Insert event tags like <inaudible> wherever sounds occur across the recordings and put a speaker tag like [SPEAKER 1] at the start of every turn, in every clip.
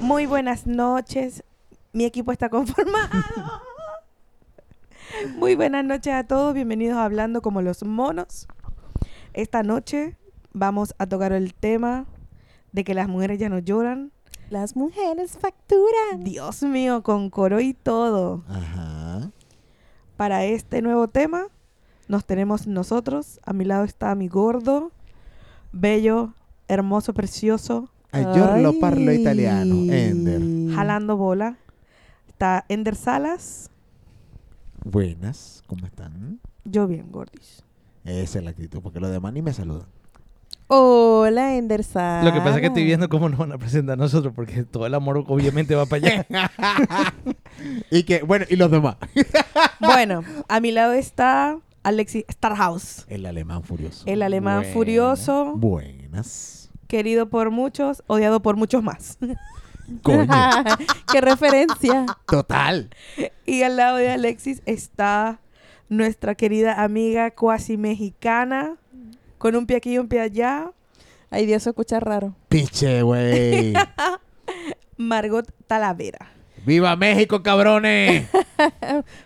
[SPEAKER 1] Muy buenas noches. Mi equipo está <laughs> conformado. Muy buenas noches a todos. Bienvenidos a Hablando como los monos. Esta noche vamos a tocar el tema de que las mujeres ya no lloran.
[SPEAKER 2] Las mujeres facturan.
[SPEAKER 1] Dios mío, con coro y todo.
[SPEAKER 3] Ajá.
[SPEAKER 1] Para este nuevo tema nos tenemos nosotros. A mi lado está mi gordo, bello, hermoso, precioso,
[SPEAKER 3] Ayer lo parlo italiano,
[SPEAKER 2] Ay.
[SPEAKER 3] Ender.
[SPEAKER 1] jalando bola. Está Ender Salas.
[SPEAKER 3] Buenas, ¿cómo están?
[SPEAKER 1] Yo bien, gordis.
[SPEAKER 3] Esa es la actitud, porque los demás ni me saludan. <laughs>
[SPEAKER 2] Hola, Endersa.
[SPEAKER 4] Lo que pasa es que estoy viendo cómo nos van a presentar a nosotros, porque todo el amor obviamente va para allá.
[SPEAKER 3] y que, bueno, y los demás.
[SPEAKER 1] Bueno, a mi lado está Alexis Starhouse,
[SPEAKER 3] El alemán furioso.
[SPEAKER 1] el alemán
[SPEAKER 4] Bueno.
[SPEAKER 1] furioso,
[SPEAKER 3] Buenas.
[SPEAKER 1] querido por muchos, odiado por muchos más. <laughs>
[SPEAKER 3] Coño.
[SPEAKER 2] Qué referencia.
[SPEAKER 3] Total.
[SPEAKER 1] Y al lado de Alexis está nuestra querida amiga cuasi mexicana, con un pie aquí y un pie allá,
[SPEAKER 2] Ay, Dios, se escucha raro.
[SPEAKER 1] <laughs>
[SPEAKER 3] Pinche, güey.
[SPEAKER 1] Margot Talavera.
[SPEAKER 3] ¡Viva México, cabrones!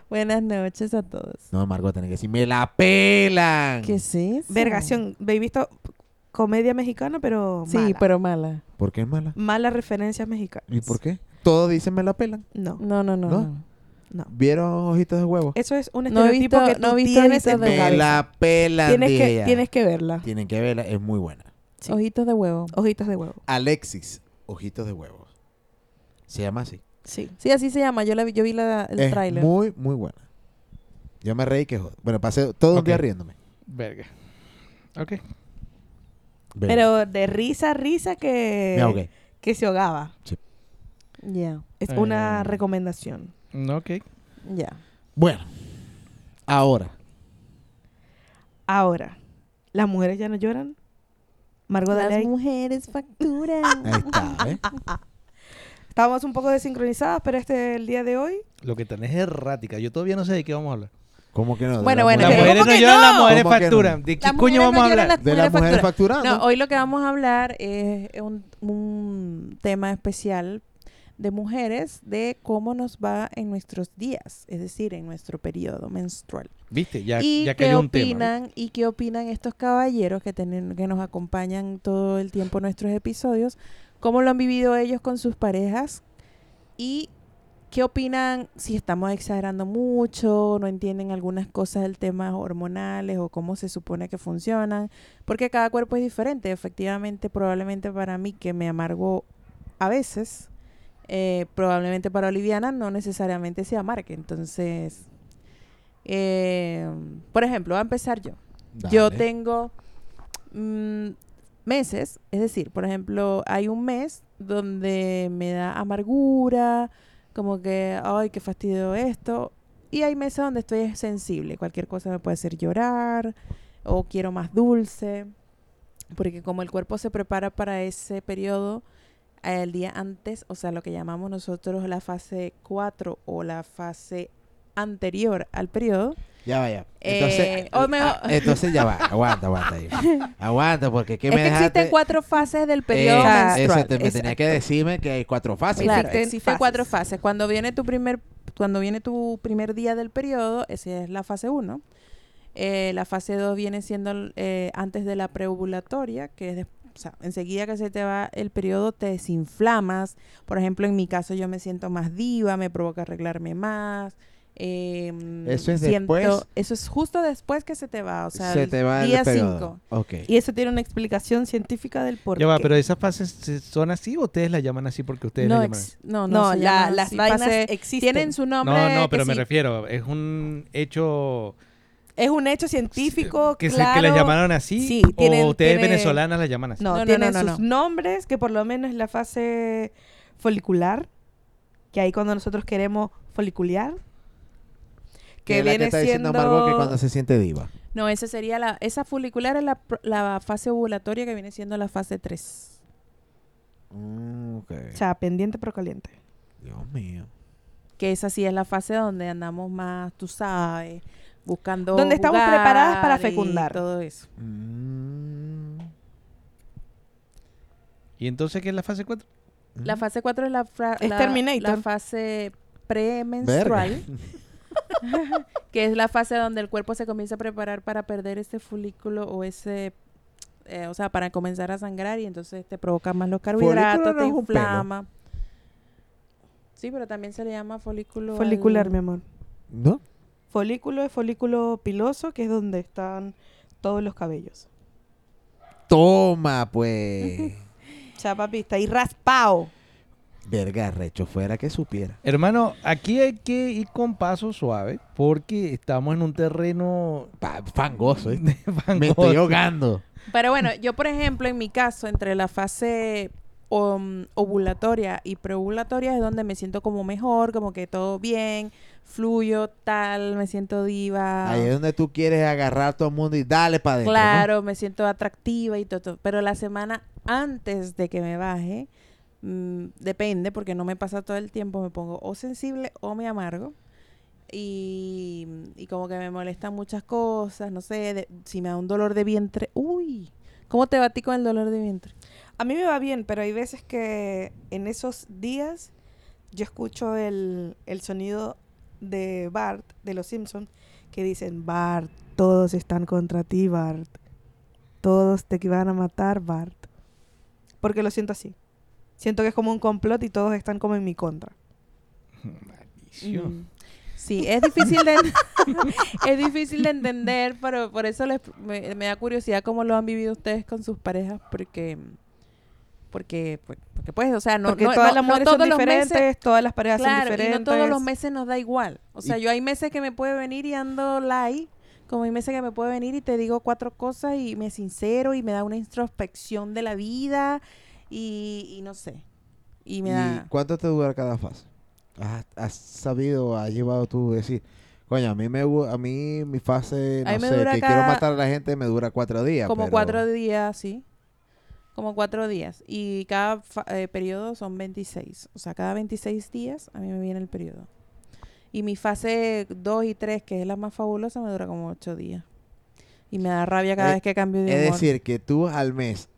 [SPEAKER 2] Buenas noches a todos.
[SPEAKER 3] No, Margot, tiene que decir, me la pelan.
[SPEAKER 2] ¿Qué es eso?
[SPEAKER 1] Vergación, ¿habéis visto comedia mexicana, pero
[SPEAKER 2] Sí,
[SPEAKER 1] mala.
[SPEAKER 2] pero mala.
[SPEAKER 3] ¿Por qué es mala?
[SPEAKER 1] malas referencias mexicanas?
[SPEAKER 3] ¿Y por qué? Todos dicen me la pelan.
[SPEAKER 1] No,
[SPEAKER 2] No, no, no.
[SPEAKER 3] ¿No?
[SPEAKER 2] no.
[SPEAKER 1] no.
[SPEAKER 3] ¿Vieron ojitos de huevo?
[SPEAKER 1] Eso es un
[SPEAKER 2] No he
[SPEAKER 1] estereotipo
[SPEAKER 2] visto-
[SPEAKER 1] que
[SPEAKER 2] no
[SPEAKER 1] tú
[SPEAKER 2] he visto
[SPEAKER 1] tienes en
[SPEAKER 2] ahorita
[SPEAKER 1] tu
[SPEAKER 2] de-
[SPEAKER 3] Me
[SPEAKER 1] cabeza.
[SPEAKER 3] la pelan.
[SPEAKER 1] Tienes
[SPEAKER 3] dije
[SPEAKER 1] que,
[SPEAKER 3] ella.
[SPEAKER 1] tienes que verla.
[SPEAKER 3] Tienen que verla, es muy buena.
[SPEAKER 1] Sí.
[SPEAKER 2] Ojitos de huevo.
[SPEAKER 1] Ojitos de huevo.
[SPEAKER 3] Alexis, ojitos de huevos. Se llama así.
[SPEAKER 1] Sí.
[SPEAKER 2] Sí, así se llama. Yo, la vi, yo vi la, el
[SPEAKER 3] es
[SPEAKER 2] tráiler.
[SPEAKER 3] muy, muy buena. Yo me reí que joder. Bueno, pasé todo un
[SPEAKER 4] Ok.
[SPEAKER 3] día riéndome.
[SPEAKER 4] <laughs> Verga. Ok.
[SPEAKER 3] Ve,
[SPEAKER 1] Pero de risa, risa que,
[SPEAKER 3] me
[SPEAKER 2] eh,
[SPEAKER 3] ahogué.
[SPEAKER 1] que se ahogaba.
[SPEAKER 2] Ya,
[SPEAKER 1] Es
[SPEAKER 4] Eh.
[SPEAKER 1] una recomendación.
[SPEAKER 4] No, ok.
[SPEAKER 2] ya.
[SPEAKER 3] Bueno, ahora.
[SPEAKER 1] Ahora, ¿las mujeres ya no lloran? Margot, dale
[SPEAKER 2] Las
[SPEAKER 1] ahí.
[SPEAKER 2] mujeres
[SPEAKER 3] <laughs>
[SPEAKER 2] facturan.
[SPEAKER 3] Ahí
[SPEAKER 2] <laughs>
[SPEAKER 3] está, ¿eh?
[SPEAKER 1] Estábamos un poco desincronizadas, pero este el día de hoy.
[SPEAKER 4] Lo que tenés es errática. Yo todavía no sé de qué vamos a hablar.
[SPEAKER 3] ¿Cómo que no?
[SPEAKER 2] Bueno,
[SPEAKER 3] De
[SPEAKER 2] bueno,
[SPEAKER 3] la
[SPEAKER 4] las
[SPEAKER 2] pero-
[SPEAKER 3] mujer-
[SPEAKER 4] mujeres
[SPEAKER 2] ¿cómo
[SPEAKER 4] no
[SPEAKER 2] que
[SPEAKER 4] lloran,
[SPEAKER 2] no?
[SPEAKER 4] las mujeres
[SPEAKER 3] ¿Cómo que no?
[SPEAKER 4] facturan. ¿De qué
[SPEAKER 2] Las
[SPEAKER 4] coño
[SPEAKER 2] mujeres
[SPEAKER 4] vamos
[SPEAKER 2] no
[SPEAKER 4] a
[SPEAKER 2] lloran,
[SPEAKER 4] hablar?
[SPEAKER 2] las
[SPEAKER 3] de las mujeres facturando.
[SPEAKER 2] No, hoy lo que vamos a hablar es un, un tema especial de mujeres de cómo nos va en nuestros días, es decir, en nuestro periodo menstrual.
[SPEAKER 4] Viste, ya,
[SPEAKER 2] y
[SPEAKER 4] ya
[SPEAKER 2] qué
[SPEAKER 4] cayó un tema.
[SPEAKER 2] opinan y qué opinan estos caballeros que tienen, que nos acompañan todo el tiempo en nuestros episodios, cómo lo han vivido ellos con sus parejas y qué opinan si estamos exagerando mucho, no entienden algunas cosas del tema hormonales o cómo se supone que funcionan, porque cada cuerpo es diferente. Efectivamente, probablemente para mí que me amargo a veces, eh, probablemente para Oliviana no necesariamente se amargue. Entonces, eh, por ejemplo, voy a empezar yo.
[SPEAKER 3] Dale.
[SPEAKER 2] Yo tengo mm, meses, es decir, por ejemplo, hay un mes donde me da amargura, como que, ay, qué fastidio esto. Y hay meses donde estoy sensible, cualquier cosa me puede hacer llorar o quiero más dulce, porque como el cuerpo se prepara para ese periodo, eh, el día antes, o sea, lo que llamamos nosotros la fase 4 o la fase anterior al periodo,
[SPEAKER 3] Ya va, ya.
[SPEAKER 2] Eh,
[SPEAKER 3] Entonces,
[SPEAKER 2] o me-
[SPEAKER 3] ah, entonces ya va. Aguanta, aguanta ahí.
[SPEAKER 2] <laughs>
[SPEAKER 3] Aguanta, porque ¿qué
[SPEAKER 2] es
[SPEAKER 3] me
[SPEAKER 2] que
[SPEAKER 3] dejaste?
[SPEAKER 2] existen cuatro fases del periodo
[SPEAKER 3] Exacto,
[SPEAKER 2] menstrual.
[SPEAKER 3] Eso te, me tenía que decirme que hay cuatro fases.
[SPEAKER 2] Claro,
[SPEAKER 1] Existen
[SPEAKER 2] existen
[SPEAKER 1] fases.
[SPEAKER 2] cuatro fases. Cuando viene tu primer cuando viene tu primer día del periodo, esa es la fase 1. la fase 2 viene siendo eh, antes de la preovulatoria, que es des- o sea, enseguida que se te va el periodo te desinflamas. Por ejemplo, en mi caso yo me siento más diva, me provoca arreglarme más. eh,
[SPEAKER 3] Eso es
[SPEAKER 2] siento-
[SPEAKER 3] después-
[SPEAKER 2] Eso es justo después que se te va, o sea,
[SPEAKER 3] Se
[SPEAKER 2] el
[SPEAKER 3] te va el
[SPEAKER 2] día
[SPEAKER 3] periodo.
[SPEAKER 2] 5.
[SPEAKER 3] Ok.
[SPEAKER 1] Y eso tiene una explicación científica del por
[SPEAKER 4] Ya va,
[SPEAKER 1] qué.
[SPEAKER 4] pero esas fases se- son así o ustedes las llaman así porque ustedes
[SPEAKER 2] No,
[SPEAKER 4] las llaman así?
[SPEAKER 2] ex- no, no,
[SPEAKER 1] no,
[SPEAKER 2] se
[SPEAKER 1] la-
[SPEAKER 2] llaman
[SPEAKER 1] las
[SPEAKER 2] así.
[SPEAKER 1] vainas
[SPEAKER 2] Fase-
[SPEAKER 1] existen.
[SPEAKER 2] tienen su nombre.
[SPEAKER 4] No, no,
[SPEAKER 2] que
[SPEAKER 4] pero me
[SPEAKER 2] sí.
[SPEAKER 4] refiero, es un hecho
[SPEAKER 1] Es un hecho científico
[SPEAKER 4] que, se-
[SPEAKER 1] claro.
[SPEAKER 4] que las llamaron así
[SPEAKER 1] Sí,
[SPEAKER 4] o
[SPEAKER 1] tienen-
[SPEAKER 4] ustedes
[SPEAKER 1] tiene-
[SPEAKER 4] venezolanas las llaman así.
[SPEAKER 1] No,
[SPEAKER 2] No, no,
[SPEAKER 1] tienen
[SPEAKER 2] no, no,
[SPEAKER 1] sus nombres, que por lo menos es la fase folicular, que ahí cuando nosotros queremos folicular, que
[SPEAKER 3] es la
[SPEAKER 1] viene
[SPEAKER 3] está diciendo
[SPEAKER 1] siendo-
[SPEAKER 3] Margot que cuando se siente diva.
[SPEAKER 2] No, esa sería la, esa folicular es la, pr- la fase ovulatoria que viene siendo la fase 3.
[SPEAKER 3] Mm, ok.
[SPEAKER 1] o sea, pendiente pero caliente.
[SPEAKER 3] Dios mío.
[SPEAKER 2] Que esa sí es la fase donde andamos más, tú sabes, buscando.
[SPEAKER 1] Donde estamos
[SPEAKER 2] jugar
[SPEAKER 1] preparadas para
[SPEAKER 2] y
[SPEAKER 1] fecundar.
[SPEAKER 2] todo eso.
[SPEAKER 3] Mm.
[SPEAKER 4] ¿Y entonces qué es la fase 4?
[SPEAKER 2] La fase 4 es la, fra-
[SPEAKER 1] Es
[SPEAKER 2] la-
[SPEAKER 1] Terminator.
[SPEAKER 2] la fase premenstrual, <laughs> que es la fase donde el cuerpo se comienza a preparar para perder ese folículo o ese... eh, o sea, para comenzar a sangrar y entonces te provoca más los
[SPEAKER 3] Folículo
[SPEAKER 2] carbohidratos,
[SPEAKER 3] no
[SPEAKER 2] te
[SPEAKER 3] es un pelo.
[SPEAKER 2] inflama. Sí, pero también se le llama folículo...
[SPEAKER 1] Folicular,
[SPEAKER 2] al-
[SPEAKER 1] mi amor.
[SPEAKER 3] ¿No?
[SPEAKER 1] Folículo es folículo piloso, que es donde están todos los cabellos.
[SPEAKER 3] Toma, pues.
[SPEAKER 1] Chapapista y raspao.
[SPEAKER 3] Verga, recho fuera que supiera.
[SPEAKER 4] Hermano, aquí hay que ir con paso suave porque estamos en un terreno <laughs>
[SPEAKER 3] Pa- <laughs> fangoso, ¿eh?
[SPEAKER 4] de
[SPEAKER 3] Me
[SPEAKER 4] fangoso.
[SPEAKER 3] estoy ahogando.
[SPEAKER 2] Pero bueno, yo por ejemplo, en mi caso, entre la fase om, ovulatoria y preovulatoria es donde me siento como mejor, como que todo bien, fluyo, tal, me siento diva.
[SPEAKER 3] Ahí es donde tú quieres agarrar a todo el mundo y dale para adentro. ¿no?
[SPEAKER 2] claro, me siento atractiva y todo, todo. Pero la semana antes de que me baje, mm, depende, porque no me pasa todo el tiempo, me pongo o sensible o me amargo. Y, y como que me molestan muchas cosas, no sé, de- si me da un dolor de vientre, uy, ¿cómo te batí con el dolor de vientre?
[SPEAKER 1] A mí me va bien, pero hay veces que en esos días yo escucho el, el sonido de Bart, de los Simpsons, que dicen, Bart, todos están contra ti, Bart. Todos te van a matar, Bart. Porque lo siento así. Siento que es como un complot y todos están como en mi contra.
[SPEAKER 4] Maldición.
[SPEAKER 2] Mm. Sí, es difícil de, <laughs> es difícil de entender, pero por eso les- me, me da curiosidad cómo lo han vivido ustedes con sus parejas, porque porque pues, porque pues o sea no
[SPEAKER 1] Porque
[SPEAKER 2] no,
[SPEAKER 1] todas
[SPEAKER 2] no-
[SPEAKER 1] las
[SPEAKER 2] no
[SPEAKER 1] mujeres
[SPEAKER 2] todos
[SPEAKER 1] son
[SPEAKER 2] los
[SPEAKER 1] diferentes,
[SPEAKER 2] meses,
[SPEAKER 1] todas las parejas son
[SPEAKER 2] claro y
[SPEAKER 1] diferentes.
[SPEAKER 2] no todos los meses nos da igual o sea yo hay meses que me puede venir y ando light como hay meses que me puede venir y te digo cuatro cosas y me sincero y me da una introspección de la vida y, y no sé y me da
[SPEAKER 3] ¿Y cuánto te dura cada fase? ¿Has, has sabido, has llevado tú decir, coño, a mí me gu- a mí mi fase,
[SPEAKER 2] A mí
[SPEAKER 3] no
[SPEAKER 2] me
[SPEAKER 3] sé,
[SPEAKER 2] dura
[SPEAKER 3] que
[SPEAKER 2] cada-
[SPEAKER 3] quiero matar a la gente me dura cuatro días.
[SPEAKER 2] Como
[SPEAKER 3] pero-
[SPEAKER 2] cuatro días, sí. Como cuatro días. Y cada fa- eh, periodo son 26. O sea, cada 26 días a mí me viene el periodo. Y mi fase 2 y 3, que es la más fabulosa, me dura como ocho días. Y me da rabia cada
[SPEAKER 3] Eh,
[SPEAKER 2] vez que cambio de
[SPEAKER 3] Es
[SPEAKER 2] humor.
[SPEAKER 3] decir, que tú al mes,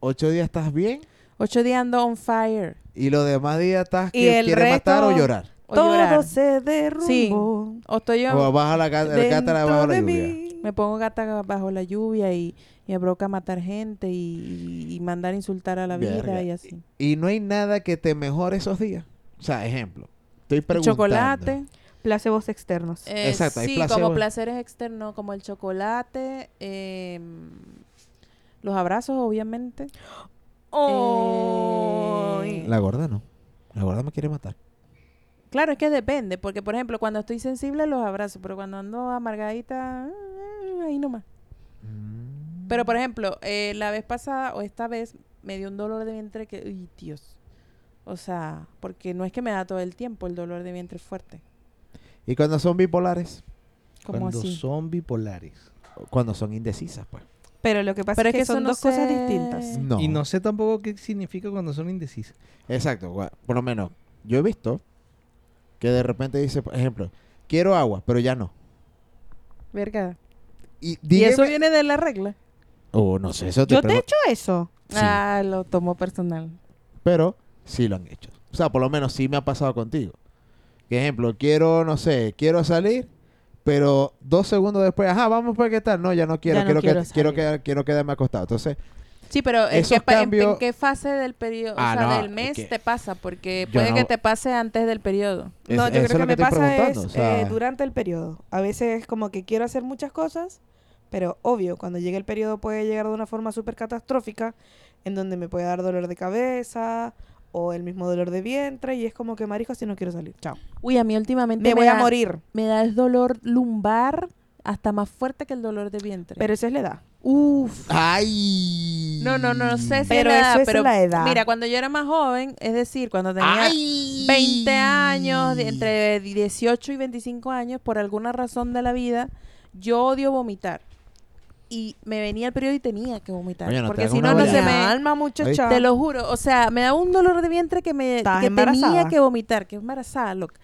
[SPEAKER 3] ocho días estás bien
[SPEAKER 2] Ocho días ando on fire.
[SPEAKER 3] y los demás días estás
[SPEAKER 1] Y
[SPEAKER 3] que
[SPEAKER 1] el
[SPEAKER 3] quieres matar o
[SPEAKER 1] resto-
[SPEAKER 3] llorar.
[SPEAKER 2] O
[SPEAKER 1] Todo
[SPEAKER 2] llorar.
[SPEAKER 1] se derrumbó
[SPEAKER 2] O estoy yo...
[SPEAKER 3] O baja la, ca- la cátara
[SPEAKER 1] dentro
[SPEAKER 3] bajo la
[SPEAKER 1] de
[SPEAKER 3] lluvia.
[SPEAKER 1] mí.
[SPEAKER 2] Me pongo gata bajo la lluvia y, y me provoca matar gente y, y mandar insultar a la vida
[SPEAKER 3] Verga.
[SPEAKER 2] y así.
[SPEAKER 3] Y no hay nada que te mejore esos días. O sea, ejemplo, estoy
[SPEAKER 2] El
[SPEAKER 3] preguntando.
[SPEAKER 2] Chocolate.
[SPEAKER 1] Placebos externos.
[SPEAKER 2] Eh,
[SPEAKER 3] Exacto, hay
[SPEAKER 2] sí,
[SPEAKER 3] placebo.
[SPEAKER 2] como placeres externos, como el chocolate, em, los abrazos, obviamente.
[SPEAKER 1] Ay.
[SPEAKER 2] Eh,
[SPEAKER 3] La gorda no. La gorda me quiere matar.
[SPEAKER 2] Claro, es que depende, porque por ejemplo, cuando estoy sensible, los abrazos, pero cuando ando amargadita, eh, ahí nomás.
[SPEAKER 1] Mm.
[SPEAKER 2] Pero por ejemplo, eh, la vez pasada o esta vez me dio un dolor de vientre que, uy, Dios. O sea, porque no es que me da todo el tiempo el dolor de vientre es fuerte.
[SPEAKER 3] Y cuando son bipolares,
[SPEAKER 2] Como
[SPEAKER 4] Cuando
[SPEAKER 2] así.
[SPEAKER 4] son bipolares.
[SPEAKER 3] cuando son indecisas, pues.
[SPEAKER 1] Pero lo que pasa
[SPEAKER 2] Pero
[SPEAKER 1] es que, son
[SPEAKER 2] no
[SPEAKER 1] dos
[SPEAKER 2] sé-
[SPEAKER 1] cosas distintas.
[SPEAKER 3] No.
[SPEAKER 4] Y no sé tampoco qué significa cuando
[SPEAKER 3] <laughs>
[SPEAKER 4] son indecisas.
[SPEAKER 3] Exacto, gua- por lo menos yo he visto que de repente dice, por ejemplo, quiero agua, pero ya no.
[SPEAKER 2] Verga.
[SPEAKER 3] Y,
[SPEAKER 2] Y
[SPEAKER 3] dígame,
[SPEAKER 2] eso viene de la regla.
[SPEAKER 3] Oh, no sé, eso te
[SPEAKER 1] Yo te he
[SPEAKER 3] pregun-
[SPEAKER 1] hecho eso.
[SPEAKER 3] Sí.
[SPEAKER 2] Ah, lo tomo personal.
[SPEAKER 3] pero sí lo han hecho. O sea, por lo menos sí me ha pasado contigo. Que ejemplo, quiero, no sé, quiero salir, pero dos segundos después, ajá, vamos para qué tal. No, ya no quiero,
[SPEAKER 2] Ya
[SPEAKER 3] quiero,
[SPEAKER 2] no quiero
[SPEAKER 3] que, quiero,
[SPEAKER 2] salir.
[SPEAKER 3] quedar- quiero quedarme acostado. Entonces,
[SPEAKER 2] Sí, pero ¿en qué,
[SPEAKER 3] Esos
[SPEAKER 2] pa- en-
[SPEAKER 3] cambios-
[SPEAKER 2] en qué fase del periodo,
[SPEAKER 3] Ah,
[SPEAKER 2] o sea,
[SPEAKER 3] no,
[SPEAKER 2] del
[SPEAKER 3] es
[SPEAKER 2] mes
[SPEAKER 3] que
[SPEAKER 2] te pasa? Porque
[SPEAKER 3] yo
[SPEAKER 2] puede que
[SPEAKER 3] no-
[SPEAKER 2] te pase antes del periodo.
[SPEAKER 3] es-
[SPEAKER 1] no, yo
[SPEAKER 3] eso es
[SPEAKER 1] creo
[SPEAKER 3] lo
[SPEAKER 1] que me
[SPEAKER 3] te estoy
[SPEAKER 1] pasa es
[SPEAKER 3] preguntando, o sea,
[SPEAKER 1] eh, durante el periodo. A veces como que quiero hacer muchas cosas, pero obvio, cuando llegue el periodo puede llegar de una forma súper catastrófica, en donde me puede dar dolor de cabeza o el mismo dolor de vientre, y es como que marico, si no quiero salir, chao.
[SPEAKER 2] Uy, a mí últimamente
[SPEAKER 1] Me voy a
[SPEAKER 2] da,
[SPEAKER 1] morir.
[SPEAKER 2] Me da el dolor lumbar hasta más fuerte que el dolor de vientre.
[SPEAKER 1] Pero eso es la edad.
[SPEAKER 2] Uf.
[SPEAKER 3] Ay.
[SPEAKER 2] No, no, no, no sé si
[SPEAKER 1] Pero
[SPEAKER 2] es la
[SPEAKER 1] eso
[SPEAKER 2] edad,
[SPEAKER 1] es
[SPEAKER 2] pero
[SPEAKER 1] la edad.
[SPEAKER 2] Mira, cuando yo era más joven, es decir, cuando tenía
[SPEAKER 3] Ay.
[SPEAKER 2] 20 años, de- entre 18 y 25 años, por alguna razón de la vida, yo odio vomitar. Y me venía el periodo y tenía que vomitar.
[SPEAKER 3] Oye, no te
[SPEAKER 2] porque
[SPEAKER 3] hagas
[SPEAKER 2] si
[SPEAKER 3] una
[SPEAKER 2] no, no
[SPEAKER 3] bola.
[SPEAKER 2] se
[SPEAKER 1] Mi
[SPEAKER 2] me...
[SPEAKER 1] alma muchacha.
[SPEAKER 2] Te lo juro, o sea, me daba un dolor de vientre que me
[SPEAKER 1] Estabas
[SPEAKER 2] que tenía
[SPEAKER 1] embarazada.
[SPEAKER 2] que vomitar, que embarazada, loca.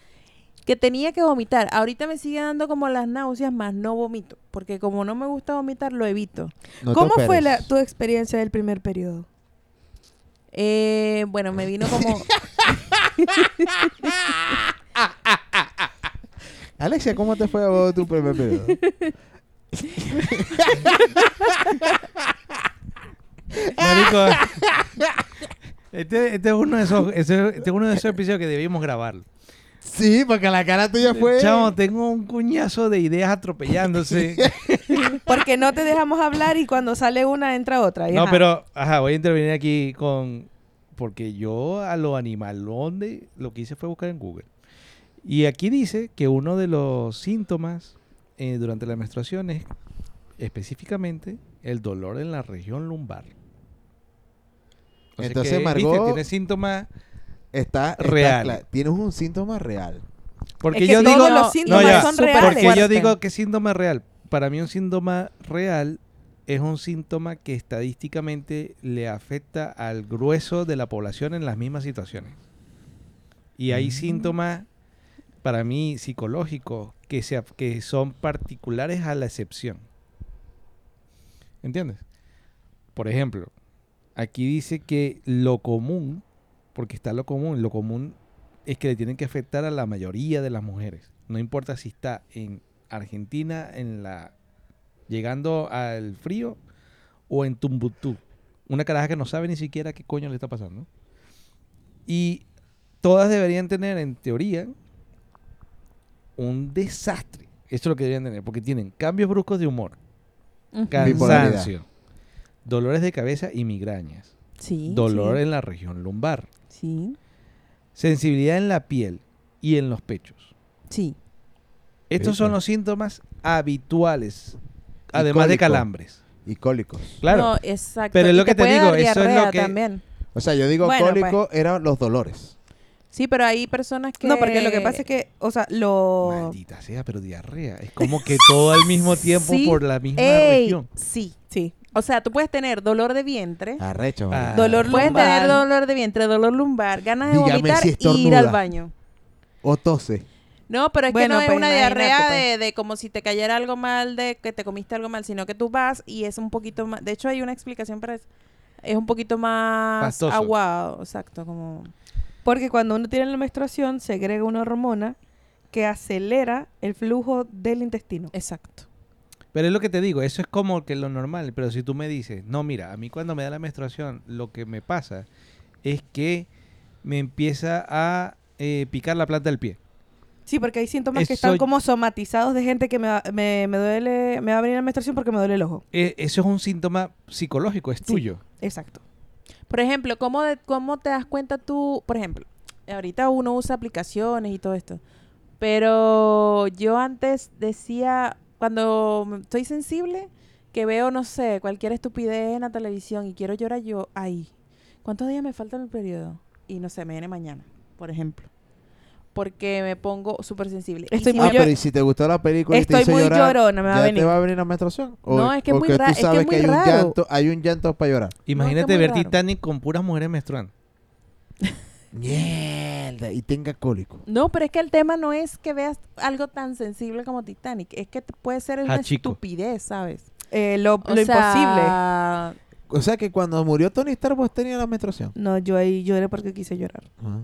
[SPEAKER 2] Que tenía que vomitar. Ahorita me sigue dando como las náuseas, más no vomito, porque como no me gusta vomitar, lo evito.
[SPEAKER 3] No te
[SPEAKER 1] ¿Cómo fue
[SPEAKER 3] operes.
[SPEAKER 1] la- tu experiencia del primer periodo?
[SPEAKER 2] Eh, bueno, me vino
[SPEAKER 1] <laughs>
[SPEAKER 2] como...
[SPEAKER 3] Alexia, ¿cómo te fue a vos tu primer periodo?
[SPEAKER 4] Marico. Este, este es uno de esos, ese- este es uno de esos episodios que debimos grabarlo.
[SPEAKER 3] sí, porque la cara tuya fue...
[SPEAKER 4] Chamo, tengo un cuñazo de
[SPEAKER 3] <laughs>
[SPEAKER 4] ideas atropellándose.
[SPEAKER 1] Porque no te dejamos hablar y cuando sale una entra otra. y
[SPEAKER 4] No,
[SPEAKER 1] ajá.
[SPEAKER 4] pero, ajá, voy a intervenir aquí con. Porque yo a lo animalón de- lo que hice fue buscar en Google. Y aquí dice que uno de los síntomas eh, durante la menstruación es específicamente el dolor en la región lumbar.
[SPEAKER 3] Entonces,
[SPEAKER 4] que, viste,
[SPEAKER 3] Margot-
[SPEAKER 4] tiene síntomas.
[SPEAKER 3] Está, está
[SPEAKER 4] Real.
[SPEAKER 3] cla- Tienes un síntoma real.
[SPEAKER 4] Porque
[SPEAKER 1] Es que
[SPEAKER 4] yo
[SPEAKER 1] todos
[SPEAKER 4] digo.
[SPEAKER 1] los síntomas
[SPEAKER 4] ya,
[SPEAKER 1] son
[SPEAKER 2] porque
[SPEAKER 1] reales.
[SPEAKER 4] Porque yo
[SPEAKER 2] fuerte.
[SPEAKER 4] digo que síntoma real. Para mí un síntoma real es un síntoma que estadísticamente le afecta al grueso de la población en las mismas situaciones. Y hay síntomas, para mí, psicológicos que, se, af- que son particulares a la excepción. ¿Entiendes? Por ejemplo, aquí dice que lo común, porque está lo común, lo común es que le tienen que afectar a la mayoría de las mujeres. No importa si está en Argentina, en la llegando al frío o en Tumbuctú. Una caraja que no sabe ni siquiera qué coño le está pasando. Y todas deberían tener, en teoría, un desastre. Esto es lo que deberían tener, porque tienen cambios bruscos de humor,
[SPEAKER 2] Ujú.
[SPEAKER 3] Bipolaridad.
[SPEAKER 4] cansancio, dolores de cabeza y migrañas,
[SPEAKER 2] Sí.
[SPEAKER 4] dolor
[SPEAKER 2] sí,
[SPEAKER 4] en la región lumbar,
[SPEAKER 2] Sí,
[SPEAKER 4] sensibilidad en la piel y en los pechos.
[SPEAKER 2] sí.
[SPEAKER 4] Estos son
[SPEAKER 3] Epa.
[SPEAKER 4] los síntomas habituales, además de
[SPEAKER 3] cólico.
[SPEAKER 4] calambres.
[SPEAKER 3] Y cólicos.
[SPEAKER 4] Claro.
[SPEAKER 2] No, exacto.
[SPEAKER 4] Pero es
[SPEAKER 2] Y
[SPEAKER 4] lo que te
[SPEAKER 2] puede
[SPEAKER 4] digo,
[SPEAKER 2] dar
[SPEAKER 4] eso es lo
[SPEAKER 2] diarrea
[SPEAKER 4] que-
[SPEAKER 2] también.
[SPEAKER 3] O sea, yo digo
[SPEAKER 2] pues.
[SPEAKER 1] Bueno,
[SPEAKER 3] cólico eran los dolores.
[SPEAKER 2] Sí, pero hay personas que...
[SPEAKER 1] No, porque lo que pasa es que, o sea, lo...
[SPEAKER 4] Maldita sea, pero diarrea. Es como que todo al
[SPEAKER 2] <laughs>
[SPEAKER 4] mismo tiempo
[SPEAKER 2] Sí.
[SPEAKER 4] por la misma
[SPEAKER 2] Ey,
[SPEAKER 4] región.
[SPEAKER 2] sí.
[SPEAKER 1] Sí.
[SPEAKER 2] O sea, tú puedes tener dolor de vientre,
[SPEAKER 3] Arrecho.
[SPEAKER 4] Ah.
[SPEAKER 3] marico.
[SPEAKER 1] Dolor
[SPEAKER 2] puedes
[SPEAKER 1] lumbar.
[SPEAKER 2] tener dolor de vientre, dolor lumbar, ganas de
[SPEAKER 3] Dígame
[SPEAKER 2] vomitar
[SPEAKER 3] si
[SPEAKER 2] y ir
[SPEAKER 3] estornuda.
[SPEAKER 2] al baño.
[SPEAKER 3] O tose.
[SPEAKER 2] No, pero es
[SPEAKER 1] Bueno,
[SPEAKER 2] que no es
[SPEAKER 1] pues,
[SPEAKER 2] una
[SPEAKER 1] imagínate,
[SPEAKER 2] diarrea de, de como si te cayera algo mal, de que te comiste algo mal, sino que tú vas y es un poquito más... De hecho, hay una explicación para eso. Es un poquito más
[SPEAKER 4] Pastoso.
[SPEAKER 2] aguado, exacto, como...
[SPEAKER 1] Porque cuando uno tiene la menstruación, segrega una hormona que acelera el flujo del intestino.
[SPEAKER 2] Exacto.
[SPEAKER 4] Pero es lo que te digo, eso es como que lo normal. Pero si tú me dices, no, mira, a mí cuando me da la menstruación, lo que me pasa es que me empieza a eh, picar la planta del pie.
[SPEAKER 1] Sí, porque hay síntomas que
[SPEAKER 4] Eso-
[SPEAKER 1] están como somatizados de gente que me, va- me, me duele, me va a venir la menstruación porque me duele el ojo.
[SPEAKER 4] Eh, eso es un síntoma psicológico, es tuyo.
[SPEAKER 1] Exacto.
[SPEAKER 2] Por ejemplo, ¿cómo, de- ¿cómo te das cuenta tú? Por ejemplo, ahorita uno usa aplicaciones y todo esto. Pero yo antes decía, cuando me- estoy sensible, que veo, no sé, cualquier estupidez en la televisión y quiero llorar yo, ahí. ¿Cuántos días me faltan el periodo? Y no sé, me viene mañana, por ejemplo. Porque me pongo súper sensible. Y
[SPEAKER 1] Estoy
[SPEAKER 2] si
[SPEAKER 1] muy
[SPEAKER 3] Ah,
[SPEAKER 2] me-
[SPEAKER 1] llor-
[SPEAKER 3] pero ¿y si te gustó la película y te
[SPEAKER 1] Estoy
[SPEAKER 3] hizo
[SPEAKER 1] muy
[SPEAKER 3] llorar,
[SPEAKER 1] llorona, me va
[SPEAKER 3] ¿ya
[SPEAKER 1] a venir.
[SPEAKER 3] te va a venir la menstruación? ¿O-
[SPEAKER 2] No, es que es
[SPEAKER 3] o
[SPEAKER 2] muy ra- es
[SPEAKER 3] tú
[SPEAKER 2] que
[SPEAKER 3] sabes
[SPEAKER 2] es muy
[SPEAKER 3] hay, un
[SPEAKER 2] raro.
[SPEAKER 3] llanto, hay un llanto para llorar.
[SPEAKER 4] Imagínate
[SPEAKER 2] muy
[SPEAKER 4] ver
[SPEAKER 2] raro.
[SPEAKER 4] Titanic con puras mujeres menstruando.
[SPEAKER 3] Mierda. Y tenga cólico.
[SPEAKER 2] No, pero es que el tema no es que veas algo tan sensible como Titanic. Es que te- puede ser
[SPEAKER 1] Ah,
[SPEAKER 2] una
[SPEAKER 4] chico.
[SPEAKER 2] estupidez, ¿sabes?
[SPEAKER 1] Eh, lo
[SPEAKER 2] O
[SPEAKER 1] lo imposible.
[SPEAKER 2] sea,
[SPEAKER 3] O sea que cuando murió Tony Stark vos tenías la menstruación.
[SPEAKER 1] No, yo ahí lloré porque quise llorar.
[SPEAKER 3] Ah.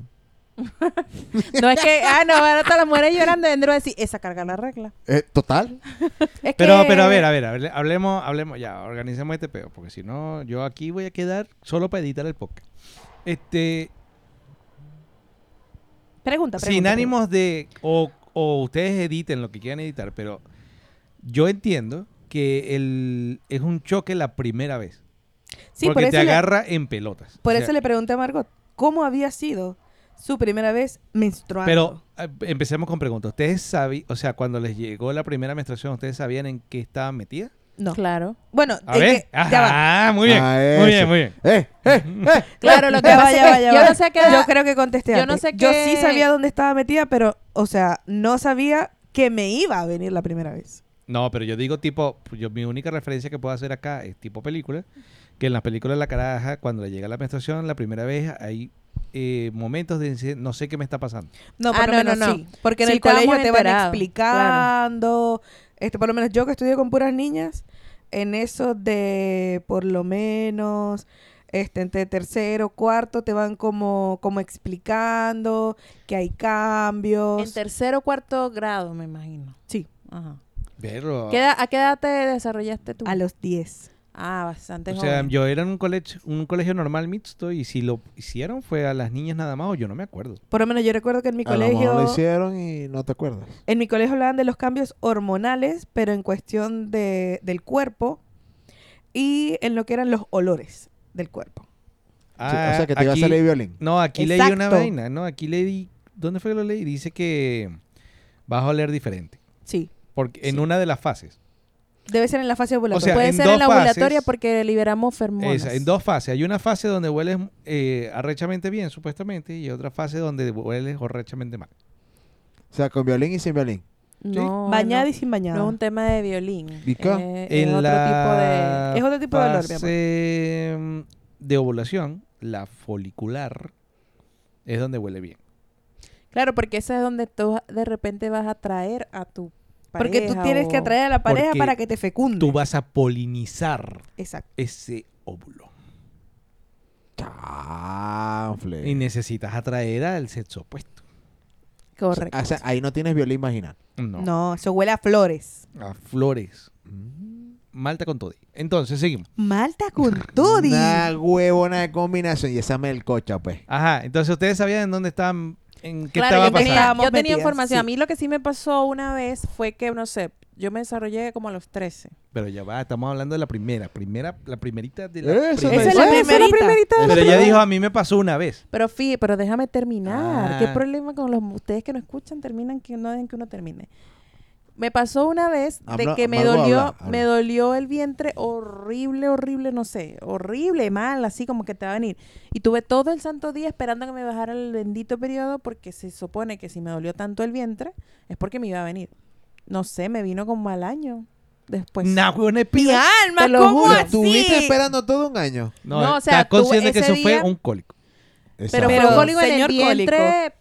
[SPEAKER 2] No es que, ah, no, ahora todas las mujeres llorando dentro de decir, esa carga la regla.
[SPEAKER 3] Eh, Total.
[SPEAKER 1] Es
[SPEAKER 4] Pero,
[SPEAKER 1] que-
[SPEAKER 4] pero a ver, a ver, a ver, hablemos, hablemos ya, organicemos este peo, porque si no, yo aquí voy a quedar solo para editar el podcast. Este,
[SPEAKER 1] Pregunta, pregunta.
[SPEAKER 4] sin
[SPEAKER 1] pregunta.
[SPEAKER 4] ánimos de, o, o ustedes editen lo que quieran editar, pero yo entiendo que el, es un choque la primera vez,
[SPEAKER 1] Sí, por
[SPEAKER 4] porque
[SPEAKER 1] eso,
[SPEAKER 4] te
[SPEAKER 1] le,
[SPEAKER 4] agarra en pelotas.
[SPEAKER 1] por
[SPEAKER 4] O
[SPEAKER 1] eso
[SPEAKER 4] sea,
[SPEAKER 1] le pregunté a Margot, ¿cómo había sido su primera vez menstruando?
[SPEAKER 4] Pero eh, empecemos con preguntas. ¿Ustedes sabían, o sea, cuando les llegó la primera menstruación, ¿ustedes sabían en qué estaban metidas?
[SPEAKER 1] No.
[SPEAKER 2] Claro.
[SPEAKER 1] Bueno,
[SPEAKER 4] A
[SPEAKER 1] de
[SPEAKER 4] ver,
[SPEAKER 1] que- ya va.
[SPEAKER 4] ajá, muy bien,
[SPEAKER 3] Ah,
[SPEAKER 4] muy
[SPEAKER 3] eso.
[SPEAKER 4] bien, muy bien.
[SPEAKER 3] Eh, eh, eh.
[SPEAKER 2] Claro, lo que
[SPEAKER 1] Ya va,
[SPEAKER 2] pasa
[SPEAKER 1] ya va,
[SPEAKER 2] es que
[SPEAKER 1] ya
[SPEAKER 2] yo
[SPEAKER 1] va.
[SPEAKER 2] no sé a qué
[SPEAKER 1] Yo
[SPEAKER 2] edad-
[SPEAKER 1] creo que contesté.
[SPEAKER 2] Yo
[SPEAKER 1] antes.
[SPEAKER 2] no sé
[SPEAKER 1] Yo
[SPEAKER 2] qué-
[SPEAKER 1] sí sabía dónde estaba metida, pero, o sea, no sabía que me iba a venir la primera vez.
[SPEAKER 4] No, pero yo digo tipo, pues, yo mi única referencia que puedo hacer acá es tipo película, que en las películas la caraja, cuando le llega la menstruación, la primera vez hay eh, momentos de decir, no sé qué me está pasando.
[SPEAKER 1] No, por
[SPEAKER 2] Ah,
[SPEAKER 1] lo
[SPEAKER 2] no,
[SPEAKER 1] menos
[SPEAKER 2] no, no.
[SPEAKER 1] sí. Porque en
[SPEAKER 2] Sí,
[SPEAKER 1] el colegio
[SPEAKER 2] estábamos
[SPEAKER 1] te van
[SPEAKER 2] enterados,
[SPEAKER 1] explicando. Este, por lo menos yo que estudié con puras niñas, en eso de por lo menos Este, entre tercero, cuarto, te van como, como explicando que hay cambios.
[SPEAKER 2] En tercero o cuarto grado, me imagino.
[SPEAKER 1] Sí.
[SPEAKER 2] Ajá.
[SPEAKER 4] Pero,
[SPEAKER 2] ¿Qué edad- ¿A qué edad te desarrollaste tú?
[SPEAKER 1] a los 10.
[SPEAKER 2] Ah, bastante
[SPEAKER 4] o sea,
[SPEAKER 2] joven.
[SPEAKER 4] yo era en un colegio, un colegio normal mixto y si lo hicieron fue a las niñas nada más o yo no me acuerdo.
[SPEAKER 1] Por lo menos yo recuerdo que en mi
[SPEAKER 3] A lo mejor lo
[SPEAKER 1] colegio...
[SPEAKER 3] hicieron y no te acuerdas.
[SPEAKER 1] En mi colegio hablaban de los cambios hormonales, pero en cuestión de, del cuerpo y en lo que eran los olores del cuerpo.
[SPEAKER 3] Sí, o sea, que te
[SPEAKER 4] Ah,
[SPEAKER 3] iba a
[SPEAKER 4] aquí-
[SPEAKER 3] salir violín.
[SPEAKER 4] No, aquí leí una
[SPEAKER 1] Exacto.
[SPEAKER 4] vaina, no, aquí leí, ¿dónde fue que lo leí? Dice que vas a oler diferente,
[SPEAKER 1] Sí.
[SPEAKER 4] porque en
[SPEAKER 1] Sí.
[SPEAKER 4] una de las fases.
[SPEAKER 1] Debe ser en la fase ovulatoria.
[SPEAKER 4] sea,
[SPEAKER 2] Puede
[SPEAKER 4] en
[SPEAKER 2] ser en
[SPEAKER 4] dos
[SPEAKER 2] la ovulatoria
[SPEAKER 4] fases-
[SPEAKER 2] porque liberamos fermonas.
[SPEAKER 4] Esa, en dos fases. Hay una fase donde hueles eh, arrechamente bien, supuestamente, y otra fase donde hueles horrechamente mal.
[SPEAKER 3] O sea, con violín y sin violín.
[SPEAKER 2] No,
[SPEAKER 1] bañada
[SPEAKER 2] no,
[SPEAKER 1] y sin bañada.
[SPEAKER 2] no es un tema de violín.
[SPEAKER 3] ¿Y qué?
[SPEAKER 2] Eh, es
[SPEAKER 4] en
[SPEAKER 2] otro
[SPEAKER 4] la
[SPEAKER 1] Es otro tipo de olor, mi amor.
[SPEAKER 4] fase, mm, de ovulación, la folicular, es donde huele bien.
[SPEAKER 2] tipo de... Claro, porque esa es donde tú de repente vas a atraer a tu pareja.
[SPEAKER 1] Porque tú tienes que
[SPEAKER 2] o-
[SPEAKER 1] atraer a la pareja
[SPEAKER 4] Porque
[SPEAKER 1] para que te fecunde.
[SPEAKER 4] Tú vas a polinizar
[SPEAKER 1] Exacto.
[SPEAKER 4] ese óvulo.
[SPEAKER 3] Chanfle.
[SPEAKER 1] Eh.
[SPEAKER 4] Y necesitas atraer al sexo opuesto.
[SPEAKER 2] Correcto.
[SPEAKER 3] O sea, ahí no tienes violín imaginar.
[SPEAKER 1] No.
[SPEAKER 4] No.
[SPEAKER 1] eso huele a flores.
[SPEAKER 4] A flores.
[SPEAKER 3] Mm.
[SPEAKER 4] Malta con todo. Entonces, seguimos.
[SPEAKER 1] Malta con Tudy.
[SPEAKER 3] Una huevona de combinación. Y esa melcocha, pues.
[SPEAKER 4] Ajá. Entonces, ¿ustedes sabían en dónde estaban? ¿En qué
[SPEAKER 2] Claro,
[SPEAKER 4] estaba
[SPEAKER 2] yo tenía,
[SPEAKER 4] pasando?
[SPEAKER 1] Estábamos
[SPEAKER 2] yo tenía
[SPEAKER 1] metidas,
[SPEAKER 2] información.
[SPEAKER 1] sí.
[SPEAKER 2] A mí lo que sí me pasó una vez fue que, no sé, yo me desarrollé como a los 13.
[SPEAKER 4] Pero ya va, estamos hablando de la primera. primera la primerita de la
[SPEAKER 3] Eso
[SPEAKER 4] primera.
[SPEAKER 1] Esa es la
[SPEAKER 2] Bueno, esa es la
[SPEAKER 1] primerita.
[SPEAKER 2] primerita de la
[SPEAKER 4] Pero ella
[SPEAKER 2] primera.
[SPEAKER 4] dijo, a mí me pasó una vez.
[SPEAKER 2] Pero fi, pero déjame terminar. ¿Qué
[SPEAKER 4] Ah.
[SPEAKER 2] problema con los ustedes que no escuchan terminan que no dejen que uno termine? Me pasó una vez de
[SPEAKER 3] Habla-
[SPEAKER 2] que me
[SPEAKER 3] Margot,
[SPEAKER 2] dolió,
[SPEAKER 3] habla, habla.
[SPEAKER 2] me dolió el vientre horrible, horrible, no sé, horrible, mal, así como que te va a venir. Y tuve todo el santo día esperando que me bajara el bendito periodo porque se supone que si me dolió tanto el vientre es porque me iba a venir. No sé, me vino como al año
[SPEAKER 1] Pues,
[SPEAKER 2] después.
[SPEAKER 4] Nah, weón, es pila.
[SPEAKER 2] alma,
[SPEAKER 1] Te lo juro.
[SPEAKER 2] así?
[SPEAKER 3] Estuviste esperando todo un año.
[SPEAKER 4] No,
[SPEAKER 2] No, o sea,
[SPEAKER 4] estás
[SPEAKER 2] tú
[SPEAKER 4] consciente que
[SPEAKER 2] ese
[SPEAKER 4] eso fue
[SPEAKER 2] día-
[SPEAKER 4] un cólico.
[SPEAKER 2] Pero,
[SPEAKER 1] Pero,
[SPEAKER 2] fue un cólico en el
[SPEAKER 1] señor cólico.
[SPEAKER 2] vientre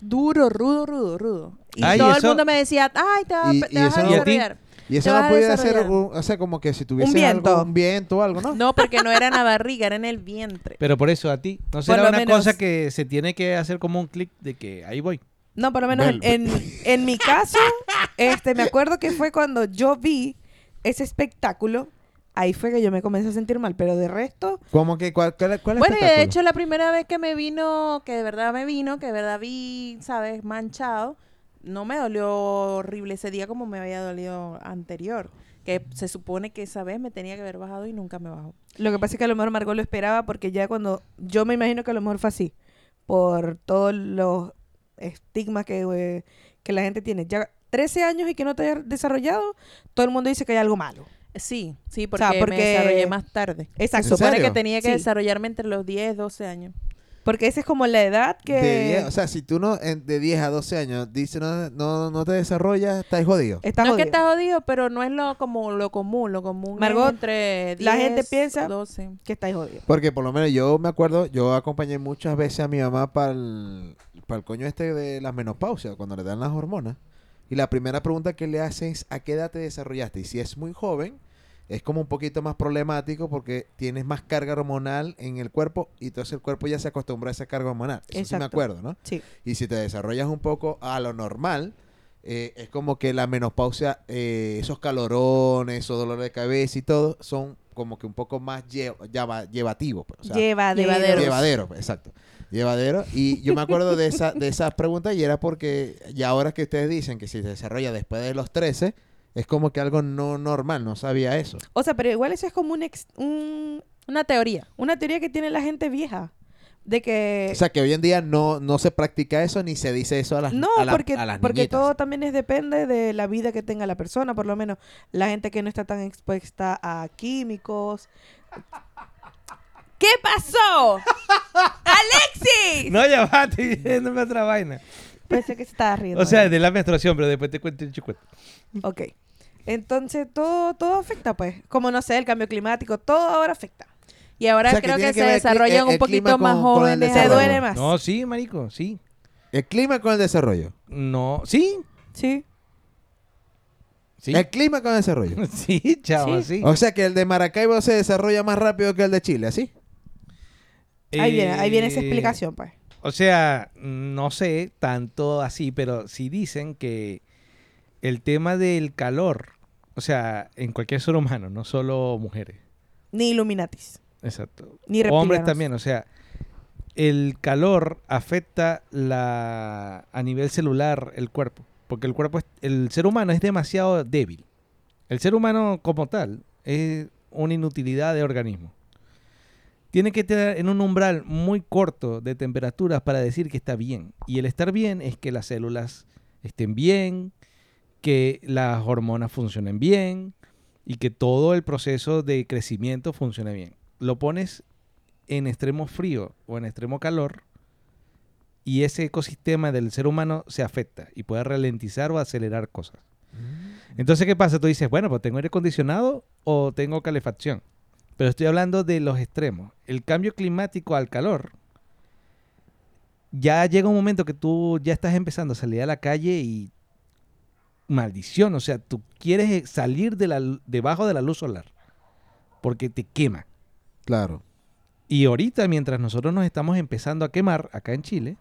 [SPEAKER 2] duro, rudo, rudo, rudo. Y
[SPEAKER 4] Ay,
[SPEAKER 2] todo el
[SPEAKER 4] eso-
[SPEAKER 2] mundo me decía, ay, te, va-
[SPEAKER 3] Y-
[SPEAKER 2] te
[SPEAKER 3] y
[SPEAKER 2] vas a
[SPEAKER 3] eso no-
[SPEAKER 4] ¿Y a ti?
[SPEAKER 2] desarrollar.
[SPEAKER 3] Y eso
[SPEAKER 2] Te vas
[SPEAKER 3] no
[SPEAKER 2] a
[SPEAKER 3] pudiera ser,
[SPEAKER 2] desarrollar.
[SPEAKER 3] un, o sea, como que si tuviese
[SPEAKER 1] viento.
[SPEAKER 3] Algo, un viento o algo, ¿no?
[SPEAKER 2] No, porque no era en la barriga, era en el vientre.
[SPEAKER 4] Pero por eso, a ti. No
[SPEAKER 1] Por
[SPEAKER 4] será
[SPEAKER 1] lo
[SPEAKER 4] una
[SPEAKER 1] menos.
[SPEAKER 4] cosa que se tiene que hacer como un clic de que ahí voy.
[SPEAKER 1] No, por lo menos en, en- en mi caso, este, me acuerdo que fue cuando yo vi ese espectáculo, ahí fue que yo me comencé a sentir mal, pero de resto,
[SPEAKER 3] Como que, ¿cuál, cuál, cuál
[SPEAKER 2] Bueno, y de
[SPEAKER 3] espectáculo?
[SPEAKER 2] hecho la primera vez que me vino, que de verdad me vino, que de verdad vi, sabes, manchado, no me dolió horrible ese día como me había dolido anterior. Que se supone que esa vez me tenía que haber bajado y nunca me bajó.
[SPEAKER 1] lo que pasa es que a lo mejor Margot lo esperaba porque ya cuando, yo me imagino que a lo mejor fue así, por todos los estigmas que, eh, que la gente tiene. Ya 13 años y que no te hayas desarrollado, todo el mundo dice que hay algo malo.
[SPEAKER 2] Eh, Sí, sí,
[SPEAKER 1] O
[SPEAKER 2] porque,
[SPEAKER 1] sea,
[SPEAKER 2] me
[SPEAKER 1] porque-
[SPEAKER 2] desarrollé más tarde. Se
[SPEAKER 1] Exacto.
[SPEAKER 3] ¿En
[SPEAKER 2] supone que
[SPEAKER 3] serio?
[SPEAKER 2] tenía que
[SPEAKER 1] Sí.
[SPEAKER 2] desarrollarme entre los 10, 12 años.
[SPEAKER 1] Porque esa es como la edad que...
[SPEAKER 3] De 10, o sea, si tú no, en- de 10 a 12 años dices no, no, no te desarrollas, estás jodido.
[SPEAKER 1] está
[SPEAKER 2] no es que
[SPEAKER 1] jodido.
[SPEAKER 2] está jodido, pero no es lo como lo común, lo común
[SPEAKER 1] Margot,
[SPEAKER 2] es entre 10,
[SPEAKER 1] la gente piensa-
[SPEAKER 2] 12.
[SPEAKER 1] que estáis jodido.
[SPEAKER 3] Porque por lo menos yo me acuerdo, yo acompañé muchas veces a mi mamá para el, coño este de las menopausias, cuando le dan las hormonas. Y la primera pregunta que le hacen es ¿a qué edad te desarrollaste? Y si es muy joven, es como un poquito más problemático porque tienes más carga hormonal en el cuerpo y entonces el cuerpo ya se acostumbró a esa carga hormonal. Eso sí me
[SPEAKER 1] Exacto.
[SPEAKER 3] acuerdo, ¿no?
[SPEAKER 1] Sí.
[SPEAKER 3] Y si te desarrollas un poco a lo normal, eh, es como que la menopausia, eh, esos calorones, esos dolores de cabeza y todo, son como que un poco más lle- lleva- llevativos. pues, o sea,
[SPEAKER 1] Llevadero.
[SPEAKER 2] llevaderos.
[SPEAKER 3] llevadero, pues, exacto. Llevadero. Y yo me acuerdo de esa de esas preguntas y era porque, y ahora que ustedes dicen que si se desarrolla después de los 13, es como que algo no normal, no sabía eso.
[SPEAKER 1] O sea, pero igual eso es como un, ex- un-
[SPEAKER 2] Una teoría.
[SPEAKER 1] una teoría que tiene la gente vieja. De que...
[SPEAKER 3] O sea, que hoy en día no, no se practica eso ni se dice eso a las
[SPEAKER 1] no,
[SPEAKER 3] a la-
[SPEAKER 1] porque,
[SPEAKER 3] a las
[SPEAKER 1] porque
[SPEAKER 3] niñitas.
[SPEAKER 1] todo también es depende de la vida que tenga la persona. Por lo menos la gente que no está tan expuesta a químicos. ¿Qué pasó? ¡Alexis!
[SPEAKER 4] No, ya va, <laughs> estoy yéndome a otra vaina.
[SPEAKER 1] Pensé que se estaba riendo.
[SPEAKER 4] O sea, de la menstruación, pero después te cuento el chicueto.
[SPEAKER 1] Ok. Entonces todo, todo afecta, pues. Como no sé, el cambio climático, todo ahora afecta.
[SPEAKER 2] Y ahora
[SPEAKER 3] O sea, que
[SPEAKER 2] creo
[SPEAKER 3] tiene
[SPEAKER 2] que,
[SPEAKER 3] que
[SPEAKER 2] se
[SPEAKER 3] ver el cli-
[SPEAKER 2] desarrollan
[SPEAKER 3] el
[SPEAKER 2] un poquito
[SPEAKER 3] clima
[SPEAKER 2] más
[SPEAKER 3] con- con el
[SPEAKER 2] jóvenes.
[SPEAKER 1] Se
[SPEAKER 3] Desarrollo.
[SPEAKER 1] duele más.
[SPEAKER 4] No, sí, marico, sí.
[SPEAKER 3] El clima con el desarrollo.
[SPEAKER 4] No, sí.
[SPEAKER 1] Sí.
[SPEAKER 4] Sí,
[SPEAKER 3] El clima con el desarrollo.
[SPEAKER 4] <laughs> sí chavo, sí.
[SPEAKER 3] O sea que el de Maracaibo se desarrolla más rápido que el de Chile, ¿así?
[SPEAKER 1] Ahí, viene, ahí viene esa
[SPEAKER 4] Eh,
[SPEAKER 1] explicación, pues.
[SPEAKER 4] O sea, no sé tanto así, pero sí dicen que el tema del calor, o sea, en cualquier ser humano, no solo mujeres.
[SPEAKER 1] Ni Illuminatis,
[SPEAKER 4] Exacto.
[SPEAKER 1] ni reptilianos.
[SPEAKER 4] Hombres también, o sea, el calor afecta la a nivel celular el cuerpo, porque el cuerpo es- el ser humano es demasiado débil. El ser humano como tal es una inutilidad de organismo. Tiene que estar en un umbral muy corto de temperaturas para decir que está bien. Y el estar bien es que las células estén bien, que las hormonas funcionen bien y que todo el proceso de crecimiento funcione bien. Lo pones en extremo frío o en extremo calor y ese ecosistema del ser humano se afecta y puede ralentizar o acelerar cosas. Entonces, ¿qué pasa? Tú dices, bueno, pues tengo aire acondicionado o tengo calefacción. Pero estoy hablando de los extremos. El cambio climático al calor. Ya llega un momento que tú ya estás empezando a salir a la calle y maldición, o sea, tú quieres eh, salir de la lu- debajo de la luz solar porque te quema.
[SPEAKER 3] Claro.
[SPEAKER 4] Y ahorita, mientras nosotros nos estamos empezando a quemar acá en Chile,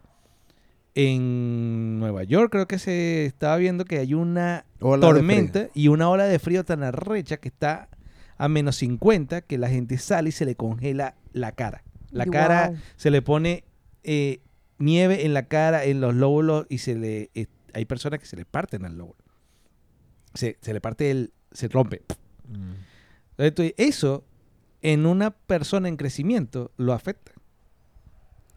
[SPEAKER 4] en Nueva York creo que se estaba viendo que hay una
[SPEAKER 3] Ola de
[SPEAKER 4] tormenta y una ola de frío tan arrecha que está a menos 50 que la gente sale y se le congela la cara. La
[SPEAKER 2] Wow.
[SPEAKER 4] cara se le pone eh, nieve en la cara, en los lóbulos y se le eh, hay personas que se le parten al lóbulo. Se, se le parte el se rompe.
[SPEAKER 3] Mm.
[SPEAKER 4] Entonces, eso en una persona en crecimiento lo afecta.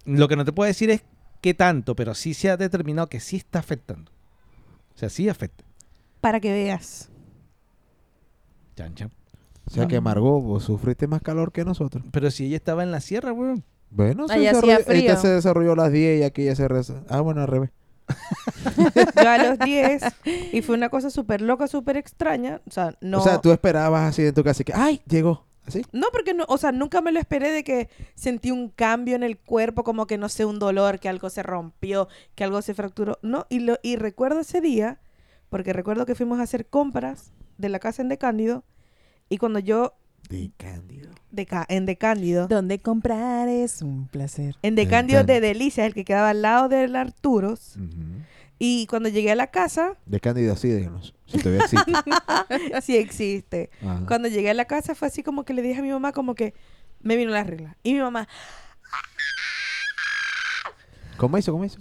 [SPEAKER 4] Lo que no te puedo decir es qué tanto, pero sí se ha determinado que sí está afectando. O sea, sí afecta.
[SPEAKER 1] Para que veas.
[SPEAKER 4] Chan, chan.
[SPEAKER 3] O sea que Margot, vos sufriste más calor que nosotros.
[SPEAKER 4] Pero si ella estaba en la sierra, weón.
[SPEAKER 3] Bueno, se
[SPEAKER 2] Allá hacía
[SPEAKER 3] desarrolló, esta
[SPEAKER 2] frío.
[SPEAKER 3] se desarrolló a las 10 y aquí ya se reza. Ah, bueno, al revés.
[SPEAKER 1] Yo a los 10 y fue una cosa súper loca, súper extraña. O sea, no.
[SPEAKER 3] O sea, tú esperabas así en tu casa y que, ¡ay! Llegó. ¿Así?
[SPEAKER 1] No, porque no, o sea, nunca me lo esperé de que sentí un cambio en el cuerpo, como que no sé, un dolor, que algo se rompió, que algo se fracturó. No, y lo, y recuerdo ese día, porque recuerdo que fuimos a hacer compras de la casa en De Cándido, y cuando yo
[SPEAKER 3] De Cándido.
[SPEAKER 1] de Ca- en De Cándido,
[SPEAKER 2] Donde comprar es un placer.
[SPEAKER 1] en De
[SPEAKER 3] De
[SPEAKER 1] Cándido de
[SPEAKER 3] Cándido.
[SPEAKER 1] Delicias, el que quedaba al lado del Arturos, y cuando llegué a la casa,
[SPEAKER 3] De Cándido, así, díganos. Si
[SPEAKER 1] <laughs>
[SPEAKER 3] todavía existe.
[SPEAKER 1] sí existe.
[SPEAKER 3] Ajá.
[SPEAKER 1] Cuando llegué a la casa fue así como que le dije a mi mamá como que me vino la regla. Y mi mamá,
[SPEAKER 3] ¿Cómo hizo? ¿Cómo hizo?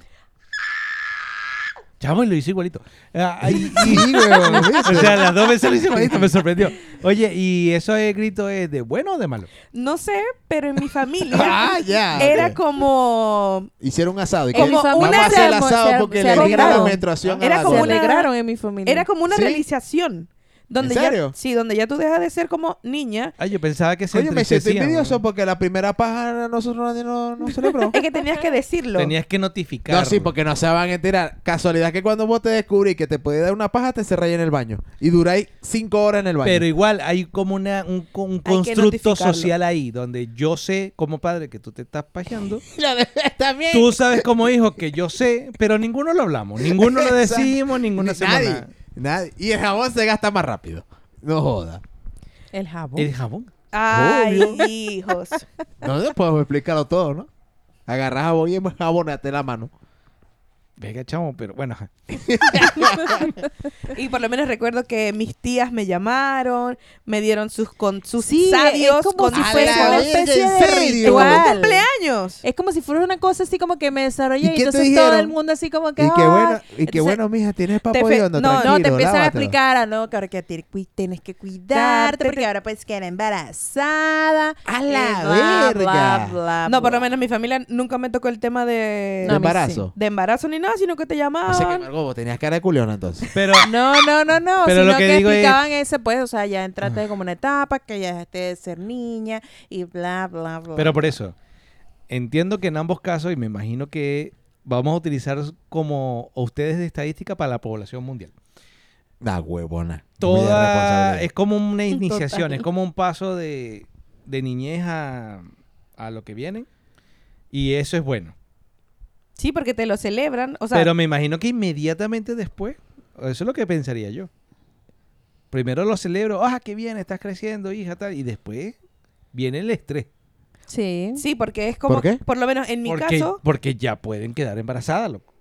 [SPEAKER 4] Chamo, y lo hizo igualito. Ah, <laughs> ahí-
[SPEAKER 3] Sí, weón,
[SPEAKER 4] o
[SPEAKER 3] ¿viste?
[SPEAKER 4] sea, las dos veces lo hizo igualito, me <laughs> sorprendió. Oye, ¿y eso es grito es de bueno o de malo?
[SPEAKER 1] no sé, pero en mi familia
[SPEAKER 3] <laughs> Ah, ya.
[SPEAKER 1] era
[SPEAKER 3] ok.
[SPEAKER 1] como...
[SPEAKER 3] Hicieron un asado. ¿Y
[SPEAKER 2] En
[SPEAKER 3] qué?
[SPEAKER 2] mi
[SPEAKER 3] Vamos
[SPEAKER 2] familia
[SPEAKER 3] a hacer el
[SPEAKER 2] se-
[SPEAKER 3] asado
[SPEAKER 2] se-
[SPEAKER 3] porque
[SPEAKER 2] se
[SPEAKER 3] le vino la
[SPEAKER 2] alegraron.
[SPEAKER 3] menstruación a
[SPEAKER 1] Era
[SPEAKER 3] la
[SPEAKER 1] como
[SPEAKER 2] se
[SPEAKER 3] doña.
[SPEAKER 1] una-
[SPEAKER 2] alegraron en mi familia.
[SPEAKER 1] Era como una
[SPEAKER 3] ¿Sí?
[SPEAKER 1] realización. Donde
[SPEAKER 3] ¿En serio?
[SPEAKER 1] Ya, sí, donde ya tú dejas de ser como niña.
[SPEAKER 4] Ay, Ah, yo pensaba que se
[SPEAKER 3] Oye, me siento
[SPEAKER 4] entristecían,
[SPEAKER 3] envidioso
[SPEAKER 4] weón.
[SPEAKER 3] porque la primera paja nosotros no, no, no celebró.
[SPEAKER 1] Es que tenías que decirlo.
[SPEAKER 4] Tenías que notificar.
[SPEAKER 3] No, sí,
[SPEAKER 4] weón.
[SPEAKER 3] porque no se van a enterar. Casualidad que cuando vos te descubrís que te puede dar una paja, te encerráis en el baño. Y duráis cinco horas en el baño.
[SPEAKER 4] Pero igual hay como una, un, co- un
[SPEAKER 1] Hay que
[SPEAKER 4] constructo
[SPEAKER 1] notificarlo.
[SPEAKER 4] social ahí, donde yo sé como padre que tú te estás
[SPEAKER 3] <laughs>
[SPEAKER 4] pajeando.
[SPEAKER 3] También.
[SPEAKER 4] Tú sabes como hijo que yo sé, pero ninguno lo hablamos. Ninguno
[SPEAKER 3] <laughs>
[SPEAKER 4] lo
[SPEAKER 3] Exacto.
[SPEAKER 4] decimos, ninguno hacemos
[SPEAKER 3] nadie,
[SPEAKER 4] nada.
[SPEAKER 3] nadie. Y el jabón se gasta más rápido. No joda.
[SPEAKER 2] el jabón.
[SPEAKER 4] El jabón.
[SPEAKER 1] Ay,
[SPEAKER 3] Obvio.
[SPEAKER 1] hijos.
[SPEAKER 3] No te puedo explicarlo todo, ¿no? Agarrás jabón y jabonate la mano.
[SPEAKER 4] Venga, chamo, pero bueno. ajá.
[SPEAKER 1] Y por lo menos recuerdo que mis tías me llamaron, me dieron sus, con, sus
[SPEAKER 2] Sí, es- es
[SPEAKER 1] sabios
[SPEAKER 2] como si
[SPEAKER 1] consejos.
[SPEAKER 2] fuese
[SPEAKER 3] A la
[SPEAKER 2] una
[SPEAKER 3] verga,
[SPEAKER 2] especie
[SPEAKER 3] ¿en
[SPEAKER 2] de
[SPEAKER 3] serio?
[SPEAKER 1] ¡Un
[SPEAKER 2] ritual.
[SPEAKER 1] cumpleaños!
[SPEAKER 2] Es como si fuera una cosa así como que me
[SPEAKER 3] ¿Y
[SPEAKER 2] desarrollé y,
[SPEAKER 3] qué te
[SPEAKER 2] entonces todo el
[SPEAKER 3] dijeron?
[SPEAKER 2] mundo así como que.
[SPEAKER 3] Y qué
[SPEAKER 2] "Ay".
[SPEAKER 3] bueno, y qué
[SPEAKER 2] Entonces,
[SPEAKER 3] bueno, mija, tienes papo
[SPEAKER 1] fe-
[SPEAKER 3] hediondo,
[SPEAKER 1] no, no,
[SPEAKER 2] No, te
[SPEAKER 3] tranquilo,
[SPEAKER 2] empiezan a
[SPEAKER 3] lávatelo.
[SPEAKER 2] explicar, ah, no, claro que te cu- tienes que cuidarte porque ahora puedes quedar embarazada.
[SPEAKER 3] A
[SPEAKER 2] y
[SPEAKER 3] la
[SPEAKER 2] bla,
[SPEAKER 3] verga.
[SPEAKER 2] bla, bla,
[SPEAKER 1] No, por lo
[SPEAKER 2] bla.
[SPEAKER 1] menos mi familia nunca me tocó el tema de,
[SPEAKER 3] ¿De
[SPEAKER 2] No, a mí
[SPEAKER 3] embarazo.
[SPEAKER 1] de embarazo ni nada, sino que te
[SPEAKER 3] O sea que
[SPEAKER 1] llamaban.
[SPEAKER 3] Margot, vos tenías cara de culiona entonces.
[SPEAKER 4] Pero,
[SPEAKER 2] No, no, no, no.
[SPEAKER 4] Pero
[SPEAKER 2] sino
[SPEAKER 4] lo que
[SPEAKER 2] que,
[SPEAKER 4] digo es- Ah.
[SPEAKER 2] explicaban ese, pues, o sea, ya entraste como una etapa, que ya dejaste de ser niña y bla, bla, bla.
[SPEAKER 4] pero por eso, entiendo que en ambos casos, y me imagino que vamos a utilizar como ustedes de estadística para la población mundial.
[SPEAKER 3] La huevona.
[SPEAKER 4] Toda
[SPEAKER 3] Muy
[SPEAKER 4] es
[SPEAKER 3] irresponsable.
[SPEAKER 4] como una iniciación,
[SPEAKER 2] Total.
[SPEAKER 4] es como un paso de, de niñez a, a lo que viene. Y eso es bueno.
[SPEAKER 1] Sí, porque te lo celebran. O sea,
[SPEAKER 4] Pero me imagino que inmediatamente después, eso es lo que pensaría yo. Primero lo celebro, ah, qué bien, estás creciendo, hija, tal, y después viene el estrés.
[SPEAKER 2] Sí.
[SPEAKER 1] Sí, porque es como,
[SPEAKER 3] ¿Por qué?
[SPEAKER 1] por lo menos en mi
[SPEAKER 4] Porque,
[SPEAKER 1] caso,
[SPEAKER 4] porque ya pueden quedar embarazadas, loco.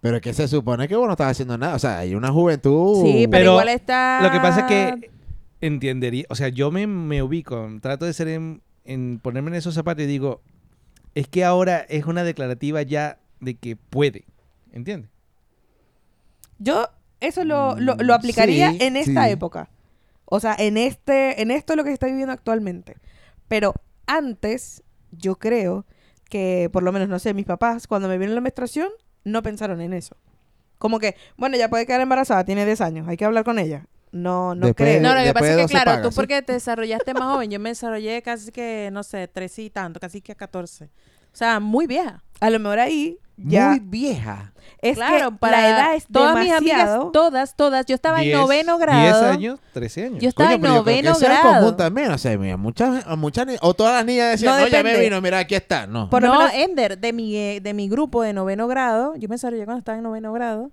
[SPEAKER 3] Pero es que se supone que vos no estás haciendo nada. O sea, hay una juventud.
[SPEAKER 2] sí, pero,
[SPEAKER 4] Pero
[SPEAKER 2] igual está.
[SPEAKER 4] Lo que pasa es
[SPEAKER 2] Ah.
[SPEAKER 4] que entendería, o sea, yo me, me ubico, trato de ser en, en ponerme en esos zapatos y digo, es que ahora es una declarativa ya de que puede, ¿entiendes?
[SPEAKER 1] yo eso lo, lo,
[SPEAKER 3] Mm,
[SPEAKER 1] lo aplicaría
[SPEAKER 3] sí,
[SPEAKER 1] en esta
[SPEAKER 3] sí.
[SPEAKER 1] época. O sea, en este, en esto es lo que se está viviendo actualmente. Pero antes, yo creo que, por lo menos, no sé, mis papás, cuando me vieron la menstruación, no pensaron en eso. Como que, bueno, ya puede quedar embarazada, tiene 10 años, hay que hablar con ella. No, no
[SPEAKER 3] Después-
[SPEAKER 4] eh,
[SPEAKER 1] creo.
[SPEAKER 2] No, lo que
[SPEAKER 3] de
[SPEAKER 2] pasa es que,
[SPEAKER 3] pedo se
[SPEAKER 2] claro,
[SPEAKER 3] paga,
[SPEAKER 2] tú
[SPEAKER 3] ¿sí?
[SPEAKER 2] porque te desarrollaste más joven, yo me desarrollé casi que, no sé, tres y tanto, casi que a 14. O sea, muy vieja.
[SPEAKER 1] A lo mejor ahí ya.
[SPEAKER 3] Muy vieja.
[SPEAKER 1] es
[SPEAKER 2] claro,
[SPEAKER 1] que
[SPEAKER 2] para
[SPEAKER 1] la edad es
[SPEAKER 2] todas mis amigas,
[SPEAKER 1] demasiado.
[SPEAKER 2] todas, todas. Yo estaba
[SPEAKER 4] Diez-
[SPEAKER 2] en noveno
[SPEAKER 4] diez
[SPEAKER 2] grado.
[SPEAKER 4] años, 13 años.
[SPEAKER 2] Yo estaba
[SPEAKER 3] Coño, pero yo
[SPEAKER 2] en
[SPEAKER 3] creo que
[SPEAKER 2] noveno
[SPEAKER 3] eso era
[SPEAKER 2] grado.
[SPEAKER 3] común también. O sea, mira, muchas, a muchas ni- o todas las niñas decían,
[SPEAKER 1] No,
[SPEAKER 3] no, ya me
[SPEAKER 1] depende.
[SPEAKER 3] vino, mira, aquí está. No.
[SPEAKER 1] Por lo
[SPEAKER 2] no,
[SPEAKER 1] menos-
[SPEAKER 2] Ender, de mi, eh, de mi grupo de noveno grado, yo me desarrollé cuando estaba en noveno grado,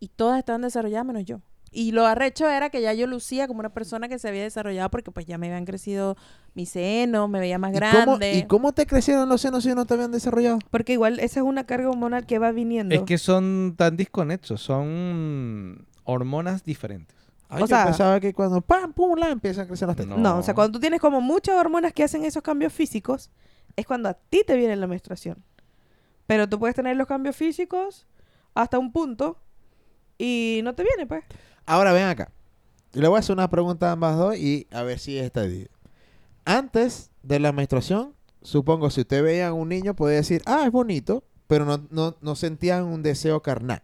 [SPEAKER 2] y todas estaban desarrolladas menos yo. Y lo arrecho era que ya yo lucía como una persona que se había desarrollado porque pues ya me habían crecido mis senos, me veía más
[SPEAKER 3] ¿Y cómo,
[SPEAKER 2] grande.
[SPEAKER 3] y cómo te crecieron los senos si no te habían desarrollado?
[SPEAKER 1] Porque igual esa es una carga hormonal que va viniendo.
[SPEAKER 4] Es que son tan desconexos, son hormonas diferentes.
[SPEAKER 3] Ay,
[SPEAKER 1] O
[SPEAKER 3] yo
[SPEAKER 1] sea-
[SPEAKER 3] pensaba que cuando pam, pum, la empiezan a crecer las tetas.
[SPEAKER 1] no. o sea, cuando tú tienes como muchas hormonas que hacen esos cambios físicos, es cuando a ti te viene la menstruación. Pero tú puedes tener los cambios físicos hasta un punto y no te viene, pues.
[SPEAKER 3] Ahora ven acá. Le voy a hacer una pregunta a ambas dos y a ver si esta dice. Antes de la menstruación, supongo si usted veía a un niño, podía decir, ah, es bonito, pero no, no, no sentían un deseo carnal.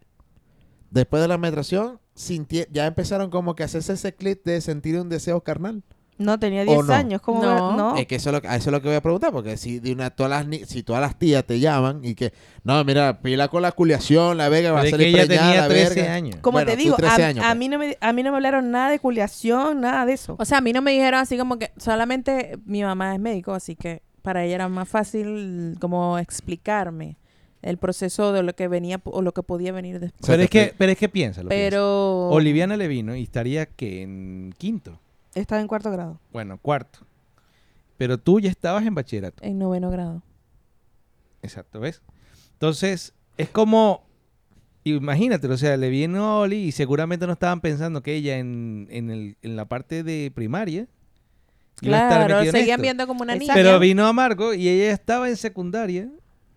[SPEAKER 3] Después de la menstruación, sinti- ya empezaron como que a hacerse ese clip de sentir un deseo carnal.
[SPEAKER 1] No tenía
[SPEAKER 3] ¿O
[SPEAKER 1] 10
[SPEAKER 3] no?
[SPEAKER 1] años, ¿cómo
[SPEAKER 2] No.
[SPEAKER 1] va-
[SPEAKER 4] Oh.
[SPEAKER 1] no.
[SPEAKER 3] Es que eso es lo que, a eso es lo que voy a preguntar, porque si, de una, todas las, ni- si todas las tías te llaman y que, no, mira, pila con la culiación, la verga, va a
[SPEAKER 4] De
[SPEAKER 3] salir
[SPEAKER 4] que ella
[SPEAKER 3] preñada,
[SPEAKER 4] tenía
[SPEAKER 3] la
[SPEAKER 4] 13
[SPEAKER 3] verga.
[SPEAKER 4] años.
[SPEAKER 1] Como
[SPEAKER 3] bueno,
[SPEAKER 1] te
[SPEAKER 3] tú
[SPEAKER 1] digo, a,
[SPEAKER 3] 13 años,
[SPEAKER 1] a
[SPEAKER 3] pues.
[SPEAKER 1] mí no me, a mí no me hablaron nada de culiación, nada de eso.
[SPEAKER 2] O sea, a mí no me dijeron así como que solamente mi mamá es médico, así que para ella era más fácil como explicarme el proceso de lo que venía po- o lo que podía venir después.
[SPEAKER 3] sea,
[SPEAKER 4] Pero es,
[SPEAKER 3] te-
[SPEAKER 4] que, pero es que piénsalo. piénsalo.
[SPEAKER 2] Pero
[SPEAKER 4] Oliviana le vino y estaría que en quinto,
[SPEAKER 1] Estaba en cuarto grado.
[SPEAKER 4] bueno, cuarto. Pero tú ya estabas en bachillerato.
[SPEAKER 2] en noveno grado.
[SPEAKER 4] Exacto, ¿ves? Entonces, es como, imagínate, o sea, le viene Oli y seguramente no estaban pensando que ella en, en, el- en la parte de primaria iba a estar
[SPEAKER 2] Claro,
[SPEAKER 4] metida en
[SPEAKER 2] seguían
[SPEAKER 4] esto.
[SPEAKER 2] viendo como una niña.
[SPEAKER 1] Exacto.
[SPEAKER 4] Pero vino a Marco y ella estaba en secundaria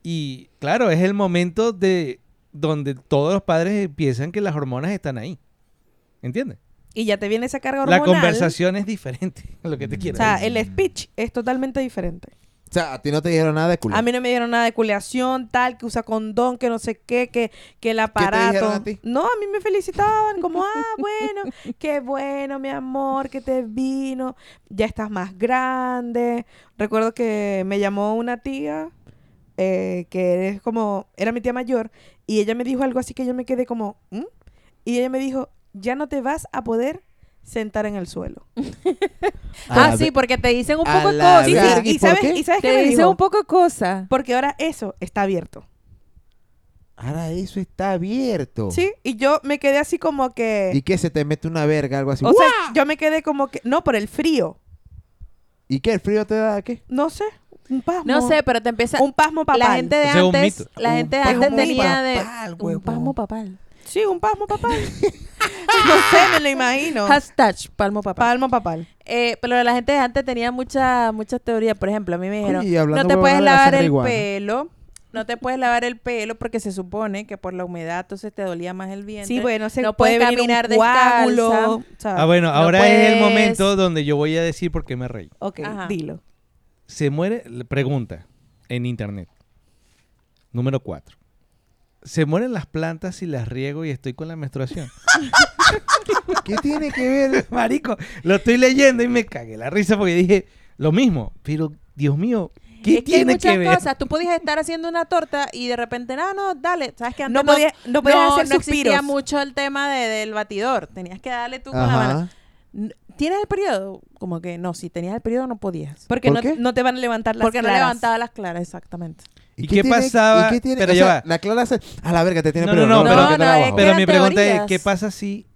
[SPEAKER 4] y claro, es el momento de donde todos los padres piensan que las hormonas están ahí. ¿Entiendes?
[SPEAKER 1] Y ya te viene esa carga
[SPEAKER 4] La
[SPEAKER 1] hormonal.
[SPEAKER 4] conversación es diferente, <laughs> lo que te
[SPEAKER 1] O
[SPEAKER 4] quiero
[SPEAKER 1] sea,
[SPEAKER 4] decir.
[SPEAKER 1] el speech es totalmente diferente.
[SPEAKER 3] O sea, a ti no te dijeron nada de culiación.
[SPEAKER 1] A mí no me dieron nada de culiación, tal, que usa condón, que no sé qué, que, que el
[SPEAKER 3] te dijeron
[SPEAKER 1] aparato.
[SPEAKER 3] a ti?
[SPEAKER 1] No, a mí me felicitaban, como, ah, bueno, qué bueno, mi amor, que te vino, ya estás más grande. Recuerdo que me llamó una tía, eh, que es como, era mi tía mayor, y ella me dijo algo así que yo me quedé como, ¿Mm? Y ella me dijo, ya no te vas a poder sentar en el suelo.
[SPEAKER 2] Ah,
[SPEAKER 3] A
[SPEAKER 2] sí,
[SPEAKER 3] ver-
[SPEAKER 2] porque te dicen un
[SPEAKER 3] a
[SPEAKER 2] poco
[SPEAKER 3] la
[SPEAKER 1] Sí, sí,
[SPEAKER 2] cosas.
[SPEAKER 3] verga.
[SPEAKER 1] y,
[SPEAKER 3] ¿Y por
[SPEAKER 1] sabes,
[SPEAKER 3] qué?
[SPEAKER 1] y sabes que
[SPEAKER 2] Te
[SPEAKER 1] me
[SPEAKER 2] dicen
[SPEAKER 1] dijo,
[SPEAKER 2] un poco cosas.
[SPEAKER 1] porque ahora eso está abierto.
[SPEAKER 3] Ahora eso está abierto.
[SPEAKER 1] Sí, y yo me quedé así como que...
[SPEAKER 3] Y que se te mete una verga, algo así.
[SPEAKER 1] O sea, yo me quedé como que. No, por el frío.
[SPEAKER 3] ¿Y qué? ¿El frío te da qué?
[SPEAKER 1] No sé. Un pasmo.
[SPEAKER 2] No sé, pero te empieza
[SPEAKER 1] Un pasmo papal.
[SPEAKER 2] la gente de
[SPEAKER 4] Ese es un
[SPEAKER 2] antes,
[SPEAKER 4] mito.
[SPEAKER 2] la
[SPEAKER 3] Un
[SPEAKER 2] gente de
[SPEAKER 1] pasmo
[SPEAKER 2] antes tenía
[SPEAKER 1] papal,
[SPEAKER 2] de
[SPEAKER 3] huevón.
[SPEAKER 2] un palmo papal.
[SPEAKER 1] Sí, un pasmo papal.
[SPEAKER 2] <laughs>
[SPEAKER 1] no sé, me lo imagino.
[SPEAKER 2] Hashtag palmo papal.
[SPEAKER 1] Palmo papal.
[SPEAKER 2] Eh, pero la gente de antes tenía mucha- muchas teorías. Por ejemplo, a mí me dijeron,
[SPEAKER 3] Coño, y hablando
[SPEAKER 2] no te
[SPEAKER 3] huevada
[SPEAKER 2] puedes
[SPEAKER 3] de la
[SPEAKER 2] lavar
[SPEAKER 3] Sandra
[SPEAKER 2] el
[SPEAKER 3] Iguana".
[SPEAKER 2] pelo, no te puedes lavar el pelo porque se supone que por la humedad entonces te dolía más el vientre.
[SPEAKER 1] Sí, bueno, se
[SPEAKER 2] no
[SPEAKER 1] puede
[SPEAKER 2] puedes
[SPEAKER 1] venir un
[SPEAKER 2] caminar
[SPEAKER 1] coágulo,
[SPEAKER 2] descalza.
[SPEAKER 1] o sea,
[SPEAKER 4] Ah, bueno,
[SPEAKER 2] No
[SPEAKER 4] ahora es el
[SPEAKER 2] puedes-
[SPEAKER 4] momento donde yo voy a decir por qué me reí.
[SPEAKER 1] Ok,
[SPEAKER 2] Ajá.
[SPEAKER 1] dilo.
[SPEAKER 4] Se muere, le- pregunta en internet. Número 4. ¿Se mueren las plantas si las riego y estoy con la menstruación?
[SPEAKER 3] ¿Qué <laughs> tiene que ver?
[SPEAKER 4] <laughs> Marico, lo estoy leyendo y me cagué la risa porque dije lo mismo, pero Dios mío, ¿qué
[SPEAKER 2] es que hay
[SPEAKER 4] tiene
[SPEAKER 2] muchas
[SPEAKER 4] que ver?
[SPEAKER 2] cosas. Tú podías estar haciendo una torta y de repente, no, no, dale. Sabes que antes
[SPEAKER 1] No podías no podías
[SPEAKER 2] no,
[SPEAKER 1] hacer
[SPEAKER 2] no existía
[SPEAKER 1] suspiros.
[SPEAKER 2] mucho el tema de- del batidor. Tenías que darle <laughs> tú con la mano.
[SPEAKER 3] Ajá.
[SPEAKER 2] N- ¿Tienes el periodo? Como que no, si tenías el periodo no podías.
[SPEAKER 1] Porque
[SPEAKER 3] ¿Por
[SPEAKER 1] no,
[SPEAKER 3] qué?
[SPEAKER 1] no te van a levantar las
[SPEAKER 2] porque no
[SPEAKER 1] claras.
[SPEAKER 2] levantaba las claras, exactamente.
[SPEAKER 4] ¿Y qué pasaba? Pero
[SPEAKER 3] o
[SPEAKER 4] ya
[SPEAKER 3] sea,
[SPEAKER 4] va.
[SPEAKER 3] la clara se... A la verga, te tiene
[SPEAKER 4] No,
[SPEAKER 3] periodo,
[SPEAKER 4] no, no,
[SPEAKER 3] la
[SPEAKER 4] pero-
[SPEAKER 3] verga, te la
[SPEAKER 2] no,
[SPEAKER 3] bajo.
[SPEAKER 2] es
[SPEAKER 4] Pero mi
[SPEAKER 2] Eran
[SPEAKER 4] pregunta es,
[SPEAKER 2] teorías.
[SPEAKER 4] ¿qué pasa si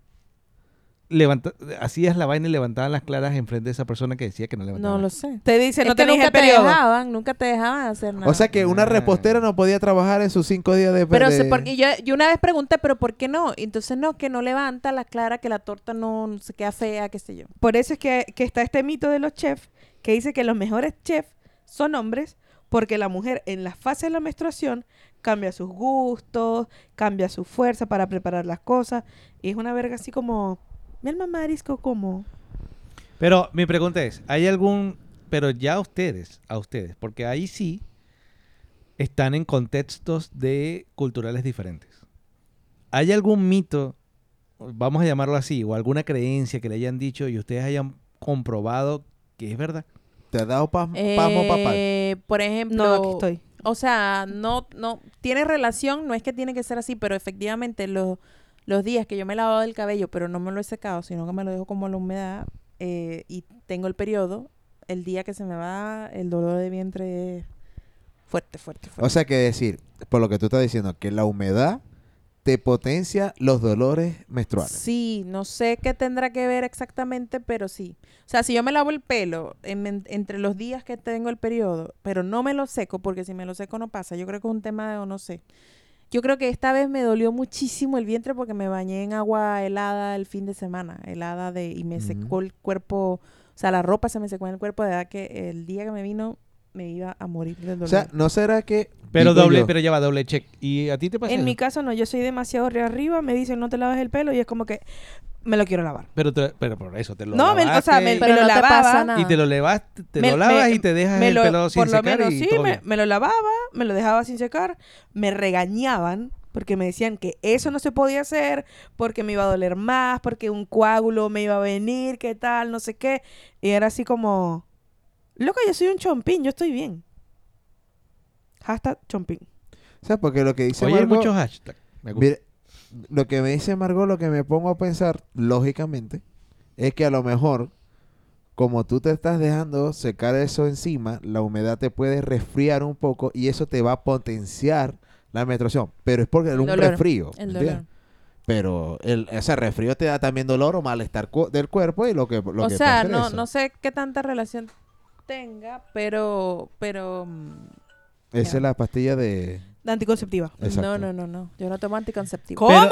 [SPEAKER 4] levanta- hacías la vaina y levantaban las claras enfrente de esa persona que decía que no levantaba.
[SPEAKER 2] No lo sé.
[SPEAKER 1] Te dice, no
[SPEAKER 2] Es que
[SPEAKER 1] tenéis el
[SPEAKER 2] nunca te
[SPEAKER 1] periodo.
[SPEAKER 2] dejaban, nunca te dejaban hacer nada.
[SPEAKER 3] O sea que una repostera no podía trabajar en sus cinco días de
[SPEAKER 2] Pero
[SPEAKER 3] de-
[SPEAKER 2] se- porque yo, yo una vez pregunté, pero ¿por qué no? Y Entonces no, que no levanta la clara, que la torta no, no se queda fea, qué sé yo.
[SPEAKER 1] Por eso es que, que está este mito de los chefs que dice que los mejores chefs son hombres porque la mujer en la fase de la menstruación cambia sus gustos, cambia su fuerza para preparar las cosas y es una verga así como mi alma marisco como
[SPEAKER 4] Pero mi pregunta es, ¿hay algún... Pero ya a ustedes, a ustedes, porque ahí sí están en contextos de culturales diferentes. ¿Hay algún mito, vamos a llamarlo así, o alguna creencia que le hayan dicho y ustedes hayan comprobado que es verdad?
[SPEAKER 3] Te ha dado pas- pasmo papal.
[SPEAKER 2] Eh, por ejemplo,
[SPEAKER 1] no aquí estoy.
[SPEAKER 2] o sea, no, no, tiene relación, no es que tiene que ser así, pero efectivamente los, los días que yo me he lavado el cabello, pero no me lo he secado, sino que me lo dejo como la humedad eh, y tengo el periodo, el día que se me va el dolor de vientre es fuerte, fuerte, fuerte.
[SPEAKER 3] O sea que decir, por lo que tú estás diciendo, que la humedad te potencia los dolores menstruales.
[SPEAKER 2] Sí, no sé qué tendrá que ver exactamente, pero sí. O sea, si yo me lavo el pelo en- en- entre los días que tengo el periodo, pero no me lo seco, porque si me lo seco no pasa. Yo creo que es un tema de, o no sé. Yo creo que esta vez me dolió muchísimo el vientre porque me bañé en agua helada el fin de semana, helada de, y me
[SPEAKER 3] Ujú.
[SPEAKER 2] secó el cuerpo, o sea, la ropa se me secó en el cuerpo, de verdad que el día que me vino me iba a morir del dolor.
[SPEAKER 3] O sea, ¿no será que...
[SPEAKER 4] Pero
[SPEAKER 3] digo
[SPEAKER 4] doble,
[SPEAKER 3] yo,
[SPEAKER 4] pero ya va doble check. ¿Y a ti te
[SPEAKER 2] pues
[SPEAKER 4] pasa?
[SPEAKER 1] En
[SPEAKER 4] eso?
[SPEAKER 1] mi caso no, yo soy demasiado re arriba, me dicen no te laves el pelo y es como que me lo quiero lavar.
[SPEAKER 4] Pero, te- pero por eso te lo
[SPEAKER 1] No, me- o sea,
[SPEAKER 4] lavaste
[SPEAKER 1] me-
[SPEAKER 4] y-
[SPEAKER 1] me lo
[SPEAKER 2] no te pasa
[SPEAKER 1] lavaba,
[SPEAKER 2] nada.
[SPEAKER 4] y te lo levaste, te
[SPEAKER 1] Me-
[SPEAKER 4] lo lavas
[SPEAKER 1] me-
[SPEAKER 4] y te dejas el pelo sin
[SPEAKER 1] por lo
[SPEAKER 4] secar
[SPEAKER 1] menos
[SPEAKER 4] y
[SPEAKER 1] sí,
[SPEAKER 4] todo
[SPEAKER 1] me,
[SPEAKER 4] bien.
[SPEAKER 1] me lo lavaba, me lo dejaba sin secar, me regañaban porque me decían que eso no se podía hacer, porque me iba a doler más, porque un coágulo me iba a venir, qué tal, no sé qué. Y era así como, loca, yo soy un chompín, yo estoy bien. Hashtag chompín.
[SPEAKER 3] O sea, porque lo que dice
[SPEAKER 4] Oye, hay
[SPEAKER 3] Margot-
[SPEAKER 4] muchos hashtags. Me gusta.
[SPEAKER 3] Mira, lo que me dice Margot, lo que me pongo a pensar, lógicamente, es que a lo mejor, como tú te estás dejando secar eso encima, la humedad te puede resfriar un poco y eso te va a potenciar la menstruación. Pero es porque era un
[SPEAKER 2] dolor.
[SPEAKER 3] resfrío.
[SPEAKER 2] el
[SPEAKER 3] ¿entiendes?
[SPEAKER 2] dolor.
[SPEAKER 3] Pero el, ese resfrío te da también dolor o malestar cu- del cuerpo y lo que lo
[SPEAKER 2] o
[SPEAKER 3] que
[SPEAKER 2] sea,
[SPEAKER 3] pasa es
[SPEAKER 2] no,
[SPEAKER 3] eso.
[SPEAKER 2] no sé qué tanta relación tenga, pero, pero mm,
[SPEAKER 3] Esa
[SPEAKER 2] ya.
[SPEAKER 3] es la pastilla de...
[SPEAKER 1] De anticonceptiva.
[SPEAKER 3] Exacto.
[SPEAKER 2] no, no, no, no. Yo no tomo anticonceptivo.
[SPEAKER 1] ¿Cómo?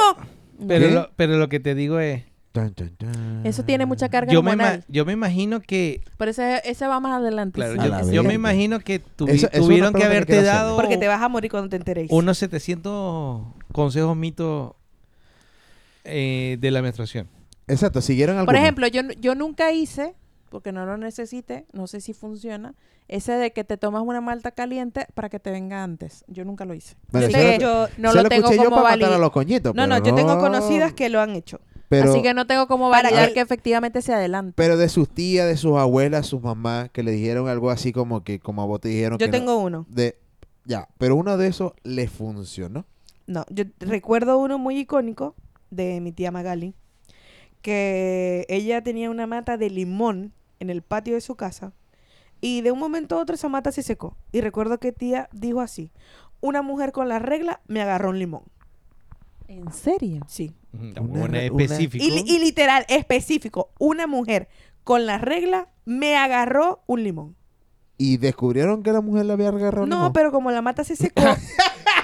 [SPEAKER 4] Pero
[SPEAKER 3] ¿Qué?
[SPEAKER 4] lo- pero lo que te digo es...
[SPEAKER 3] Tan, tan, tan.
[SPEAKER 2] Eso tiene mucha carga
[SPEAKER 4] yo me,
[SPEAKER 2] hormonal.
[SPEAKER 4] ima- yo me imagino que
[SPEAKER 2] Pero esa, esa va más adelante.
[SPEAKER 4] claro,
[SPEAKER 3] A la
[SPEAKER 4] yo, yo me
[SPEAKER 3] verga.
[SPEAKER 4] imagino que tuvi-
[SPEAKER 3] Eso- eso es una
[SPEAKER 4] tuvieron que
[SPEAKER 3] pregunta que
[SPEAKER 4] haberte
[SPEAKER 3] quiero hacerle.
[SPEAKER 4] dado
[SPEAKER 1] Porque te vas a morir cuando te enteréis.
[SPEAKER 4] unos 700 consejos mitos eh, de la menstruación.
[SPEAKER 3] Exacto, siguieron
[SPEAKER 2] Por
[SPEAKER 3] algunos.
[SPEAKER 2] ejemplo, yo, yo nunca hice, porque no lo necesité, no sé si funciona, ese de que te tomas una malta caliente para que te venga antes. Yo nunca lo hice.
[SPEAKER 3] Bueno,
[SPEAKER 2] así
[SPEAKER 3] eso
[SPEAKER 2] que
[SPEAKER 3] es
[SPEAKER 2] yo no
[SPEAKER 3] Eso
[SPEAKER 2] lo
[SPEAKER 3] lo
[SPEAKER 2] tengo
[SPEAKER 3] escuché yo
[SPEAKER 2] como
[SPEAKER 3] para matar a
[SPEAKER 2] validar.
[SPEAKER 3] los coñitos.
[SPEAKER 1] No, no,
[SPEAKER 3] pero
[SPEAKER 1] yo tengo conocidas que lo han hecho.
[SPEAKER 3] Pero-
[SPEAKER 2] Así que no tengo como
[SPEAKER 1] Para
[SPEAKER 2] validar
[SPEAKER 1] que-
[SPEAKER 2] que efectivamente se adelante.
[SPEAKER 3] Pero de sus tías, de sus abuelas, sus mamás, que le dijeron algo así como que, como a vos te dijeron que
[SPEAKER 1] Yo
[SPEAKER 3] no.
[SPEAKER 1] tengo uno.
[SPEAKER 3] de Ya, pero uno de esos le funcionó.
[SPEAKER 1] No, yo recuerdo uno muy icónico de mi tía Magali, que ella tenía una mata de limón en el patio de su casa y de un momento a otro esa mata se secó. Y recuerdo que tía dijo así, una mujer con la regla me agarró un limón.
[SPEAKER 2] ¿En serio?
[SPEAKER 1] Sí.
[SPEAKER 4] Una,
[SPEAKER 3] Una- una-
[SPEAKER 4] específico.
[SPEAKER 1] Y, li- y literal, específico, una mujer con la regla me agarró un limón.
[SPEAKER 3] Y descubrieron que la mujer le había agarrado el
[SPEAKER 1] No,
[SPEAKER 3] limón.
[SPEAKER 1] pero como la mata se
[SPEAKER 3] <laughs>
[SPEAKER 1] secó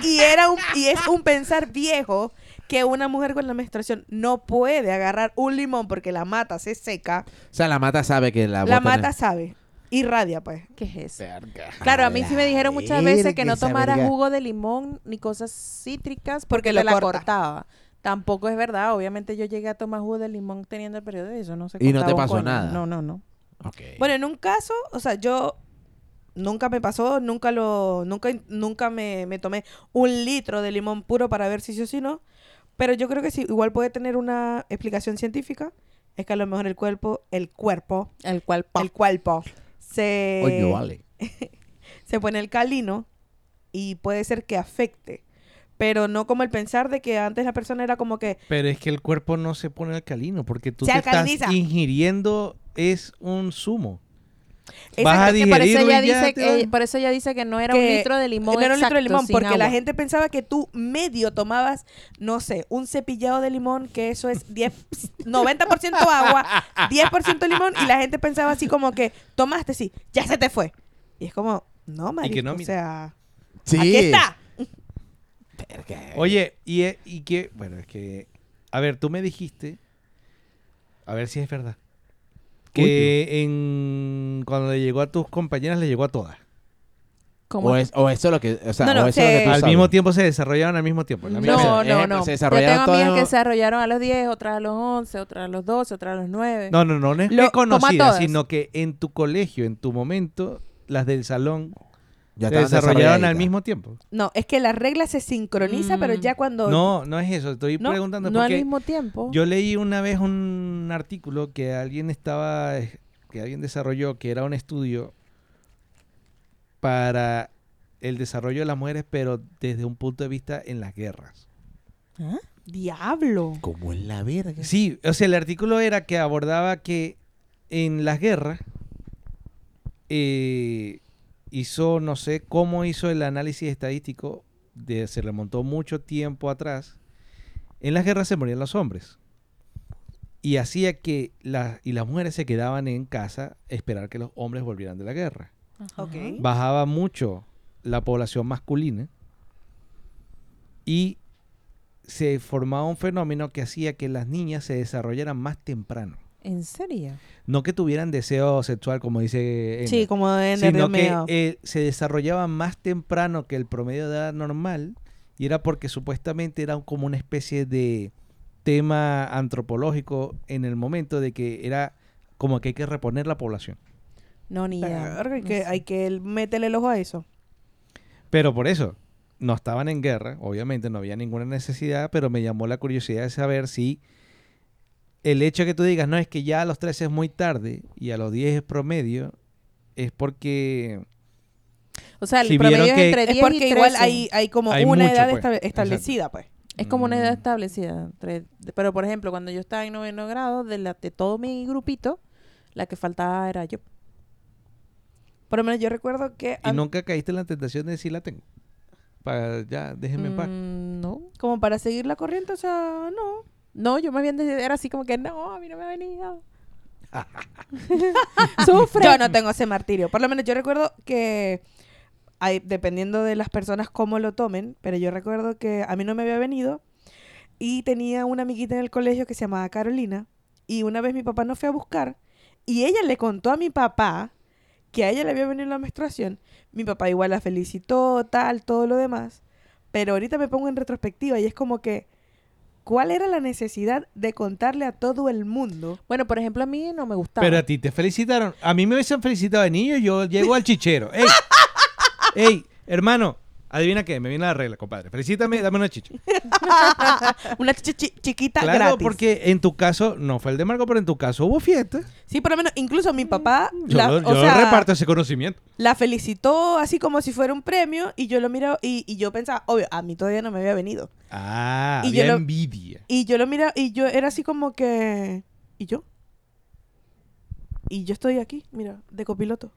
[SPEAKER 1] y era un, y es un pensar viejo que una mujer con la menstruación no puede agarrar un limón porque la mata se seca,
[SPEAKER 3] O sea, la mata sabe que la
[SPEAKER 1] la
[SPEAKER 3] bota Eh. no-
[SPEAKER 1] mata sabe. Irradia, pues.
[SPEAKER 2] ¿Qué es eso?
[SPEAKER 4] Verga.
[SPEAKER 2] Claro, a
[SPEAKER 3] A
[SPEAKER 2] mí sí
[SPEAKER 3] la
[SPEAKER 2] me dijeron muchas veces que
[SPEAKER 3] verga,
[SPEAKER 2] no
[SPEAKER 3] esa
[SPEAKER 2] tomara
[SPEAKER 3] verga.
[SPEAKER 2] jugo de limón ni cosas cítricas
[SPEAKER 1] Porque
[SPEAKER 2] porque,
[SPEAKER 1] lo
[SPEAKER 2] te la
[SPEAKER 1] corta.
[SPEAKER 2] cortaba. Tampoco es verdad. Obviamente yo llegué a tomar jugo de limón teniendo el periodo de eso. No se
[SPEAKER 3] Y no
[SPEAKER 2] cortaba
[SPEAKER 3] te
[SPEAKER 2] un
[SPEAKER 3] pasó
[SPEAKER 2] coño.
[SPEAKER 3] nada.
[SPEAKER 2] No, no, no.
[SPEAKER 3] Ok.
[SPEAKER 1] Bueno, en un caso, o sea, yo nunca me pasó, nunca lo, nunca, nunca me, me tomé un litro de limón puro para ver si sí o si no. Pero yo creo que sí, igual puede tener una explicación científica. Es que a lo mejor el cuerpo, el cuerpo,
[SPEAKER 2] El cual
[SPEAKER 1] el cuerpo se
[SPEAKER 2] eh,
[SPEAKER 3] Oye, vale.
[SPEAKER 1] se pone el calino y puede ser que afecte. Pero no como el pensar de que antes la persona era como que
[SPEAKER 4] Pero es que el cuerpo no se pone alcalino porque tú
[SPEAKER 1] Se
[SPEAKER 4] te
[SPEAKER 1] alcaliniza.
[SPEAKER 4] estás ingiriendo es un zumo. Vas a
[SPEAKER 3] Ah,
[SPEAKER 1] Exacto,
[SPEAKER 2] Que por eso,
[SPEAKER 4] digerirlo
[SPEAKER 2] ella
[SPEAKER 4] y ya te
[SPEAKER 2] dice, que-
[SPEAKER 4] va.
[SPEAKER 2] por eso ella dice que no era un
[SPEAKER 1] Que
[SPEAKER 2] litro de limón.
[SPEAKER 1] no era un litro de
[SPEAKER 2] exacto,
[SPEAKER 1] limón,
[SPEAKER 2] sin
[SPEAKER 1] porque la
[SPEAKER 2] agua.
[SPEAKER 1] gente pensaba que tú medio tomabas, no sé, un cepillado de limón, que eso es 10, 90% agua, 10% limón, y la gente pensaba así como que tomaste, sí, ya se te fue. Y es como, no, marico,
[SPEAKER 4] no,
[SPEAKER 1] o
[SPEAKER 4] mira.
[SPEAKER 1] sea,
[SPEAKER 3] Sí.
[SPEAKER 1] aquí está.
[SPEAKER 4] Oye, y, e- y que, bueno, es que, a ver, tú me dijiste, a ver si es verdad, que en, cuando le llegó a tus compañeras, le llegó a todas.
[SPEAKER 2] ¿Cómo
[SPEAKER 3] O,
[SPEAKER 2] que-
[SPEAKER 3] es- o eso lo que, o sea,
[SPEAKER 1] No, no,
[SPEAKER 3] o eso lo
[SPEAKER 1] se-
[SPEAKER 3] que tú
[SPEAKER 4] al
[SPEAKER 3] sabes.
[SPEAKER 4] mismo tiempo se desarrollaron al mismo tiempo. la misma
[SPEAKER 3] o sea,
[SPEAKER 2] No,
[SPEAKER 4] semana.
[SPEAKER 2] no,
[SPEAKER 3] ejemplo,
[SPEAKER 2] no.
[SPEAKER 3] se
[SPEAKER 2] Yo
[SPEAKER 3] desarrollaron
[SPEAKER 2] tengo
[SPEAKER 3] todas
[SPEAKER 2] amigas que
[SPEAKER 3] en-
[SPEAKER 2] se desarrollaron a los 10, otras a los 11, otras a los 12, otras a los 9.
[SPEAKER 4] no, no, no, no es
[SPEAKER 2] Lo-
[SPEAKER 4] que
[SPEAKER 2] toma
[SPEAKER 4] conocidas,
[SPEAKER 2] todas.
[SPEAKER 4] sino que en tu colegio, en tu momento, las del salón
[SPEAKER 3] Ya
[SPEAKER 4] se
[SPEAKER 3] estaban
[SPEAKER 4] desarrollaron al
[SPEAKER 3] desarrolladitas.
[SPEAKER 4] mismo tiempo.
[SPEAKER 1] No, es que la regla se sincroniza, pero
[SPEAKER 2] Mm.
[SPEAKER 1] ya cuando...
[SPEAKER 4] No, no es eso, estoy
[SPEAKER 1] No,
[SPEAKER 4] preguntando
[SPEAKER 2] No al
[SPEAKER 4] porque
[SPEAKER 2] mismo tiempo.
[SPEAKER 4] Yo leí una vez un artículo que alguien estaba, eh, que alguien desarrolló, que era un estudio para el desarrollo de las mujeres, pero desde un punto de vista en las guerras.
[SPEAKER 1] Diablo.
[SPEAKER 3] Como en la verga.
[SPEAKER 4] Sí, o sea, el artículo era que abordaba que en las guerras eh, hizo, no sé cómo hizo el análisis estadístico, de, se remontó mucho tiempo atrás. En las guerras se morían los hombres. Y hacía que las, y las mujeres se quedaban en casa a esperar que los hombres volvieran de la guerra.
[SPEAKER 2] Ajá.
[SPEAKER 1] Ok.
[SPEAKER 4] Bajaba mucho la población masculina y se formaba un fenómeno que hacía que las niñas se desarrollaran más temprano.
[SPEAKER 2] ¿En serio?
[SPEAKER 4] No que tuvieran deseo sexual, como dice. Ena,
[SPEAKER 1] Sí, como en el
[SPEAKER 4] sino que
[SPEAKER 1] medio.
[SPEAKER 4] eh, se desarrollaba más temprano que el promedio de edad normal y era porque supuestamente era como una especie de tema antropológico en el momento de que era como que hay que reponer la población.
[SPEAKER 2] No, ni idea.
[SPEAKER 1] Verga, hay
[SPEAKER 2] No
[SPEAKER 1] que,
[SPEAKER 2] sé.
[SPEAKER 1] hay que el- métele el ojo a eso.
[SPEAKER 4] Pero por eso, no estaban en guerra, obviamente no había ninguna necesidad, pero me llamó la curiosidad de saber si el hecho de que tú digas, no, es que ya a los 13 es muy tarde y a los 10 es promedio, es porque
[SPEAKER 2] O sea, el
[SPEAKER 4] si
[SPEAKER 2] promedio es
[SPEAKER 4] vieron que-
[SPEAKER 2] entre 10
[SPEAKER 1] Es porque
[SPEAKER 2] y 13.
[SPEAKER 1] igual hay, hay como
[SPEAKER 4] Hay
[SPEAKER 1] una
[SPEAKER 4] mucho,
[SPEAKER 1] edad
[SPEAKER 4] pues.
[SPEAKER 1] estable-
[SPEAKER 4] Exacto.
[SPEAKER 1] establecida, pues.
[SPEAKER 2] Es como una
[SPEAKER 4] Mm.
[SPEAKER 2] edad establecida. entre- Pero, por ejemplo, cuando yo estaba en noveno grado, de, la, de todo mi grupito, la que faltaba era yo.
[SPEAKER 1] Por lo menos yo recuerdo que
[SPEAKER 4] Y
[SPEAKER 1] a-
[SPEAKER 4] nunca caíste en la tentación de decir la tengo. Para ya, déjenme en paz.
[SPEAKER 2] Mm, no.
[SPEAKER 1] como para seguir la corriente, o sea, no.
[SPEAKER 2] No, yo más bien desde- era así como que, no, a mí no me
[SPEAKER 4] <laughs>
[SPEAKER 2] ha venido. Sufre.
[SPEAKER 1] Yo no tengo ese martirio. Por lo menos yo recuerdo que, hay, dependiendo de las personas cómo lo tomen, pero yo recuerdo que a mí no me había venido y tenía una amiguita en el colegio que se llamaba Carolina y una vez mi papá nos fue a buscar y ella le contó a mi papá que a ella le había venido la menstruación. Mi papá igual la felicitó, tal, todo lo demás. Pero ahorita me pongo en retrospectiva y es como que, ¿cuál era la necesidad de contarle a todo el mundo?
[SPEAKER 2] Bueno, por ejemplo, a mí no me gustaba.
[SPEAKER 4] Pero a ti te felicitaron. A mí me hubiesen felicitado de niño y yo llego al chichero. ¡Ey! ¡Ey! Hermano, adivina qué, me viene la regla, compadre. Felicítame, dame una chicha.
[SPEAKER 1] <laughs> Una chi- chi- chiquita
[SPEAKER 4] Claro,
[SPEAKER 1] gratis.
[SPEAKER 4] porque en tu caso, no fue el de Marco, pero en tu caso hubo fiesta.
[SPEAKER 1] Sí, por lo menos, incluso mi papá
[SPEAKER 4] Yo,
[SPEAKER 1] la,
[SPEAKER 4] lo-
[SPEAKER 1] o
[SPEAKER 4] yo
[SPEAKER 1] sea,
[SPEAKER 4] reparto ese conocimiento.
[SPEAKER 1] la felicitó así como si fuera un premio y yo lo miraba y, y yo pensaba, obvio, a mí todavía no me había venido.
[SPEAKER 4] Ah,
[SPEAKER 1] Y yo
[SPEAKER 4] había
[SPEAKER 1] lo-
[SPEAKER 4] envidia.
[SPEAKER 1] Y yo lo miraba y yo era así como que... ¿Y yo? Y yo estoy aquí, mira, de copiloto.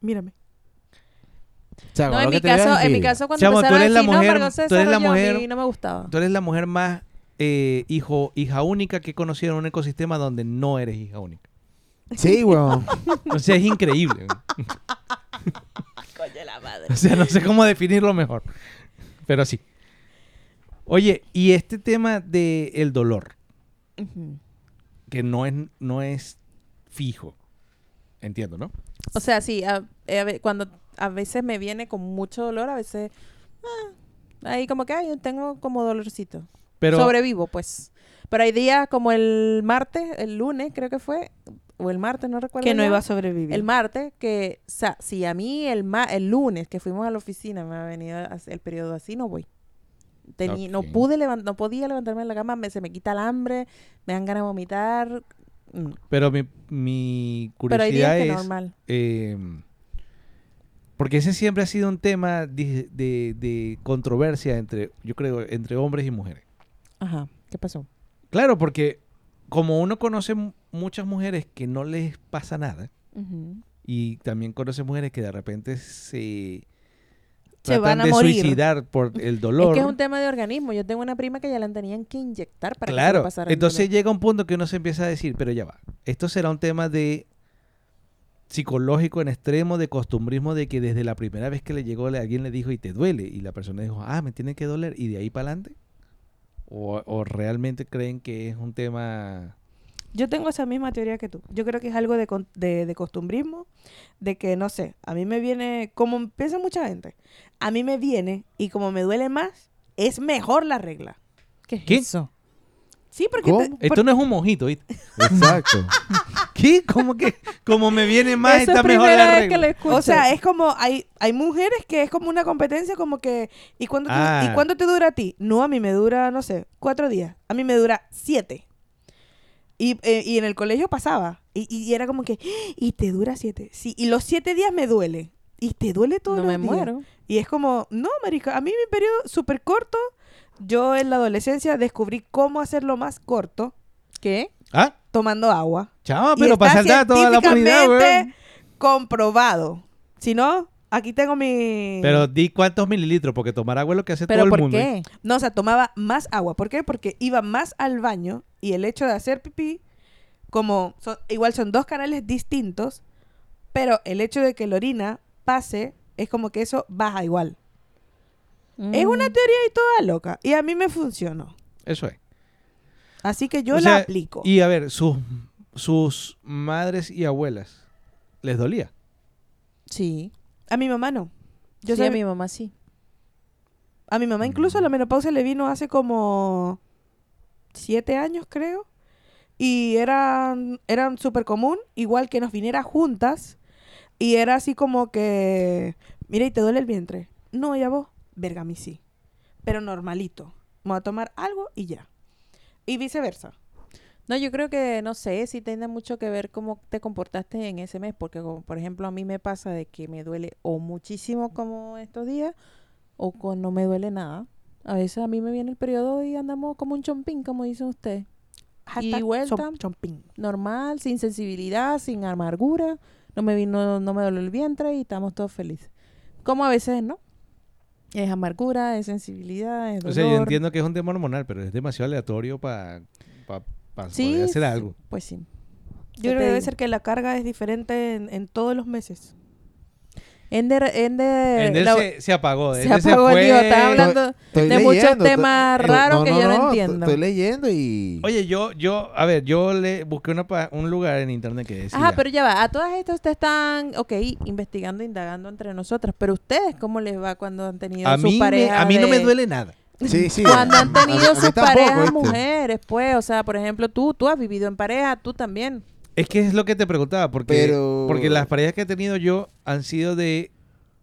[SPEAKER 1] Mírame.
[SPEAKER 3] O sea,
[SPEAKER 2] no,
[SPEAKER 3] con
[SPEAKER 2] en
[SPEAKER 3] lo
[SPEAKER 2] mi,
[SPEAKER 3] que te veas,
[SPEAKER 2] caso, en mi
[SPEAKER 3] envidia.
[SPEAKER 2] caso, cuando
[SPEAKER 4] Chamo, tú
[SPEAKER 2] empezaron a
[SPEAKER 4] eres la
[SPEAKER 2] decir, no,
[SPEAKER 4] mujer-
[SPEAKER 2] Margot se
[SPEAKER 4] tú eres la
[SPEAKER 2] desarrolló", a mí
[SPEAKER 4] mujer-
[SPEAKER 2] no me gustaba.
[SPEAKER 4] Tú eres la mujer más eh, hijo, hija única que he conocido en un ecosistema donde no eres hija única.
[SPEAKER 3] Sí, weón.
[SPEAKER 4] O sea,
[SPEAKER 1] <laughs>
[SPEAKER 4] es increíble.
[SPEAKER 1] Coño la madre.
[SPEAKER 4] O sea, no sé cómo definirlo mejor. Pero sí. Oye, y este tema del el dolor,
[SPEAKER 2] Ujú.
[SPEAKER 4] que no es, no es fijo. Entiendo, ¿no?
[SPEAKER 2] O sea, sí, a- eh, a ve- cuando a veces me viene con mucho dolor, a veces... ah, ahí como que, ay, yo tengo como dolorcito.
[SPEAKER 4] Pero
[SPEAKER 2] Sobrevivo, pues. Pero hay días como el martes, el lunes creo que fue, o el martes, no recuerdo.
[SPEAKER 1] Que no
[SPEAKER 2] ya.
[SPEAKER 1] iba a sobrevivir.
[SPEAKER 2] El martes, que o sea, si a mí el, ma el lunes que fuimos a la oficina me ha venido a hacer el periodo así, no voy. Tení- No
[SPEAKER 4] Ok.
[SPEAKER 2] pude levan- no podía levantarme de la cama, me, se me quita el hambre, me dan ganas de vomitar. mm.
[SPEAKER 4] Pero mi, mi
[SPEAKER 2] Pero hay días
[SPEAKER 4] curiosidad
[SPEAKER 2] que
[SPEAKER 4] es.
[SPEAKER 2] normal.
[SPEAKER 4] eh, porque ese siempre ha sido un tema di- de, de controversia entre, yo creo, entre hombres y mujeres.
[SPEAKER 2] Ajá, ¿qué pasó?
[SPEAKER 4] Claro, porque como uno conoce mu- muchas mujeres que no les pasa nada, Y también conoce mujeres que de repente se,
[SPEAKER 2] Se
[SPEAKER 4] tratan
[SPEAKER 2] van a
[SPEAKER 4] de
[SPEAKER 2] morir.
[SPEAKER 4] suicidar por el dolor.
[SPEAKER 2] <laughs> Es que es un tema de organismo. Yo tengo una prima que ya la tenían que inyectar para que
[SPEAKER 4] claro.
[SPEAKER 2] no pasara el
[SPEAKER 4] Entonces
[SPEAKER 2] dolor.
[SPEAKER 4] llega un punto que uno se empieza a decir, pero ya va. Esto será un tema de psicológico en extremo, de costumbrismo, de que desde la primera vez que le llegó le- alguien le dijo y te duele, y la persona dijo, ah, me tiene que doler, y de ahí para adelante. O, o realmente creen que es un tema...
[SPEAKER 1] Yo tengo esa misma teoría que tú. Yo creo que es algo de, con- de, de costumbrismo, de que, no sé, a mí me viene, como piensa mucha gente, a mí me viene y como me duele más, es mejor la regla.
[SPEAKER 2] ¿Qué es
[SPEAKER 4] ¿Qué?
[SPEAKER 2] eso?
[SPEAKER 1] Sí, porque...
[SPEAKER 3] ¿Cómo?
[SPEAKER 1] por-
[SPEAKER 4] Esto no es un mojito, ¿viste?
[SPEAKER 3] <laughs>
[SPEAKER 4] <laughs>
[SPEAKER 3] Exacto.
[SPEAKER 4] ¿Qué? ¿Cómo que? Como me viene más
[SPEAKER 2] Eso
[SPEAKER 4] está
[SPEAKER 2] es
[SPEAKER 4] mejor
[SPEAKER 2] primera
[SPEAKER 4] la
[SPEAKER 2] vez que lo
[SPEAKER 4] regla.
[SPEAKER 2] escucho.
[SPEAKER 1] O sea, es como, hay, hay mujeres que es como una competencia como que, ¿y cuánto, te,
[SPEAKER 4] Ah.
[SPEAKER 1] ¿y cuánto te dura a ti? No, a mí me dura, no sé, cuatro días. A mí me dura siete. Y, eh, y en el colegio pasaba. Y, y era como que, ¡Ah! y te dura siete. Sí, y los siete días me duele. Y te duele todo
[SPEAKER 2] no me muero.
[SPEAKER 1] Y es como, no, marica, a mí mi periodo súper corto. Yo en la adolescencia descubrí cómo hacerlo más corto
[SPEAKER 2] ¿Qué?
[SPEAKER 4] Ah,
[SPEAKER 1] tomando agua.
[SPEAKER 4] chao,
[SPEAKER 1] y
[SPEAKER 4] pero
[SPEAKER 1] está
[SPEAKER 4] para saltar a toda la humanidad,
[SPEAKER 1] científicamente
[SPEAKER 4] weón.
[SPEAKER 1] comprobado. Si no, aquí tengo mi...
[SPEAKER 4] Pero di cuántos mililitros, porque tomar agua es lo que hace
[SPEAKER 2] ¿Pero
[SPEAKER 4] todo el
[SPEAKER 2] por
[SPEAKER 4] mundo.
[SPEAKER 2] qué?
[SPEAKER 1] No, o sea, tomaba más agua. ¿Por qué? Porque iba más al baño y el hecho de hacer pipí, como son- igual son dos canales distintos, pero el hecho de que la orina pase es como que eso baja igual. Es una
[SPEAKER 2] Mm.
[SPEAKER 1] teoría y toda loca. Y a mí me funcionó.
[SPEAKER 4] Eso es.
[SPEAKER 1] Así que yo
[SPEAKER 4] O
[SPEAKER 1] la
[SPEAKER 4] sea,
[SPEAKER 1] aplico.
[SPEAKER 4] Y a ver, sus, sus madres y abuelas, ¿les dolía?
[SPEAKER 2] Sí.
[SPEAKER 1] A mi mamá no. Yo
[SPEAKER 2] sí,
[SPEAKER 1] soy-
[SPEAKER 2] a mi mamá sí.
[SPEAKER 1] a mi mamá incluso la menopausia le vino hace como siete años, creo. Y eran, eran súper común, igual que nos viniera juntas. Y era así como que, mira, ¿y te duele el vientre? No, ya vos. Verga, a mí sí. Pero normalito. Me voy a tomar algo y ya. Y viceversa.
[SPEAKER 2] No, yo creo que, no sé, si tiene mucho que ver cómo te comportaste en ese mes, porque como, por ejemplo a mí me pasa de que me duele o muchísimo como estos días, o con no me duele nada. A veces a mí me viene el periodo y andamos como un chompín, como dicen ustedes.
[SPEAKER 1] Hashtag
[SPEAKER 2] vuelta.
[SPEAKER 1] chom- chompín.
[SPEAKER 2] Normal, sin sensibilidad, sin amargura, no me vino, no me duele el vientre y estamos todos felices. Como a veces no. Es amargura, es sensibilidad, es
[SPEAKER 4] O
[SPEAKER 2] dolor.
[SPEAKER 4] sea, yo entiendo que es un tema hormonal, pero es demasiado aleatorio para
[SPEAKER 2] Sí,
[SPEAKER 4] poder hacer
[SPEAKER 2] sí,
[SPEAKER 4] algo.
[SPEAKER 2] Pues sí.
[SPEAKER 1] Yo creo que debe ser que la carga es diferente en, en todos los meses.
[SPEAKER 2] Ender, Ender,
[SPEAKER 4] Ender
[SPEAKER 2] Eh, la-
[SPEAKER 4] se, se apagó.
[SPEAKER 2] <laughs> se
[SPEAKER 4] Ender
[SPEAKER 2] apagó el
[SPEAKER 4] fue-
[SPEAKER 2] lío, estaba hablando...
[SPEAKER 3] Estoy
[SPEAKER 2] De muchos
[SPEAKER 3] leyendo,
[SPEAKER 2] temas
[SPEAKER 3] estoy-
[SPEAKER 2] raros que yo no entiendo.
[SPEAKER 3] Estoy leyendo y...
[SPEAKER 4] Oye, yo, yo, a ver, yo le busqué una pa- un lugar en internet que decía...
[SPEAKER 2] Ajá, Ah, pero ya va. A todas estas ustedes están, ok, investigando, indagando entre nosotras. Pero ustedes, ¿cómo les va cuando han tenido
[SPEAKER 4] a
[SPEAKER 2] sus
[SPEAKER 4] mí, me-
[SPEAKER 2] parejas?
[SPEAKER 4] a mí no me
[SPEAKER 2] de-
[SPEAKER 4] duele nada.
[SPEAKER 3] Sí, sí.
[SPEAKER 2] Cuando han
[SPEAKER 3] a- a- a
[SPEAKER 2] tenido
[SPEAKER 3] mí
[SPEAKER 2] sus
[SPEAKER 3] tampoco,
[SPEAKER 2] parejas
[SPEAKER 3] ¿viste?
[SPEAKER 2] mujeres, pues. O sea, por ejemplo, tú, tú has vivido en pareja, tú también.
[SPEAKER 4] Es que es lo que te preguntaba, porque,
[SPEAKER 3] Pero-
[SPEAKER 4] porque las parejas que he tenido yo han sido de...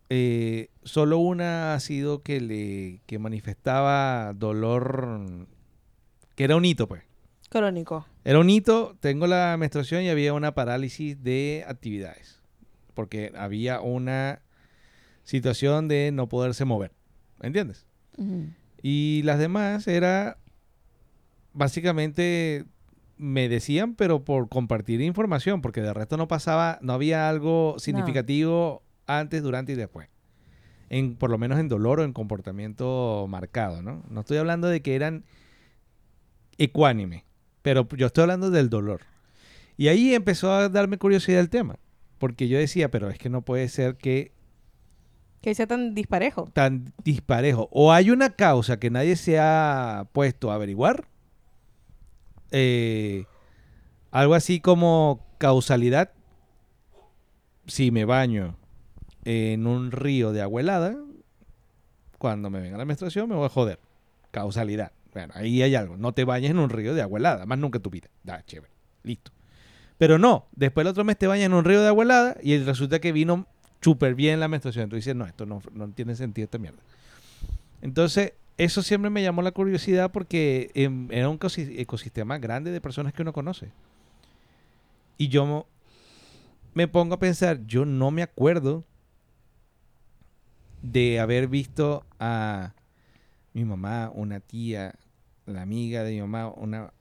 [SPEAKER 4] eh, solo una ha sido que le que manifestaba dolor, que era un hito, pues.
[SPEAKER 1] Crónico.
[SPEAKER 4] Era un hito, tengo la menstruación y había una parálisis de actividades, porque había una situación de no poderse mover, ¿entiendes? Y las demás era básicamente me decían, pero por compartir información, porque de resto no pasaba, no había algo significativo antes, durante y después. En, por lo menos en dolor o en comportamiento marcado, ¿no? No estoy hablando de que eran ecuánime, pero yo estoy hablando del dolor. Y ahí empezó a darme curiosidad el tema, porque yo decía, pero es que no puede ser que
[SPEAKER 1] Que sea tan disparejo.
[SPEAKER 4] tan disparejo. O hay una causa que nadie se ha puesto a averiguar. eh, algo así como causalidad. Si me baño en un río de agua helada, cuando me venga la menstruación me voy a joder. Causalidad. Bueno, ahí hay algo. No te bañes en un río de agua helada. Más nunca en tu vida. Da, chévere. Listo. Pero no, después el otro mes te bañas en un río de agua helada y resulta que vino súper bien la menstruación. Tú dices, no, esto no, no tiene sentido esta mierda. Entonces, eso siempre me llamó la curiosidad porque em, era un cosi- ecosistema grande de personas que uno conoce. Y yo mo- me pongo a pensar, yo no me acuerdo de haber visto a mi mamá, una tía, la amiga de mi mamá, una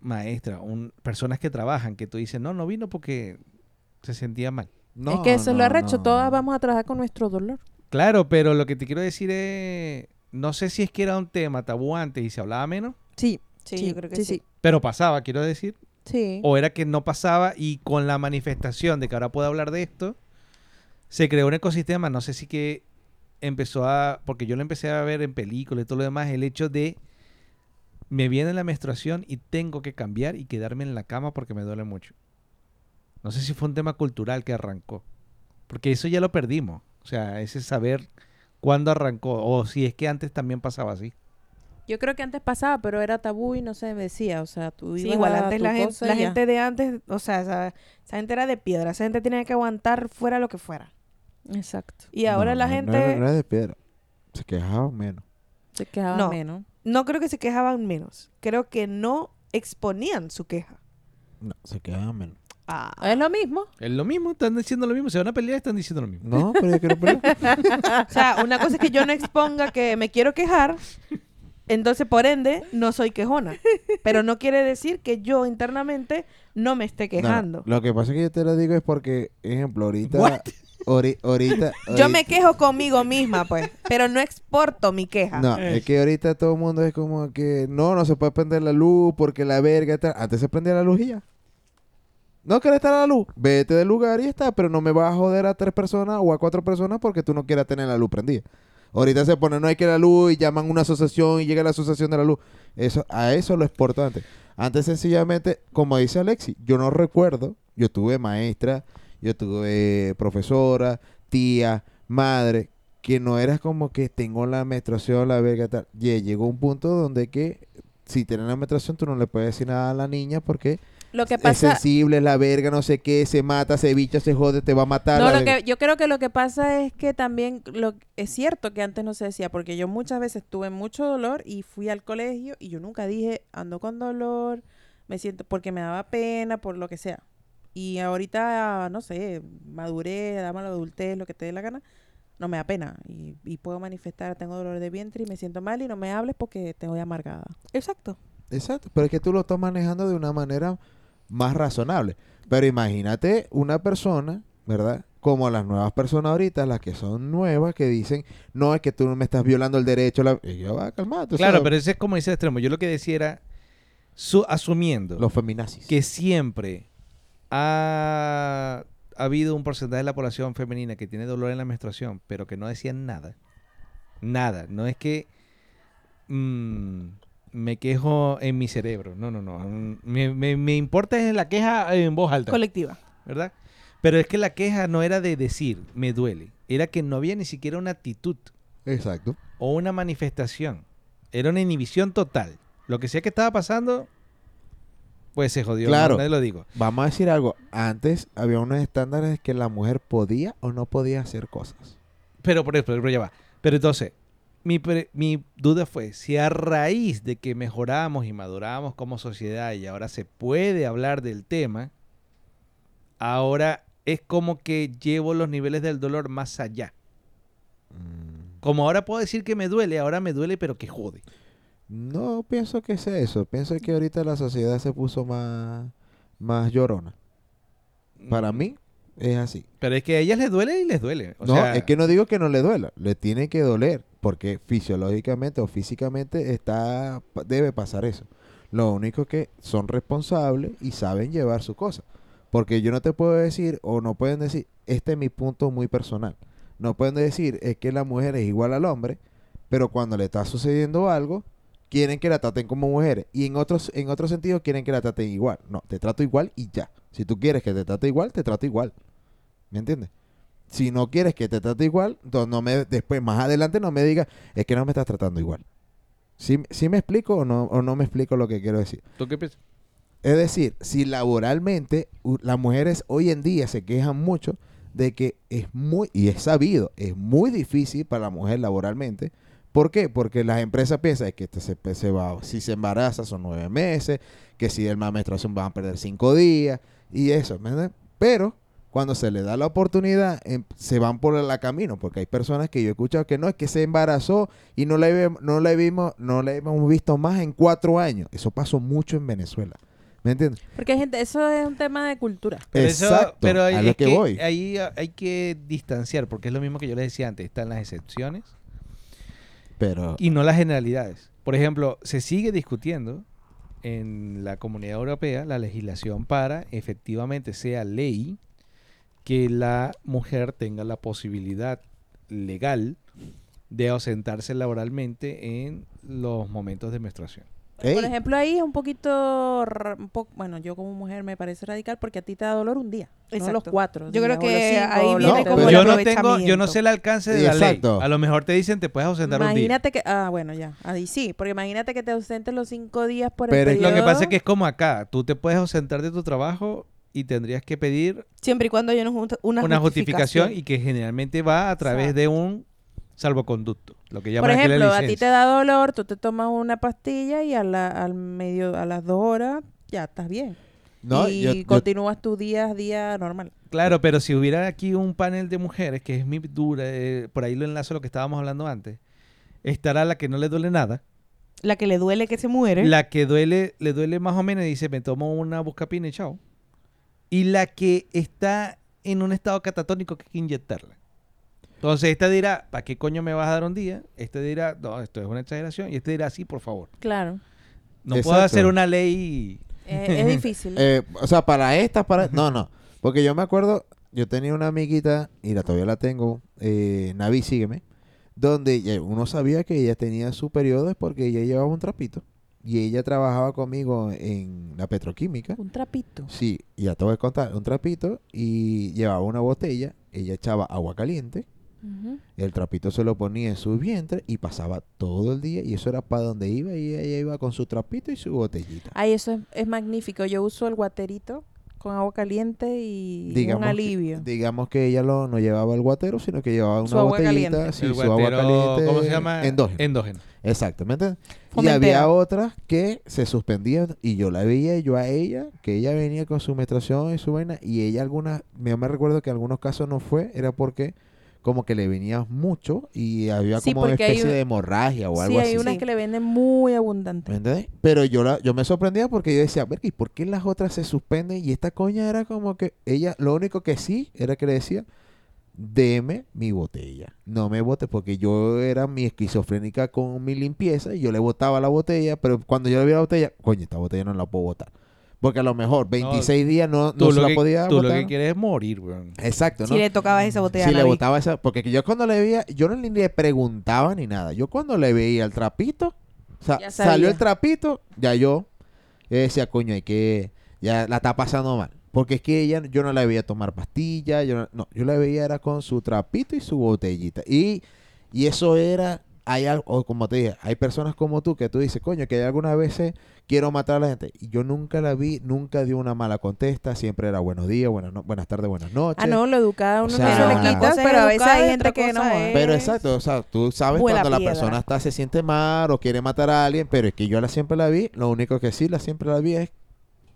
[SPEAKER 4] maestra, un, personas que trabajan, que tú dices, no, no vino porque se sentía mal.
[SPEAKER 3] No,
[SPEAKER 2] es que eso es lo
[SPEAKER 3] no,
[SPEAKER 2] arrecho.
[SPEAKER 3] no,
[SPEAKER 2] Todas
[SPEAKER 3] no.
[SPEAKER 2] vamos a trabajar con nuestro dolor.
[SPEAKER 4] Claro, pero lo que te quiero decir es, no sé si es que era un tema tabú antes y se hablaba menos,
[SPEAKER 2] Sí,
[SPEAKER 1] Sí, yo creo que
[SPEAKER 2] sí.
[SPEAKER 1] sí.
[SPEAKER 4] pero pasaba, quiero decir,
[SPEAKER 2] Sí.
[SPEAKER 4] o era que no pasaba y con la manifestación de que ahora puedo hablar de esto, se creó un ecosistema, no sé si que empezó a, porque yo lo empecé a ver en películas y todo lo demás, el hecho de, me viene la menstruación y tengo que cambiar y quedarme en la cama porque me duele mucho. No sé si fue un tema cultural que arrancó, porque eso ya lo perdimos, o sea, ese saber cuándo arrancó, o si es que antes también pasaba así.
[SPEAKER 2] Yo creo que antes pasaba, pero era tabú y no se decía. O sea, tú
[SPEAKER 1] Sí,
[SPEAKER 2] ibas
[SPEAKER 1] igual
[SPEAKER 2] a
[SPEAKER 1] antes
[SPEAKER 2] tu
[SPEAKER 1] la, gen-
[SPEAKER 2] cosa
[SPEAKER 1] la
[SPEAKER 2] y ya.
[SPEAKER 1] gente de antes, o sea, esa, esa gente era de piedra, esa gente tenía que aguantar fuera lo que fuera.
[SPEAKER 2] Exacto.
[SPEAKER 1] Y ahora
[SPEAKER 3] No,
[SPEAKER 1] la
[SPEAKER 3] no,
[SPEAKER 1] gente
[SPEAKER 3] No,
[SPEAKER 1] no,
[SPEAKER 3] no, no es de piedra. Se quejaba menos.
[SPEAKER 2] Se quejaban
[SPEAKER 1] No.
[SPEAKER 2] menos.
[SPEAKER 1] creo que se quejaban menos, creo que no exponían su queja.
[SPEAKER 3] No, se quejaba menos.
[SPEAKER 2] Es lo mismo.
[SPEAKER 4] Es lo mismo, están diciendo lo mismo, se van a pelear y están diciendo lo mismo.
[SPEAKER 3] No, pero yo
[SPEAKER 2] <laughs>
[SPEAKER 3] quiero pelear.
[SPEAKER 1] O sea, una cosa es que yo no exponga que me quiero quejar, entonces por ende no soy quejona, pero no quiere decir que yo internamente no me esté quejando.
[SPEAKER 3] No, lo que pasa es que yo te lo digo es porque, ejemplo, ahorita.
[SPEAKER 4] What?
[SPEAKER 3] ori- ahorita,
[SPEAKER 1] Yo
[SPEAKER 3] ahorita-
[SPEAKER 1] me quejo conmigo misma, pues, pero no exporto mi queja.
[SPEAKER 3] No, es que ahorita todo el mundo es como que no, no se puede prender la luz porque la verga y tal. Antes se prendía la luz y ya. No quieres estar a la luz, vete del lugar y está, pero no me vas a joder a tres personas o a cuatro personas porque tú no quieras tener la luz prendida. Ahorita se pone no hay que la luz y llaman a una asociación y llega la asociación de la luz. Eso, a eso lo exporto antes. Antes sencillamente, como dice Alexi, yo no recuerdo, yo tuve maestra, yo tuve profesora, tía, madre, que no eras como que tengo la menstruación, la verga tal. Ye- llegó un punto donde que si tienes la menstruación tú no le puedes decir nada a la niña porque
[SPEAKER 2] Lo que
[SPEAKER 3] es
[SPEAKER 2] pasa.
[SPEAKER 3] sensible, es la verga, no sé qué, se mata, se bicha, se jode, te va a matar.
[SPEAKER 2] No,
[SPEAKER 3] la
[SPEAKER 2] lo
[SPEAKER 3] verga.
[SPEAKER 2] que, yo creo que lo que pasa es que también lo, es cierto que antes no se decía, porque yo muchas veces tuve mucho dolor y fui al colegio y yo nunca dije ando con dolor, me siento porque me daba pena, por lo que sea. Y ahorita, no sé, maduré, dame la adultez, lo que te dé la gana, no me da pena. Y, y puedo manifestar, tengo dolor de vientre y me siento mal y no me hables porque te voy amargada.
[SPEAKER 1] Exacto.
[SPEAKER 3] Exacto, pero es que tú lo estás manejando de una manera más razonable. Pero imagínate una persona, ¿verdad? Como las nuevas personas ahorita, las que son nuevas, que dicen, no, es que tú me estás violando el derecho. a La... Y yo, va, calmado.
[SPEAKER 4] Claro, pero ese es como dice extremo. Yo lo que decía era, su- asumiendo
[SPEAKER 3] Los feminazis.
[SPEAKER 4] que siempre ha, ha habido un porcentaje de la población femenina que tiene dolor en la menstruación, pero que no decían nada. Nada. No es que mm, me quejo en mi cerebro. No, no, no. Mm, Me, me- me importa es la queja en voz alta,
[SPEAKER 1] Colectiva.
[SPEAKER 4] ¿verdad? Pero es que la queja no era de decir, me duele. Era que no había ni siquiera una actitud
[SPEAKER 3] Exacto.
[SPEAKER 4] o una manifestación. Era una inhibición total. Lo que sea que estaba pasando, pues se jodió.
[SPEAKER 3] Claro.
[SPEAKER 4] ¿no? Nadie lo digo.
[SPEAKER 3] Vamos a decir algo. Antes había unos estándares que la mujer podía o no podía hacer cosas.
[SPEAKER 4] Pero por eso, pero ya va. Pero entonces, mi, pre- mi duda fue si a raíz de que mejoramos y maduramos como sociedad y ahora se puede hablar del tema, ahora es como que llevo los niveles del dolor más allá. Como ahora puedo decir que me duele, ahora me duele, pero que jode.
[SPEAKER 3] No pienso que sea eso. Pienso que ahorita la sociedad se puso más, más llorona. Para
[SPEAKER 4] Mm,
[SPEAKER 3] mí es así.
[SPEAKER 4] Pero es que a ellas les duele y les duele. O
[SPEAKER 3] no,
[SPEAKER 4] sea,
[SPEAKER 3] es que no digo que no le duela, le tiene que doler, porque fisiológicamente o físicamente está pa- debe pasar eso. Lo único que son responsables y saben llevar su cosa. Porque yo no te puedo decir o no pueden decir, este es mi punto muy personal. No pueden decir es que la mujer es igual al hombre, pero cuando le está sucediendo algo, quieren que la traten como mujeres. Y en otros, en otros sentidos quieren que la traten igual. No, te trato igual y ya. Si tú quieres que te trate igual, te trato igual. ¿Me entiendes? Si no quieres que te trate igual, entonces no me, después, más adelante, no me digas, es que no me estás tratando igual. ¿Sí, sí me explico o no, o no me explico lo que quiero decir?
[SPEAKER 4] ¿tú qué piensas?
[SPEAKER 3] Es decir, si laboralmente u- las mujeres hoy en día se quejan mucho de que es muy, y es sabido, es muy difícil para la mujer laboralmente. ¿Por qué? Porque las empresas piensan que este se, se va, si se embaraza son nueve meses, que si el más menstruación van a perder cinco días y eso, ¿me entiendes? Pero cuando se le da la oportunidad, em- se van por la camino, porque hay personas que yo he escuchado que no, es que se embarazó y no la, ve- no la vimos, no la hemos visto más en cuatro años. Eso pasó mucho en Venezuela. ¿Me entiendes?
[SPEAKER 2] Porque hay gente, eso es un tema de cultura.
[SPEAKER 4] Pero eso-
[SPEAKER 3] Exacto.
[SPEAKER 4] pero hay,
[SPEAKER 3] a lo
[SPEAKER 4] es
[SPEAKER 3] que,
[SPEAKER 4] que
[SPEAKER 3] voy.
[SPEAKER 4] ahí ah, hay que distanciar, porque es lo mismo que yo les decía antes. Están las excepciones
[SPEAKER 3] Pero
[SPEAKER 4] y no las generalidades. Por ejemplo, se sigue discutiendo en la Comunidad Europea la legislación para efectivamente sea ley que la mujer tenga la posibilidad legal de ausentarse laboralmente en los momentos de menstruación.
[SPEAKER 3] ey,
[SPEAKER 2] Por ejemplo, ahí es un poquito, ra- un po- bueno, yo como mujer me parece radical porque a ti te da dolor un día, no los
[SPEAKER 1] Exacto.
[SPEAKER 2] cuatro.
[SPEAKER 1] Yo creo
[SPEAKER 2] días, o
[SPEAKER 1] que
[SPEAKER 2] los cinco,
[SPEAKER 1] ahí
[SPEAKER 2] o los
[SPEAKER 3] viene
[SPEAKER 2] tres.
[SPEAKER 3] como Por
[SPEAKER 4] yo
[SPEAKER 1] el
[SPEAKER 4] no tengo, yo no
[SPEAKER 1] aprovechamiento.
[SPEAKER 4] sé el alcance de la
[SPEAKER 3] Exacto.
[SPEAKER 4] ley. A lo mejor te dicen te puedes ausentar un día.
[SPEAKER 2] Imagínate que, ah, bueno, ya, ahí sí, porque imagínate que te ausentes los cinco días por
[SPEAKER 3] Pero
[SPEAKER 2] el
[SPEAKER 3] es
[SPEAKER 4] Lo que pasa es que
[SPEAKER 2] periodo.
[SPEAKER 4] es como acá, tú te puedes ausentar de tu trabajo y tendrías que pedir
[SPEAKER 1] Siempre y cuando haya una, junta- una
[SPEAKER 4] una justificación y que generalmente va a través de un salvoconducto, lo que
[SPEAKER 2] por
[SPEAKER 4] llaman aquí la
[SPEAKER 2] ejemplo, a ti te
[SPEAKER 4] licencia.
[SPEAKER 2] da dolor, tú te tomas una pastilla y a la, al medio, a las dos horas ya estás bien.
[SPEAKER 3] no,
[SPEAKER 2] y
[SPEAKER 3] yo- yo-
[SPEAKER 2] continúas tu día a día normal.
[SPEAKER 4] Claro, pero si hubiera aquí un panel de mujeres, que es mi dura, eh, por ahí lo enlazo a lo que estábamos hablando antes, estará la que no le duele nada,
[SPEAKER 1] La que le duele que se muere.
[SPEAKER 4] la que duele le duele más o menos y dice, me tomo una buscapina y chao. Y la que está en un estado catatónico que hay que inyectarla. Entonces esta dirá, ¿para qué coño me vas a dar un día? Este dirá, no, esto es una exageración. Y este dirá, sí, por favor.
[SPEAKER 2] Claro.
[SPEAKER 4] No puedo
[SPEAKER 3] Exacto.
[SPEAKER 4] hacer una ley
[SPEAKER 2] Es,
[SPEAKER 4] <laughs>
[SPEAKER 2] es difícil.
[SPEAKER 3] eh, o sea, para estas, para... No, no. Porque yo me acuerdo, yo tenía una amiguita, y la todavía la tengo, eh, Navi, sígueme, donde ya uno sabía que ella tenía su periodo es porque ella llevaba un trapito. Y ella trabajaba conmigo en la petroquímica.
[SPEAKER 2] un trapito.
[SPEAKER 3] Sí, ya te voy a contar, un trapito y llevaba una botella, ella echaba agua caliente,
[SPEAKER 2] Ujú.
[SPEAKER 3] el trapito se lo ponía en su vientre y pasaba todo el día y eso era para donde iba y ella iba con su trapito y su botellita.
[SPEAKER 2] Ay, eso es, es magnífico. Yo uso el guaterito con agua caliente y un
[SPEAKER 3] que-
[SPEAKER 2] alivio.
[SPEAKER 3] digamos que ella lo, no llevaba el guatero, sino que llevaba una
[SPEAKER 2] Su agua
[SPEAKER 3] botellita,
[SPEAKER 2] caliente.
[SPEAKER 3] sí,
[SPEAKER 4] El
[SPEAKER 3] su agua
[SPEAKER 4] guatero,
[SPEAKER 3] caliente
[SPEAKER 4] ¿Cómo se llama?
[SPEAKER 3] endógeno.
[SPEAKER 4] Endógeno.
[SPEAKER 3] Exactamente. Y
[SPEAKER 1] Fomentera.
[SPEAKER 3] había otras que se suspendían y yo la veía y yo a ella, que ella venía con su menstruación y su vaina y ella algunas, yo me recuerdo que en algunos casos no fue, era porque como que le venía mucho y había
[SPEAKER 2] Sí,
[SPEAKER 3] como una
[SPEAKER 2] porque hay
[SPEAKER 3] especie
[SPEAKER 2] un-
[SPEAKER 3] de hemorragia o algo
[SPEAKER 2] Sí,
[SPEAKER 3] así.
[SPEAKER 2] hay unas
[SPEAKER 1] Sí.
[SPEAKER 2] que le venden muy
[SPEAKER 3] ¿Me
[SPEAKER 2] abundante.
[SPEAKER 3] entiendes? Pero yo la, yo me sorprendía porque yo decía, ver, ¿y por qué las otras se suspenden? Y esta coña era como que ella, lo único que sí era que le decía, deme mi botella. No me botes, porque yo era mi esquizofrénica con mi limpieza y yo le botaba la botella, pero cuando yo le vi la botella, coño, esta botella no la puedo botar. Porque a lo mejor 26 días no, no
[SPEAKER 4] Tú,
[SPEAKER 3] se
[SPEAKER 4] lo
[SPEAKER 3] la
[SPEAKER 4] que,
[SPEAKER 3] podía
[SPEAKER 4] tú lo
[SPEAKER 3] botar.
[SPEAKER 4] que quieres es morir, weón.
[SPEAKER 3] Exacto, ¿no?
[SPEAKER 1] Si le tocabas esa botella
[SPEAKER 3] Sí,
[SPEAKER 1] a
[SPEAKER 3] le
[SPEAKER 1] Navi.
[SPEAKER 3] botaba esa. Porque yo cuando le veía, yo no ni le preguntaba ni nada. Yo cuando le veía el trapito, o sea,
[SPEAKER 2] Ya sabía.
[SPEAKER 3] salió el trapito, ya yo eh, decía, coño, hay que. Ya la está pasando mal. Porque es que ella, yo no la veía tomar pastillas, yo no, no, yo la veía era con su trapito y su botellita. Y, y eso era, hay algo, o como te dije, hay personas como tú que tú dices, coño, que hay algunas veces quiero matar a la gente. Y yo nunca la vi, nunca dio una mala contesta, siempre era buenos días, buenas, no- buenas tardes, buenas noches.
[SPEAKER 2] Ah, no, lo educada a uno
[SPEAKER 3] O
[SPEAKER 2] no
[SPEAKER 3] sea,
[SPEAKER 2] se
[SPEAKER 3] una
[SPEAKER 2] le quita,
[SPEAKER 1] cosa es
[SPEAKER 2] pero a veces
[SPEAKER 1] educada
[SPEAKER 2] hay
[SPEAKER 1] y
[SPEAKER 2] gente
[SPEAKER 1] otra
[SPEAKER 2] que no. eh,
[SPEAKER 1] cosa
[SPEAKER 2] joda.
[SPEAKER 1] es-
[SPEAKER 3] Pero exacto, o sea, tú sabes
[SPEAKER 1] Vuela
[SPEAKER 3] cuando la
[SPEAKER 1] piedra.
[SPEAKER 3] persona está se siente mal o quiere matar a alguien, pero es que yo la siempre la vi, lo único que sí la siempre la vi es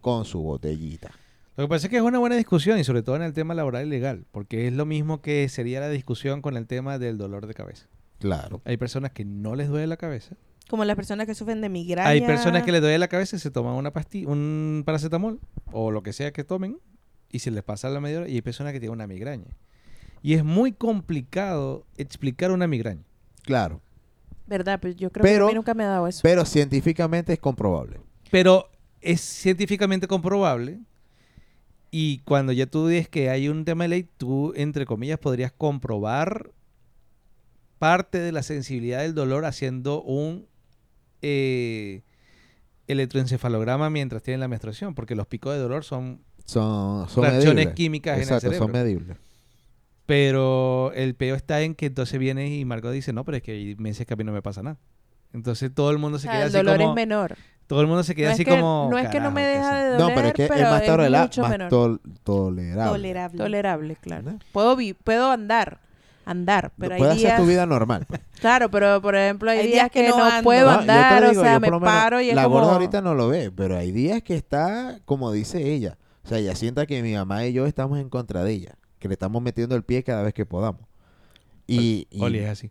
[SPEAKER 3] con su botellita.
[SPEAKER 4] Lo que pasa es que es una buena discusión y sobre todo en el tema laboral y legal, porque es lo mismo que sería la discusión con el tema del dolor de cabeza.
[SPEAKER 3] Claro.
[SPEAKER 4] Hay personas que no les duele la cabeza.
[SPEAKER 1] Como las personas que sufren de migraña.
[SPEAKER 4] Hay personas que les duele la cabeza y se toman una pastilla, un paracetamol o lo que sea que tomen y se les pasa la media hora. Y hay personas que tienen una migraña. Y es muy complicado explicar una migraña.
[SPEAKER 3] Claro.
[SPEAKER 2] Verdad, pero yo creo que
[SPEAKER 3] Pero-
[SPEAKER 2] a mí nunca me ha dado eso.
[SPEAKER 3] Pero científicamente es comprobable.
[SPEAKER 4] Pero es científicamente comprobable. Y cuando ya tú dices que hay un tema de ley, tú, entre comillas, podrías comprobar parte de la sensibilidad del dolor haciendo un eh, electroencefalograma mientras tienen la menstruación, porque los picos de dolor son...
[SPEAKER 3] Son, son
[SPEAKER 4] Reacciones
[SPEAKER 3] medibles.
[SPEAKER 4] químicas en el
[SPEAKER 3] Exacto, son
[SPEAKER 4] cerebro.
[SPEAKER 3] medibles.
[SPEAKER 4] Pero el peo está en que entonces vienes y Margot dice, no, pero es que hay meses que a mí no me pasa nada. Entonces todo el mundo
[SPEAKER 2] O
[SPEAKER 4] se
[SPEAKER 2] sea,
[SPEAKER 4] queda
[SPEAKER 2] el
[SPEAKER 4] así
[SPEAKER 2] dolor
[SPEAKER 4] como...
[SPEAKER 2] es menor.
[SPEAKER 4] Todo el mundo se queda
[SPEAKER 2] no
[SPEAKER 4] así
[SPEAKER 2] es que,
[SPEAKER 4] como...
[SPEAKER 2] no, es que no me
[SPEAKER 4] "Carajo, ¿qué
[SPEAKER 2] deja
[SPEAKER 4] hace?".
[SPEAKER 2] de doler,
[SPEAKER 3] No, pero es que es más, tolera-
[SPEAKER 2] mucho
[SPEAKER 3] más
[SPEAKER 2] menor.
[SPEAKER 3] tol- tolerable.
[SPEAKER 1] Tolerable.
[SPEAKER 2] Tolerable, claro.
[SPEAKER 3] ¿Verdad?
[SPEAKER 2] Puedo, vi- puedo andar, andar, pero hay
[SPEAKER 3] Puedes
[SPEAKER 2] días...
[SPEAKER 3] hacer tu vida normal.
[SPEAKER 2] Claro, pero por ejemplo hay, días, que, no,
[SPEAKER 1] ando.
[SPEAKER 2] puedo
[SPEAKER 3] No, Ah, yo te lo
[SPEAKER 2] andar,
[SPEAKER 3] digo,
[SPEAKER 2] o sea,
[SPEAKER 3] yo
[SPEAKER 2] me
[SPEAKER 3] por lo menos-
[SPEAKER 2] paro y es
[SPEAKER 3] La
[SPEAKER 2] como...
[SPEAKER 3] gorda ahorita no lo ve, pero hay días que está como dice ella. O sea, ella sienta que mi mamá y yo estamos en contra de ella, que le estamos metiendo el pie cada vez que podamos. Y, y,
[SPEAKER 4] Oli eh. es así.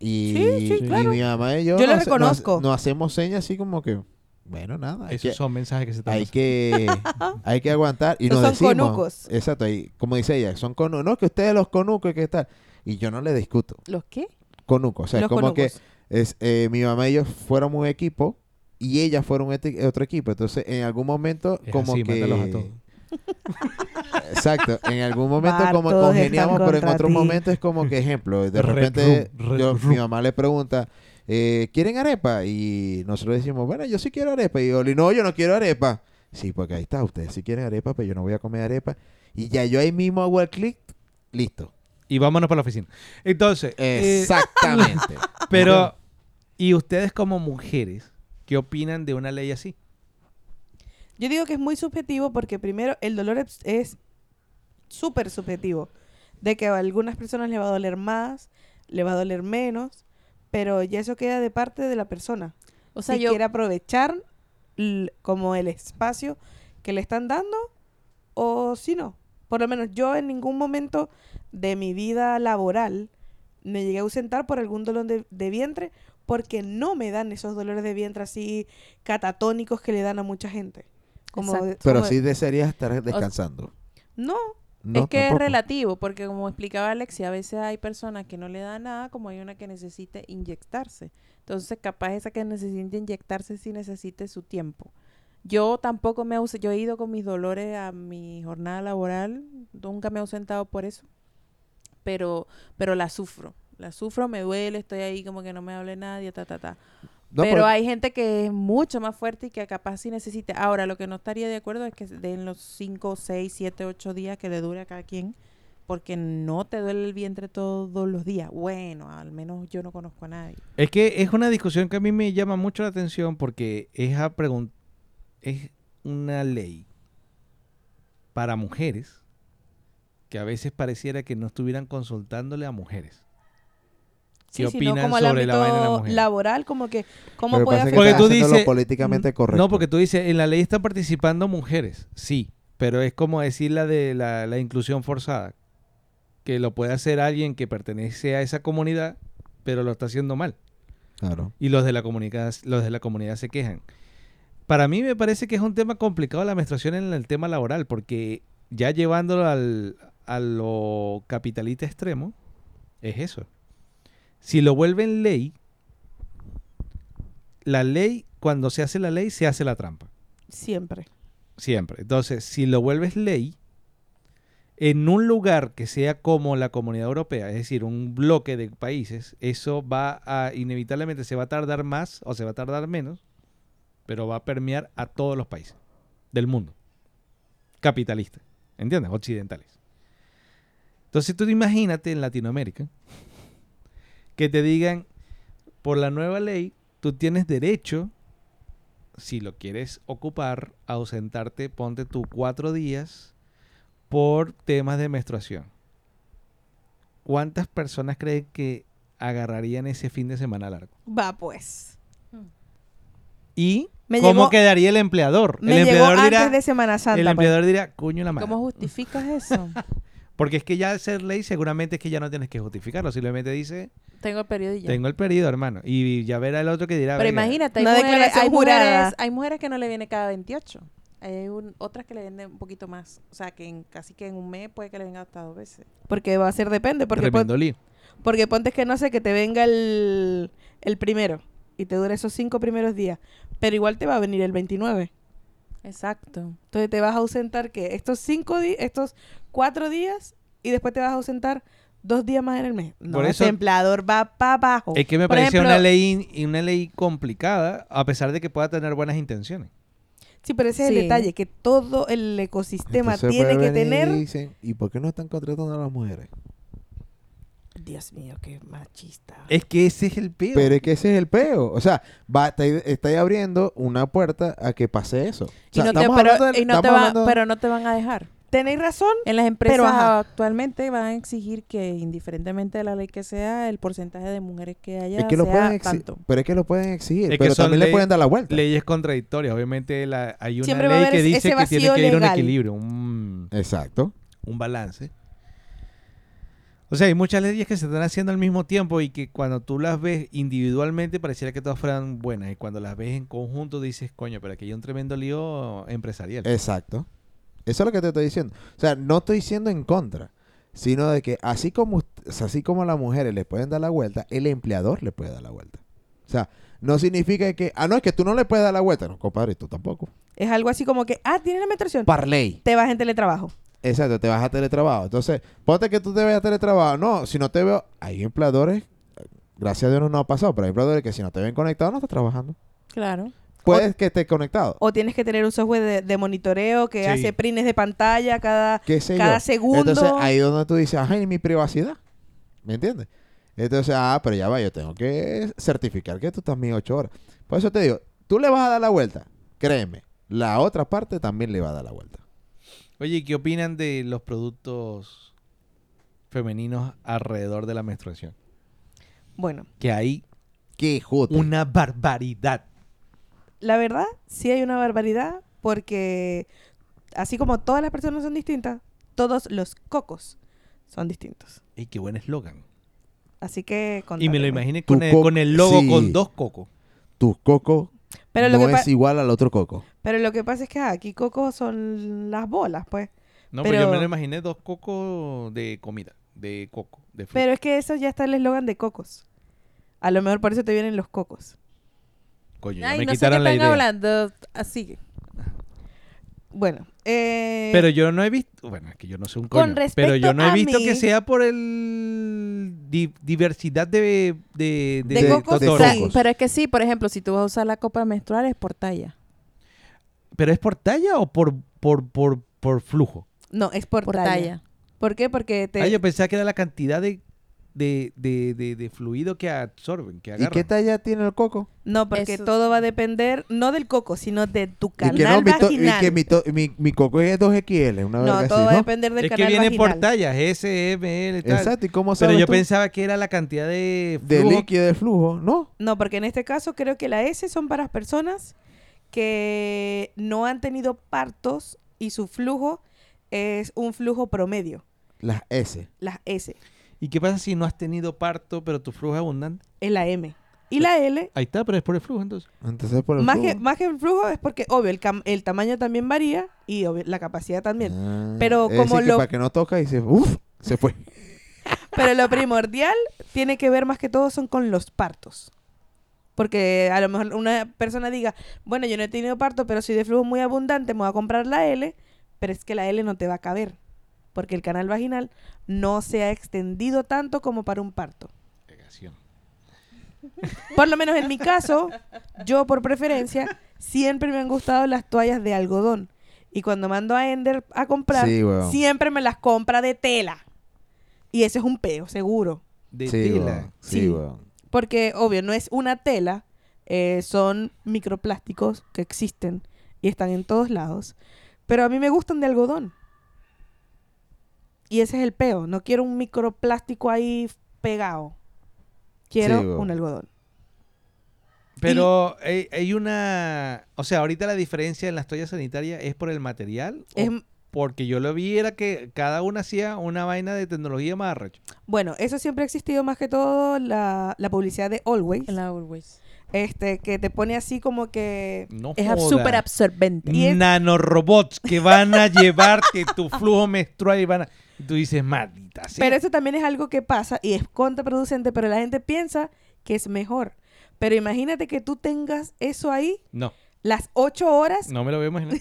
[SPEAKER 3] y-
[SPEAKER 1] Sí, sí,
[SPEAKER 3] y
[SPEAKER 1] claro.
[SPEAKER 3] mi mamá y yo,
[SPEAKER 1] Yo lo
[SPEAKER 3] nos- nos-
[SPEAKER 1] reconozco.
[SPEAKER 3] Nos, hacemos señas así como que Bueno, nada. hay
[SPEAKER 4] Esos
[SPEAKER 3] que-
[SPEAKER 4] son mensajes que se
[SPEAKER 3] hay
[SPEAKER 4] transmiten.
[SPEAKER 3] que hay que aguantar y nos
[SPEAKER 1] Son
[SPEAKER 3] decimos
[SPEAKER 1] conucos.
[SPEAKER 3] exacto y como dice ella son conucos no que ustedes los conucos y que tal y yo no le discuto
[SPEAKER 1] ¿Los qué?
[SPEAKER 3] conucos o sea
[SPEAKER 1] Los
[SPEAKER 3] como que
[SPEAKER 1] conucos.
[SPEAKER 3] es eh, mi mamá y yo fueron un equipo y ella fueron un eti- otro equipo entonces en algún momento
[SPEAKER 4] Es
[SPEAKER 3] como
[SPEAKER 4] así, mándalos a todos.
[SPEAKER 3] que exacto en algún momento
[SPEAKER 1] Bart,
[SPEAKER 3] como
[SPEAKER 1] todos
[SPEAKER 3] congeniamos
[SPEAKER 1] están
[SPEAKER 3] pero en
[SPEAKER 1] contra
[SPEAKER 3] otro
[SPEAKER 1] ti.
[SPEAKER 3] momento es como que ejemplo de
[SPEAKER 4] Red
[SPEAKER 3] repente
[SPEAKER 4] room, red
[SPEAKER 3] yo- mi
[SPEAKER 4] room.
[SPEAKER 3] mamá le pregunta eh, ¿quieren arepa? y nosotros decimos bueno yo sí quiero arepa y Oli no yo no quiero arepa Sí, porque ahí está, ustedes si quieren arepa, pero yo no voy a comer arepa. Y ya yo ahí mismo hago el clic, listo.
[SPEAKER 4] Y vámonos para la oficina. Entonces, eh, <laughs>
[SPEAKER 3] Exactamente.
[SPEAKER 4] pero, ¿y ustedes como mujeres qué opinan de una ley así?
[SPEAKER 1] Yo digo que es muy subjetivo porque primero el dolor es- es súper subjetivo. De que a algunas personas le va a doler más, le va a doler menos, pero ya eso queda de parte de la persona.
[SPEAKER 2] O sea,
[SPEAKER 1] si
[SPEAKER 2] yo,
[SPEAKER 1] quiere aprovechar l- como el espacio que le están dando o si no. Por lo menos yo en ningún momento de mi vida laboral me llegué a ausentar por algún dolor de, de vientre porque no me dan esos dolores de vientre así catatónicos que le dan a mucha gente. Como,
[SPEAKER 2] Exacto.
[SPEAKER 3] pero
[SPEAKER 1] como-
[SPEAKER 3] sí desearías estar descansando.
[SPEAKER 1] No,
[SPEAKER 3] No,
[SPEAKER 2] es que es
[SPEAKER 3] tampoco.
[SPEAKER 2] relativo, porque como explicaba Alexia, a veces hay personas que no le da nada, como hay una que necesite inyectarse. Entonces, capaz esa que necesite inyectarse sí necesite su tiempo. Yo tampoco me ausé, yo he ido con mis dolores a mi jornada laboral, nunca me he ausentado por eso, pero, pero la sufro. La sufro, me duele, estoy ahí como que no me hable nadie, ta, ta, ta.
[SPEAKER 3] No,
[SPEAKER 2] pero
[SPEAKER 3] pero-
[SPEAKER 2] hay gente que es mucho más fuerte y que capaz sí necesita. Ahora, lo que no estaría de acuerdo es que se den los 5, 6, 7, 8 días que le dure a cada quien, porque no te duele el vientre todos los días. Bueno, al menos yo no conozco a nadie.
[SPEAKER 4] Es que es una discusión que a mí me llama mucho la atención porque es, a pregun- es una ley para mujeres que a veces pareciera que no estuvieran consultándole a mujeres.
[SPEAKER 1] sí,
[SPEAKER 4] ¿Qué
[SPEAKER 1] sino
[SPEAKER 4] opinan
[SPEAKER 1] como al
[SPEAKER 4] sobre la
[SPEAKER 1] ámbito
[SPEAKER 4] vaina de la mujer?
[SPEAKER 1] laboral, como que cómo
[SPEAKER 3] Pero
[SPEAKER 1] puede
[SPEAKER 3] pasa que
[SPEAKER 1] afectar.
[SPEAKER 4] Porque
[SPEAKER 3] estás
[SPEAKER 4] tú
[SPEAKER 3] haciéndolo
[SPEAKER 4] dices-
[SPEAKER 3] políticamente correcto.
[SPEAKER 4] No, porque tú dices, en la ley están participando mujeres, sí, pero es como decir la de la, la inclusión forzada, que lo puede hacer alguien que pertenece a esa comunidad, pero lo está haciendo mal.
[SPEAKER 3] Claro.
[SPEAKER 4] y los de la comunidad, los de la comunidad se quejan. Para mí me parece que es un tema complicado la menstruación en el tema laboral, porque ya llevándolo al, a lo capitalista extremo, es eso. Si lo vuelven ley, la ley, cuando se hace la ley, se hace la trampa.
[SPEAKER 1] Siempre.
[SPEAKER 4] Siempre. Entonces, si lo vuelves ley, en un lugar que sea como la Comunidad Europea, es decir, un bloque de países, eso va a, inevitablemente se va a tardar más o se va a tardar menos, pero va a permear a todos los países del mundo. Capitalistas, ¿entiendes? Occidentales. Entonces tú imagínate en Latinoamérica que te digan, por la nueva ley, tú tienes derecho si lo quieres ocupar, ausentarte, ponte tú cuatro días por temas de menstruación. ¿Cuántas personas creen que agarrarían ese fin de semana largo?
[SPEAKER 1] Va pues.
[SPEAKER 4] ¿Y
[SPEAKER 1] Me
[SPEAKER 4] cómo
[SPEAKER 1] llegó-
[SPEAKER 4] quedaría el empleador?
[SPEAKER 1] Me
[SPEAKER 4] el
[SPEAKER 1] llegó
[SPEAKER 4] empleador
[SPEAKER 1] antes
[SPEAKER 4] dirá,
[SPEAKER 1] de Semana Santa.
[SPEAKER 4] el
[SPEAKER 1] pues.
[SPEAKER 4] empleador dirá, coño la madre.
[SPEAKER 2] ¿Cómo justificas
[SPEAKER 3] <laughs>
[SPEAKER 2] eso?
[SPEAKER 4] Porque es que ya al ser ley seguramente es que ya no tienes que justificarlo, simplemente dice,
[SPEAKER 2] Tengo el periodo y ya.
[SPEAKER 4] tengo el periodo, hermano. Y ya verá el otro que dirá,
[SPEAKER 2] Pero
[SPEAKER 4] "Verga".
[SPEAKER 2] imagínate, hay
[SPEAKER 1] Una
[SPEAKER 2] mujeres,
[SPEAKER 1] declaración
[SPEAKER 2] hay,
[SPEAKER 1] jurada.
[SPEAKER 2] mujeres, hay mujeres que no le viene cada 28. Hay un- otras que le vienen un poquito más. O sea, que en- casi que en un mes puede que le venga hasta dos veces.
[SPEAKER 1] Porque va a ser depende. Porque, pon-
[SPEAKER 4] Tremendo lío.
[SPEAKER 1] porque ponte que no sé, que te venga el, el primero y te dure esos cinco primeros días. Pero igual te va a venir el 29.
[SPEAKER 2] Exacto.
[SPEAKER 1] Entonces te vas a ausentar que estos cinco di- estos cuatro días y después te vas a ausentar dos días más en el mes. No,
[SPEAKER 4] Por eso-
[SPEAKER 1] ese empleador va para abajo.
[SPEAKER 4] Es que me
[SPEAKER 2] Por
[SPEAKER 4] parece
[SPEAKER 2] ejemplo-
[SPEAKER 4] una ley in- una ley complicada, a pesar de que pueda tener buenas intenciones.
[SPEAKER 1] Sí, pero ese es
[SPEAKER 2] Sí.
[SPEAKER 1] el detalle, que todo el ecosistema
[SPEAKER 3] Entonces
[SPEAKER 1] tiene que
[SPEAKER 3] pueden venir
[SPEAKER 1] tener...
[SPEAKER 3] Y, dicen, ¿Y por qué no están contratando a las mujeres?
[SPEAKER 1] Dios mío, qué machista.
[SPEAKER 4] Es que ese es el peor.
[SPEAKER 3] Pero es que ese es el peo. O sea, va, estáis estáis abriendo una puerta a que pase eso. O sea,
[SPEAKER 2] y no te,
[SPEAKER 3] estamos
[SPEAKER 2] pero,
[SPEAKER 3] hablando de-
[SPEAKER 2] y no te
[SPEAKER 3] estamos
[SPEAKER 2] va-
[SPEAKER 3] hablando-
[SPEAKER 2] pero no te van a dejar.
[SPEAKER 1] Tenéis razón,
[SPEAKER 2] En las empresas
[SPEAKER 1] ajá.
[SPEAKER 2] actualmente van a exigir que, indiferentemente de la ley que sea, el porcentaje de mujeres que haya
[SPEAKER 3] es que lo
[SPEAKER 2] sea
[SPEAKER 3] pueden exi-
[SPEAKER 2] tanto.
[SPEAKER 3] pero es que lo pueden exigir,
[SPEAKER 4] Es que
[SPEAKER 3] pero
[SPEAKER 4] son
[SPEAKER 3] también le
[SPEAKER 4] ley-
[SPEAKER 3] pueden dar la vuelta.
[SPEAKER 4] Leyes contradictorias. Obviamente la- hay una
[SPEAKER 1] Siempre va a
[SPEAKER 4] ley
[SPEAKER 1] haber
[SPEAKER 4] que
[SPEAKER 1] es-
[SPEAKER 4] dice
[SPEAKER 1] ese
[SPEAKER 4] que tiene
[SPEAKER 1] vacío
[SPEAKER 4] que ir un
[SPEAKER 1] legal.
[SPEAKER 4] equilibrio, un,
[SPEAKER 3] Exacto.
[SPEAKER 4] un balance. O sea, hay muchas leyes que se están haciendo al mismo tiempo y que cuando tú las ves individualmente pareciera que todas fueran buenas y cuando las ves en conjunto dices, coño, pero aquí hay un tremendo lío empresarial.
[SPEAKER 3] Exacto. Eso es lo que te estoy diciendo. O sea, no estoy diciendo en contra, sino de que así como, ust- o sea, así como las mujeres le pueden dar la vuelta, el empleador le puede dar la vuelta. O sea, no significa que, ah, no, es que tú no le puedes dar la vuelta. No, compadre, tú tampoco.
[SPEAKER 1] Es algo así como que, ah, tienes la menstruación.
[SPEAKER 3] Parley.
[SPEAKER 1] te vas en teletrabajo.
[SPEAKER 3] Exacto, te vas a teletrabajo. Entonces, ponte que tú te vayas a teletrabajo. No, si no te veo, hay empleadores, eh, gracias a Dios no nos ha pasado, pero hay empleadores que si no te ven conectado no estás trabajando.
[SPEAKER 2] Claro.
[SPEAKER 3] Puedes que estés conectado.
[SPEAKER 1] O tienes que tener un software de, de monitoreo que
[SPEAKER 4] Sí.
[SPEAKER 1] hace prines de pantalla cada...
[SPEAKER 3] qué sé
[SPEAKER 1] cada
[SPEAKER 3] yo.
[SPEAKER 1] segundo.
[SPEAKER 3] Entonces ahí es donde tú dices, ajá, y mi privacidad. ¿Me entiendes? Entonces, ah, pero ya va, yo tengo que certificar que tú estás mis ocho horas. Por eso te digo, tú le vas a dar la vuelta. Créeme, la otra parte también le va a dar la vuelta.
[SPEAKER 4] Oye, ¿y ¿qué opinan de los productos femeninos alrededor de la menstruación?
[SPEAKER 1] Bueno,
[SPEAKER 4] Que hay
[SPEAKER 3] Qué jote.
[SPEAKER 4] una barbaridad.
[SPEAKER 1] la verdad, sí hay una barbaridad porque así como todas las personas son distintas, todos los cocos son distintos.
[SPEAKER 4] Y qué buen eslogan.
[SPEAKER 1] Así que...
[SPEAKER 4] Y me lo
[SPEAKER 1] contátenme.
[SPEAKER 4] imaginé
[SPEAKER 3] Tu
[SPEAKER 4] con el,
[SPEAKER 3] co-
[SPEAKER 4] con el logo
[SPEAKER 3] sí.
[SPEAKER 4] con dos cocos.
[SPEAKER 3] Tu coco
[SPEAKER 1] Pero lo,
[SPEAKER 3] no
[SPEAKER 1] que pa-
[SPEAKER 3] es igual al otro coco.
[SPEAKER 1] pero lo que pasa es que ah, aquí cocos son las bolas, pues.
[SPEAKER 4] No,
[SPEAKER 1] Pero-
[SPEAKER 4] pero, yo me lo imaginé dos cocos de comida, de coco, de fruta.
[SPEAKER 1] Pero es que eso ya está el eslogan de cocos. A lo mejor por eso te vienen los cocos.
[SPEAKER 4] Coño, ya
[SPEAKER 2] Ay,
[SPEAKER 4] me
[SPEAKER 2] no sé qué
[SPEAKER 4] quitaron la
[SPEAKER 2] están
[SPEAKER 4] idea.
[SPEAKER 2] hablando. Así.
[SPEAKER 1] Bueno, eh,
[SPEAKER 4] Pero yo no he visto, bueno, es que yo no sé un
[SPEAKER 1] Con
[SPEAKER 4] coño, pero
[SPEAKER 1] respecto
[SPEAKER 4] yo no
[SPEAKER 1] a
[SPEAKER 4] he visto
[SPEAKER 1] mí-
[SPEAKER 4] que sea por el di- diversidad de de
[SPEAKER 1] De cocos,
[SPEAKER 3] de
[SPEAKER 4] totoros.
[SPEAKER 3] sí.
[SPEAKER 2] Pero es que sí, por ejemplo, si tú vas a usar la copa menstrual es por talla.
[SPEAKER 4] Pero es por talla o por por por por flujo.
[SPEAKER 1] no, es por,
[SPEAKER 2] Por
[SPEAKER 1] talla.
[SPEAKER 2] talla.
[SPEAKER 1] ¿Por qué? Porque te...
[SPEAKER 4] Ah, yo pensaba que era la cantidad de de, de, de- de fluido que absorben, que
[SPEAKER 3] ¿Y
[SPEAKER 4] agarran.
[SPEAKER 3] qué talla tiene el coco?
[SPEAKER 1] No, porque
[SPEAKER 2] Eso-
[SPEAKER 1] todo va a depender, no del coco, sino de tu
[SPEAKER 3] Y
[SPEAKER 1] canal
[SPEAKER 3] que no, mi, to- y
[SPEAKER 1] vaginal.
[SPEAKER 3] que mi, to- mi- mi coco es 2XL, una
[SPEAKER 1] no,
[SPEAKER 3] verga
[SPEAKER 1] todo va a
[SPEAKER 3] así, ¿no?
[SPEAKER 1] depender del
[SPEAKER 4] es que
[SPEAKER 1] canal
[SPEAKER 4] viene
[SPEAKER 1] vaginal.
[SPEAKER 4] por tallas, S, M, L, tal.
[SPEAKER 3] Exacto, ¿y cómo
[SPEAKER 4] Pero
[SPEAKER 3] sabes
[SPEAKER 4] yo
[SPEAKER 3] tú?
[SPEAKER 4] pensaba que era la cantidad de
[SPEAKER 3] De
[SPEAKER 4] flujo
[SPEAKER 3] líquido, de flujo, ¿no?
[SPEAKER 1] No, porque en este caso creo que la S son para personas que no han tenido partos y su flujo es un flujo promedio,
[SPEAKER 3] Las S.
[SPEAKER 1] las S,
[SPEAKER 4] ¿Y qué pasa si no has tenido parto, pero tu flujo es abundante?
[SPEAKER 1] es la M. Y la L,
[SPEAKER 4] Ahí está, pero es por el flujo entonces.
[SPEAKER 3] Entonces por el
[SPEAKER 1] más que,
[SPEAKER 3] flujo.
[SPEAKER 1] más que el flujo, es porque, obvio, el, cam- el tamaño también varía y obvio, la capacidad también.
[SPEAKER 3] Ah,
[SPEAKER 1] Pero
[SPEAKER 3] es
[SPEAKER 1] como
[SPEAKER 3] decir, que
[SPEAKER 1] lo-
[SPEAKER 3] para que no toca y se, uf, se fue.
[SPEAKER 1] Pero lo primordial tiene que ver más que todo son con los partos. Porque a lo mejor una persona diga, bueno, yo no he tenido parto, pero soy de flujo muy abundante, me voy a comprar la L, pero es que la L no te va a caber, porque el canal vaginal no se ha extendido tanto como para un parto. Por lo menos en mi caso, yo por preferencia, siempre me han gustado las toallas de algodón. Y cuando mando a Ender a comprar,
[SPEAKER 3] Sí, weón.
[SPEAKER 1] siempre me las compra de tela. Y eso es un peo, seguro.
[SPEAKER 4] De
[SPEAKER 3] sí,
[SPEAKER 4] tela.
[SPEAKER 3] weón,
[SPEAKER 1] Sí.
[SPEAKER 3] sí, weón.
[SPEAKER 1] Porque, obvio, no es una tela, eh, son microplásticos que existen y están en todos lados. Pero a mí me gustan de algodón. Y ese es el peo. No quiero un microplástico ahí pegado. Quiero
[SPEAKER 3] Sí, bo. Oh.
[SPEAKER 1] un algodón.
[SPEAKER 4] Pero hay, hay una... O sea, ahorita la diferencia en las toallas sanitarias es por el material. o
[SPEAKER 1] Es,
[SPEAKER 4] porque yo lo vi era que cada una hacía una vaina de tecnología más arrecho.
[SPEAKER 1] bueno, eso siempre ha existido más que todo la, la publicidad de Always.
[SPEAKER 2] En la Always.
[SPEAKER 1] Este, que te pone así como que.
[SPEAKER 4] No
[SPEAKER 2] Es
[SPEAKER 4] joda.
[SPEAKER 2] súper absorbente.
[SPEAKER 1] Y es-
[SPEAKER 4] Nanorobots que van a llevarte tu flujo menstrual y van a... y tú dices, maldita sea".
[SPEAKER 1] Pero eso también es algo que pasa y es contraproducente, pero la gente piensa que es mejor. Pero imagínate que tú tengas eso ahí
[SPEAKER 4] No,
[SPEAKER 1] las ocho horas
[SPEAKER 4] no me lo voy a imaginar.
[SPEAKER 1] <laughs>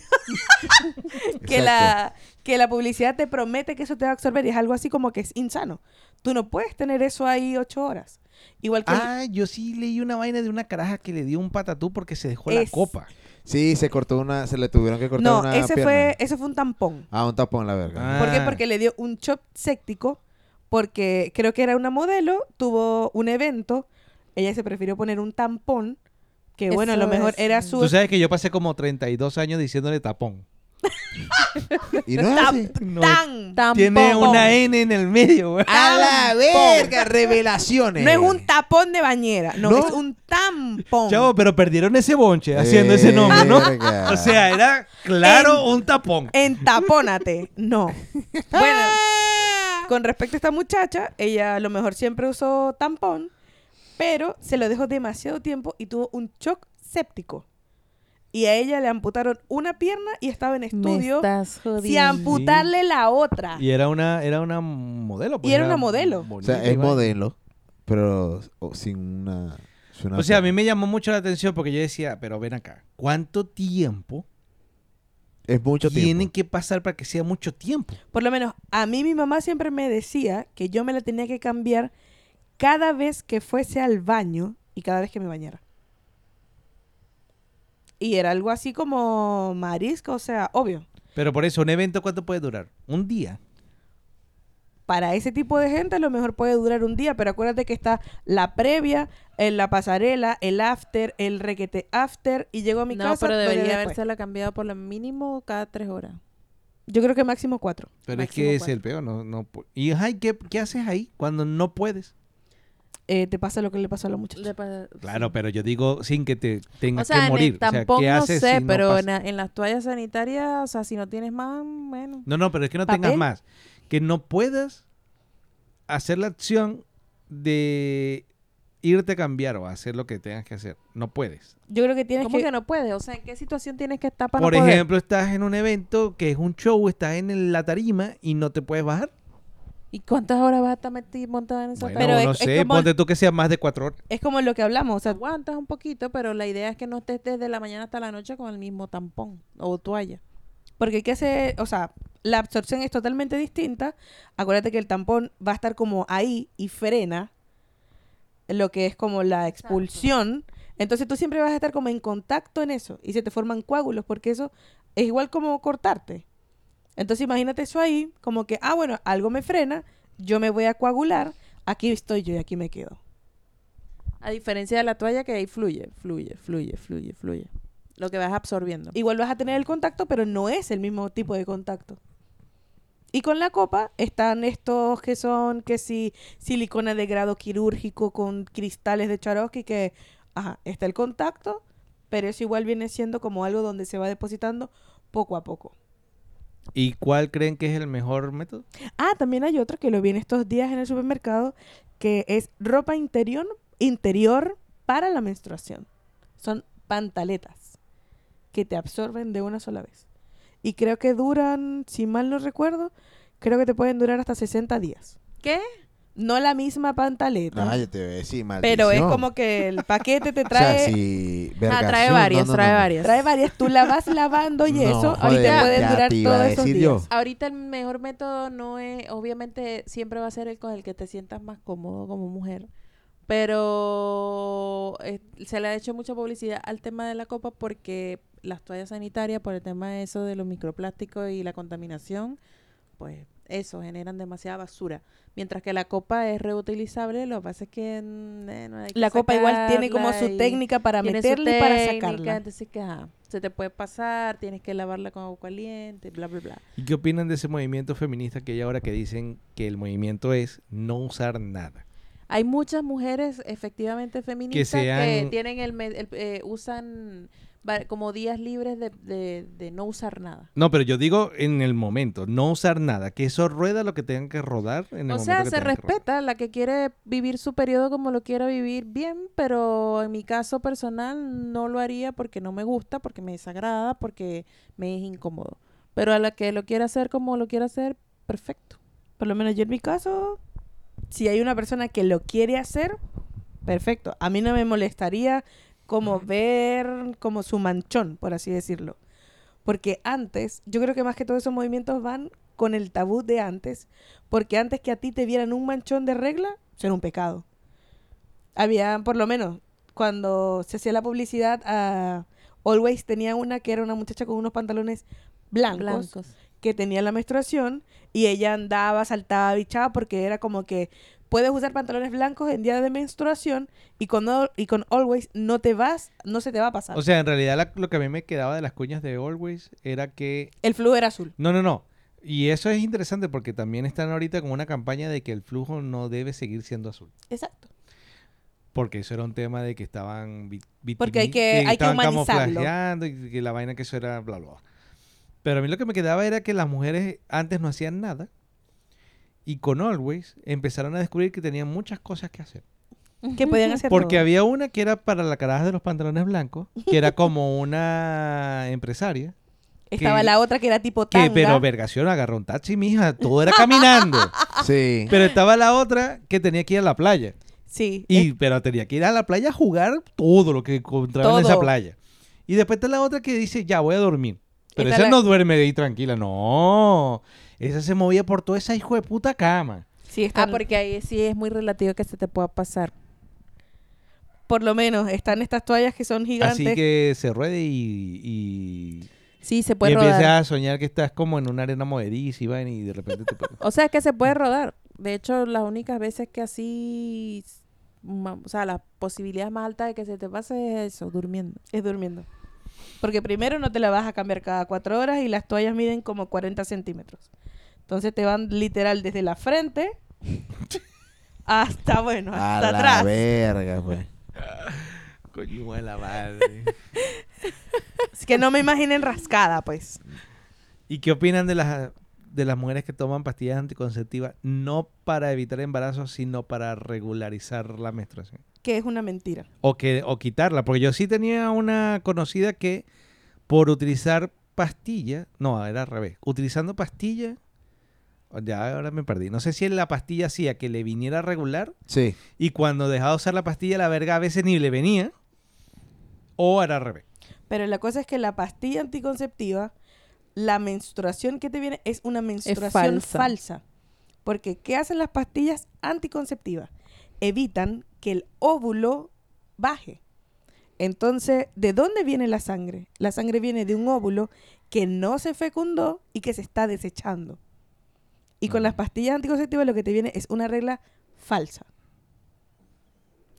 [SPEAKER 4] Mm,
[SPEAKER 1] que la, que la publicidad te promete que eso te va a absorber y es algo así como que es insano. Tú no puedes tener eso ahí ocho horas. Igual que... el-
[SPEAKER 4] Ah, yo sí leí una vaina de una caraja que le dio un patatú porque se dejó
[SPEAKER 1] Es-
[SPEAKER 4] la copa.
[SPEAKER 3] Sí, se cortó una, se le tuvieron que cortar
[SPEAKER 1] no,
[SPEAKER 3] una
[SPEAKER 1] ese
[SPEAKER 3] pierna.
[SPEAKER 1] fue, eso fue un tampón.
[SPEAKER 3] Ah, un tapón, la verga.
[SPEAKER 1] ¿Por qué?
[SPEAKER 4] Ah.
[SPEAKER 1] Porque le dio un shock séptico, porque creo que era una modelo, tuvo un evento, ella se prefirió poner un tampón, que bueno, a
[SPEAKER 2] Eso
[SPEAKER 1] lo mejor
[SPEAKER 2] es-
[SPEAKER 1] era su...
[SPEAKER 4] Tú sabes que yo pasé como 32 años diciéndole tapón.
[SPEAKER 1] <laughs>
[SPEAKER 3] Y no es así.
[SPEAKER 4] No,
[SPEAKER 1] tan,
[SPEAKER 2] Tampón.
[SPEAKER 4] tiene una N en el medio, güey.
[SPEAKER 3] ¡A la verga! ¡Revelaciones!
[SPEAKER 1] No es un tapón de bañera, no,
[SPEAKER 3] No.
[SPEAKER 1] es un tampón.
[SPEAKER 4] Chavo, pero perdieron ese bonche haciendo ese nombre, ¿no?
[SPEAKER 3] Verga.
[SPEAKER 4] <laughs> O sea, era claro un tapón.
[SPEAKER 1] Entapónate. No. Bueno, con respecto a esta muchacha, ella a lo mejor siempre usó tampón, pero se lo dejó demasiado tiempo y tuvo un shock séptico. Y a ella le amputaron una pierna y estaba en estudio
[SPEAKER 2] estás
[SPEAKER 1] si amputarle la otra.
[SPEAKER 4] Y era una, era una modelo. pues,
[SPEAKER 1] Y era una modelo.
[SPEAKER 3] O
[SPEAKER 4] bonita
[SPEAKER 3] sea,
[SPEAKER 4] y
[SPEAKER 3] es
[SPEAKER 4] vaina.
[SPEAKER 3] modelo, pero o- sin una... sin una
[SPEAKER 4] O sea, a mí me llamó mucho la atención porque yo decía, pero ven acá, ¿cuánto tiempo
[SPEAKER 3] Es mucho
[SPEAKER 4] tienen
[SPEAKER 3] tiempo.
[SPEAKER 4] que pasar para que sea mucho tiempo?
[SPEAKER 1] Por lo menos a mí mi mamá siempre me decía que yo me la tenía que cambiar cada vez que fuese al baño y cada vez que me bañara. Y era algo así como marisco, o sea, obvio.
[SPEAKER 4] Pero por eso, ¿un evento cuánto puede durar? Un día.
[SPEAKER 1] Para ese tipo de gente a lo mejor puede durar un día, pero acuérdate que está la previa, eh, la pasarela, el after, el requete after y llego a mi
[SPEAKER 2] No,
[SPEAKER 1] casa.
[SPEAKER 2] pero
[SPEAKER 1] dos días
[SPEAKER 2] debería
[SPEAKER 1] después.
[SPEAKER 2] habérsela cambiado por lo mínimo cada tres horas.
[SPEAKER 1] Yo creo que máximo cuatro.
[SPEAKER 4] Pero es
[SPEAKER 2] Máximo
[SPEAKER 4] que ese es
[SPEAKER 2] cuatro.
[SPEAKER 4] el peor. No, no pu- y ay, ¿qué, qué haces ahí cuando no puedes?
[SPEAKER 1] Eh, te pasa lo que le pasó a la muchacha.
[SPEAKER 4] Claro, pero yo digo sin que te
[SPEAKER 2] O
[SPEAKER 4] tengas
[SPEAKER 2] sea,
[SPEAKER 4] que morir.
[SPEAKER 2] en el tampón
[SPEAKER 4] o sea, ¿qué
[SPEAKER 2] no
[SPEAKER 4] haces
[SPEAKER 2] sé,
[SPEAKER 4] si no
[SPEAKER 2] pero
[SPEAKER 4] pasa?
[SPEAKER 2] en, la- en las toallas sanitarias, o sea, si no tienes más, bueno.
[SPEAKER 4] No, no, pero es que no tengas
[SPEAKER 1] Papel.
[SPEAKER 4] más. Que no puedas hacer la acción de irte a cambiar o hacer lo que tengas que hacer. No puedes.
[SPEAKER 1] Yo creo que tienes
[SPEAKER 2] ¿Cómo
[SPEAKER 1] que...
[SPEAKER 2] que... no puedes? O sea, ¿en qué situación tienes que estar para
[SPEAKER 4] Por
[SPEAKER 2] no poder?
[SPEAKER 4] ejemplo, estás en un evento que es un show, estás en el- la tarima y no te puedes bajar.
[SPEAKER 2] ¿Y cuántas horas vas a estar metida y montada en esa
[SPEAKER 4] Bueno,
[SPEAKER 1] Pero
[SPEAKER 2] toalla?
[SPEAKER 1] es-
[SPEAKER 4] no
[SPEAKER 1] es
[SPEAKER 4] sé,
[SPEAKER 1] como-
[SPEAKER 4] ponte tú que sea más de cuatro horas.
[SPEAKER 1] Es como lo que hablamos, o sea,
[SPEAKER 2] Aguantas un poquito, pero la idea es que no estés desde la mañana hasta la noche con el mismo tampón o toalla.
[SPEAKER 1] Porque hay que hacer, o sea, la absorción es totalmente distinta. Acuérdate que el tampón va a estar como ahí y frena lo que es como la expulsión. Entonces tú siempre vas a estar como en contacto en eso y se te forman coágulos porque eso es igual como cortarte. Entonces imagínate eso ahí, como que, ah, bueno, algo me frena, yo me voy a coagular, aquí estoy yo y aquí me quedo.
[SPEAKER 2] A diferencia de la toalla que ahí fluye, fluye, fluye, fluye, fluye. Lo que vas absorbiendo.
[SPEAKER 1] Igual vas a tener el contacto, pero no es el mismo tipo de contacto. Y con la copa están estos que son, que si silicona de grado quirúrgico con cristales de Swarovski, que, ajá, está el contacto, pero eso igual viene siendo como algo donde se va depositando poco a poco.
[SPEAKER 4] ¿Y cuál creen que es el mejor método?
[SPEAKER 1] Ah, también hay otro que lo vi en estos días en el supermercado, que es ropa interior, interior para la menstruación. Son pantaletas que te absorben de una sola vez. Y creo que duran, si mal no recuerdo, creo que te pueden durar hasta 60 días.
[SPEAKER 2] ¿Qué?
[SPEAKER 1] No la misma pantaleta,
[SPEAKER 3] Ah, yo te voy a decir,
[SPEAKER 1] pero es
[SPEAKER 3] maldición.
[SPEAKER 1] como que el paquete te
[SPEAKER 3] <laughs> O sea,
[SPEAKER 1] trae,
[SPEAKER 3] si-
[SPEAKER 2] Ah,
[SPEAKER 3] vergación,
[SPEAKER 2] trae
[SPEAKER 3] no,
[SPEAKER 2] varias,
[SPEAKER 3] no, no,
[SPEAKER 2] trae
[SPEAKER 3] no.
[SPEAKER 2] varias.
[SPEAKER 1] trae varias, tú la vas lavando y
[SPEAKER 3] No,
[SPEAKER 1] eso,
[SPEAKER 3] joder,
[SPEAKER 1] ahorita pueden
[SPEAKER 3] ya
[SPEAKER 1] durar
[SPEAKER 3] te iba a
[SPEAKER 1] todos esos
[SPEAKER 3] decir
[SPEAKER 1] días. <laughs>
[SPEAKER 3] yo.
[SPEAKER 2] Ahorita el mejor método no es, obviamente siempre va a ser el con el que te sientas más cómodo como mujer, pero eh, se le ha hecho mucha publicidad al tema de la copa porque las toallas sanitarias, por el tema de eso de los microplásticos y la contaminación, pues eso, generan demasiada basura. Mientras que la copa es reutilizable, lo que pasa es que... mm, eh, no hay que
[SPEAKER 1] La copa igual tiene como
[SPEAKER 2] sacarla
[SPEAKER 1] su
[SPEAKER 2] y-
[SPEAKER 1] técnica para
[SPEAKER 2] tiene su
[SPEAKER 1] meterla y para
[SPEAKER 2] técnica,
[SPEAKER 1] sacarla.
[SPEAKER 2] Entonces, que, ajá, se te puede pasar, tienes que lavarla con agua caliente, bla, bla, bla.
[SPEAKER 4] ¿Y qué opinan de ese movimiento feminista que hay ahora que dicen que el movimiento es no usar nada?
[SPEAKER 2] Hay muchas mujeres efectivamente feministas que,
[SPEAKER 4] sean-
[SPEAKER 2] tienen el, me- el- eh, usan va- como días libres de, de- de no usar nada.
[SPEAKER 4] No, pero yo digo en el momento, no usar nada, que eso rueda lo que tengan que rodar en el
[SPEAKER 2] O
[SPEAKER 4] momento
[SPEAKER 2] sea,
[SPEAKER 4] que
[SPEAKER 2] se
[SPEAKER 4] tengan que rodar.
[SPEAKER 2] respeta la que quiere vivir su periodo como lo quiera vivir bien, pero en mi caso personal no lo haría porque no me gusta, porque me desagrada, porque me es incómodo. Pero a la que lo quiera hacer como lo quiera hacer, perfecto.
[SPEAKER 1] Por lo menos yo en mi caso, si hay una persona que lo quiere hacer, perfecto. A mí no me molestaría como ver como su manchón, por así decirlo. Porque antes, yo creo que más que todos esos movimientos van con el tabú de antes, porque antes que a ti te vieran un manchón de regla, eso era un pecado. Había, por lo menos, cuando se hacía la publicidad, a Always tenía una que era una muchacha con unos pantalones blancos
[SPEAKER 2] Blancos.
[SPEAKER 1] que tenía la menstruación y ella andaba, saltaba, bichaba porque era como que puedes usar pantalones blancos en día de menstruación y con, Al- y con Always no te vas, no se te va a pasar.
[SPEAKER 4] O sea, en realidad la- lo que a mí me quedaba de las cuñas de Always era que...
[SPEAKER 1] el flujo era azul.
[SPEAKER 4] No, no, no. Y eso es interesante porque también están ahorita con una campaña de que el flujo no debe seguir siendo azul.
[SPEAKER 1] Exacto.
[SPEAKER 4] Porque eso era un tema de que estaban vi- vitimi-
[SPEAKER 1] Porque hay que- hay que
[SPEAKER 4] estaban
[SPEAKER 1] humanizarlo.
[SPEAKER 4] camuflajeando y que la vaina que eso era bla bla. bla. Pero a mí lo que me quedaba era que las mujeres antes no hacían nada y con Always empezaron a descubrir que tenían muchas cosas que hacer.
[SPEAKER 1] Que podían hacer
[SPEAKER 4] Porque
[SPEAKER 1] todo.
[SPEAKER 4] había una que era para la caraja de los pantalones blancos, que
[SPEAKER 1] <laughs>
[SPEAKER 4] era como una empresaria.
[SPEAKER 1] Estaba
[SPEAKER 4] que-
[SPEAKER 1] la otra que era tipo
[SPEAKER 4] Que,
[SPEAKER 1] tanga.
[SPEAKER 4] pero vergación, agarró un taxi, mija, todo era caminando.
[SPEAKER 1] <laughs>
[SPEAKER 3] Sí.
[SPEAKER 4] Pero estaba la otra que tenía que ir a la playa.
[SPEAKER 1] sí.
[SPEAKER 4] Y, pero tenía que ir a la playa a jugar todo lo que encontraba en esa
[SPEAKER 1] Todo.
[SPEAKER 4] playa. Y después está la otra que dice, ya voy a dormir. Pero
[SPEAKER 1] Está
[SPEAKER 4] esa
[SPEAKER 1] la-
[SPEAKER 4] no duerme de ahí tranquila, no. Esa se movía por toda esa hijo de puta cama.
[SPEAKER 1] sí,
[SPEAKER 2] Ah,
[SPEAKER 1] están-
[SPEAKER 2] porque ahí sí es muy relativo que se te pueda pasar.
[SPEAKER 1] por lo menos están estas toallas que son gigantes.
[SPEAKER 4] Así que se ruede y, y,
[SPEAKER 2] Sí, se
[SPEAKER 4] y
[SPEAKER 2] puede
[SPEAKER 4] empiezas
[SPEAKER 2] rodar.
[SPEAKER 4] a soñar que estás como en una arena movediza y vaina, y de repente te... pe-
[SPEAKER 2] O sea, es que se puede rodar. De hecho, las únicas veces que así... ma- O sea, las posibilidades más altas de que se te pase es eso, durmiendo.
[SPEAKER 1] Es durmiendo. Porque primero no te la vas a cambiar cada cuatro horas y las toallas miden como 40 centímetros. Entonces te van literal desde la
[SPEAKER 4] <laughs>
[SPEAKER 1] frente hasta, bueno,
[SPEAKER 3] A
[SPEAKER 1] hasta
[SPEAKER 3] la
[SPEAKER 1] atrás.
[SPEAKER 3] verga, pues.
[SPEAKER 4] <laughs> Coño de la madre.
[SPEAKER 1] Así que no me imaginen rascada, pues.
[SPEAKER 4] ¿Y qué opinan de las de las mujeres que toman pastillas anticonceptivas no para evitar embarazos, sino para regularizar la menstruación?
[SPEAKER 1] Que es una mentira.
[SPEAKER 4] O que o quitarla, porque yo sí tenía una conocida que por utilizar pastilla, no, era al revés, utilizando pastilla ya ahora me perdí. No sé si la pastilla hacía que le viniera regular
[SPEAKER 3] Sí.
[SPEAKER 4] y cuando dejaba de usar la pastilla la verga a veces ni le venía o era al revés.
[SPEAKER 1] Pero la cosa es que la pastilla anticonceptiva, la menstruación que te viene es una menstruación
[SPEAKER 2] falsa.
[SPEAKER 1] falsa. Porque ¿qué hacen las pastillas anticonceptivas? Evitan que el óvulo baje. Entonces, ¿de dónde viene la sangre? La sangre viene de un óvulo que no se fecundó y que se está desechando. Y
[SPEAKER 4] Mm.
[SPEAKER 1] con las pastillas anticonceptivas lo que te viene es una regla falsa.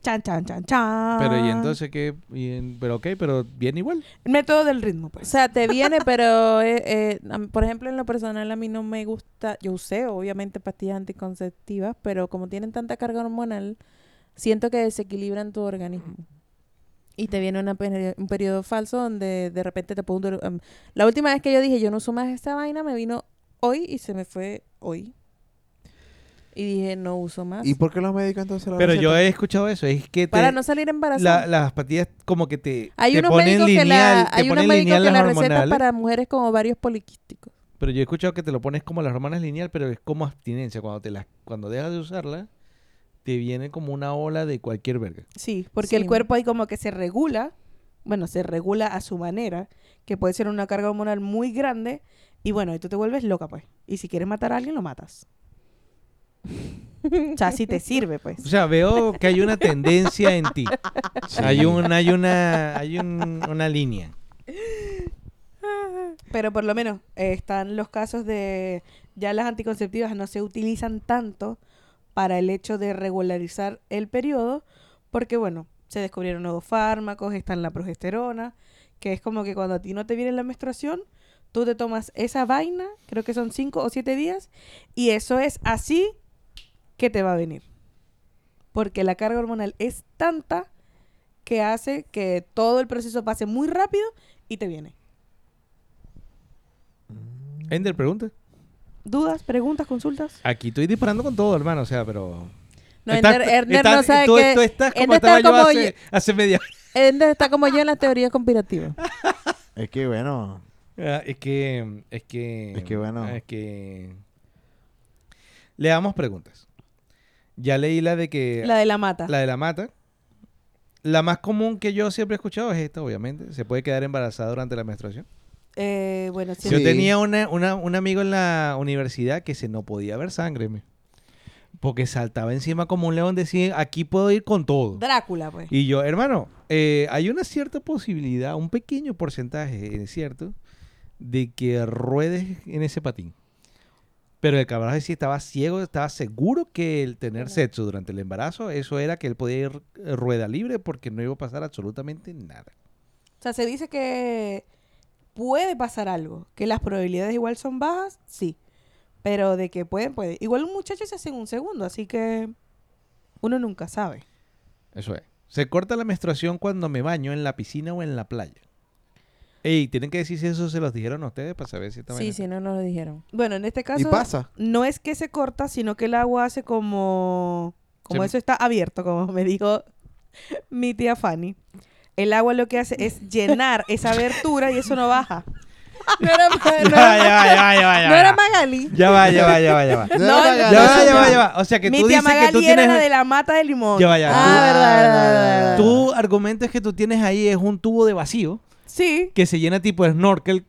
[SPEAKER 1] Chan, chan, chan, chan.
[SPEAKER 4] Pero y entonces qué Y en- pero ok, pero bien igual.
[SPEAKER 1] El método del ritmo,
[SPEAKER 2] O
[SPEAKER 1] pues.
[SPEAKER 2] sea, te viene, pero eh, eh, a mí- por ejemplo, en lo personal a mí no me gusta, yo usé obviamente pastillas anticonceptivas, pero como tienen tanta carga hormonal, siento que desequilibran tu organismo. Y te viene una peri- un periodo falso donde de repente te puede... un dolor- em, La última vez que yo dije, yo no uso más esta vaina, me vino hoy y se me fue hoy. Y dije, no uso más.
[SPEAKER 3] ¿Y por qué los médicos entonces la
[SPEAKER 4] Pero yo
[SPEAKER 3] recetan?
[SPEAKER 4] he escuchado eso, es que te-
[SPEAKER 2] pues, Para no salir
[SPEAKER 4] la-
[SPEAKER 2] embarazada.
[SPEAKER 4] las pastillas como que te,
[SPEAKER 2] hay
[SPEAKER 4] te
[SPEAKER 2] unos
[SPEAKER 4] ponen
[SPEAKER 2] médicos que
[SPEAKER 4] lineal,
[SPEAKER 2] la,
[SPEAKER 4] te
[SPEAKER 2] hay unos
[SPEAKER 4] ponen
[SPEAKER 2] médicos
[SPEAKER 4] lineal
[SPEAKER 2] que
[SPEAKER 4] las
[SPEAKER 2] la recetan
[SPEAKER 4] hormonales,
[SPEAKER 2] para mujeres con ovarios poliquísticos.
[SPEAKER 4] pero yo he escuchado que te lo pones como las hormonas lineal, pero es como abstinencia, cuando te las cuando dejas de usarla te viene como una ola de cualquier verga.
[SPEAKER 1] Sí, porque
[SPEAKER 2] Sí.
[SPEAKER 1] el cuerpo ahí como que se regula, bueno, se regula a su manera, que puede ser una carga hormonal muy grande, y bueno, y tú te vuelves loca, pues. Y si quieres matar a alguien, lo matas. o sea, si te sirve,
[SPEAKER 4] O
[SPEAKER 1] pues.
[SPEAKER 4] sea, veo que hay una tendencia en
[SPEAKER 2] <laughs>
[SPEAKER 4] ti.
[SPEAKER 3] Sí.
[SPEAKER 4] Hay un hay una hay un- una línea.
[SPEAKER 1] Pero por lo menos eh, están los casos de ya las anticonceptivas no se utilizan tanto para el hecho de regularizar el periodo, porque bueno, se descubrieron nuevos fármacos, está en la progesterona, que es como que cuando a ti no te viene la menstruación, tú te tomas esa vaina, creo que son 5 o 7 días, y eso es así que te va a venir. Porque la carga hormonal es tanta que hace que todo el proceso pase muy rápido y te viene.
[SPEAKER 4] Ender pregunta.
[SPEAKER 1] ¿Dudas, preguntas, consultas?
[SPEAKER 4] Aquí estoy disparando con todo, hermano, o sea, pero
[SPEAKER 2] No,
[SPEAKER 4] Estás-
[SPEAKER 2] Ender, Ender
[SPEAKER 4] estás-
[SPEAKER 2] no sabe
[SPEAKER 4] tú-
[SPEAKER 2] que...
[SPEAKER 4] tú estás como
[SPEAKER 2] Ender
[SPEAKER 4] estaba
[SPEAKER 2] está
[SPEAKER 4] yo
[SPEAKER 2] como
[SPEAKER 4] hace, hace media
[SPEAKER 2] Ender Eh, está como yo en las teorías conspirativas.
[SPEAKER 3] Es que bueno.
[SPEAKER 4] Ah, es que. Es que. ah,
[SPEAKER 3] Es que bueno.
[SPEAKER 4] Es que. Leamos preguntas. Ya leí la de que.
[SPEAKER 1] La de la mata.
[SPEAKER 4] Eh, la de la mata. La más común que yo siempre he escuchado es esta, obviamente. Se puede quedar embarazada durante la menstruación.
[SPEAKER 1] Eh, bueno, sí.
[SPEAKER 4] Yo
[SPEAKER 3] Sí.
[SPEAKER 4] tenía una, una- un amigo en la universidad que se no podía ver sangre. me. Porque saltaba encima como un león, decía, aquí puedo ir con todo.
[SPEAKER 1] Drácula, pues.
[SPEAKER 4] Y yo, hermano, eh, hay una cierta posibilidad, un pequeño porcentaje, eh, es cierto, de que ruedes en ese patín. Pero el cabrón sí estaba ciego, estaba seguro que el tener sexo durante el embarazo, eso era que él podía ir eh, rueda libre porque no iba a pasar absolutamente nada.
[SPEAKER 1] O sea, se dice que puede pasar algo, que las probabilidades igual son bajas, sí. Pero de que pueden, puede. Igual un muchacho se hace en un segundo, así que uno nunca sabe.
[SPEAKER 4] Eso es. Se corta la menstruación cuando me baño en la piscina o en la playa. Ey, tienen que decir si eso se los dijeron a ustedes para saber si esta
[SPEAKER 2] Sí,
[SPEAKER 4] vaina-
[SPEAKER 2] sí, no nos lo dijeron.
[SPEAKER 1] Bueno, en este
[SPEAKER 3] Y
[SPEAKER 1] caso
[SPEAKER 3] pasa.
[SPEAKER 1] no es que se corta, sino que el agua hace como como
[SPEAKER 4] Se-
[SPEAKER 1] eso está abierto, como me dijo mi tía Fanny. El agua lo que hace es llenar esa abertura y eso no baja.
[SPEAKER 2] <laughs> No era,
[SPEAKER 4] <laughs> Ya va, ya va, ya va, ya va, ya
[SPEAKER 2] no era
[SPEAKER 4] va.
[SPEAKER 2] Magali.
[SPEAKER 4] Ya va, ya va, ya va,
[SPEAKER 3] <laughs>
[SPEAKER 4] ya va.
[SPEAKER 3] No,
[SPEAKER 4] Ya va, ya
[SPEAKER 3] no.
[SPEAKER 4] va, ya va. O sea que
[SPEAKER 1] mi
[SPEAKER 4] tú
[SPEAKER 1] tía
[SPEAKER 4] dices que tú
[SPEAKER 1] Magali era
[SPEAKER 4] tienes.
[SPEAKER 1] la de la mata de limón.
[SPEAKER 4] Ya va, ya va.
[SPEAKER 2] Ah, verdad, verdad, verdad,
[SPEAKER 4] Tú- Tu argumento es que tú tienes ahí es un tubo de vacío
[SPEAKER 1] Sí,
[SPEAKER 4] que se llena tipo de snorkel.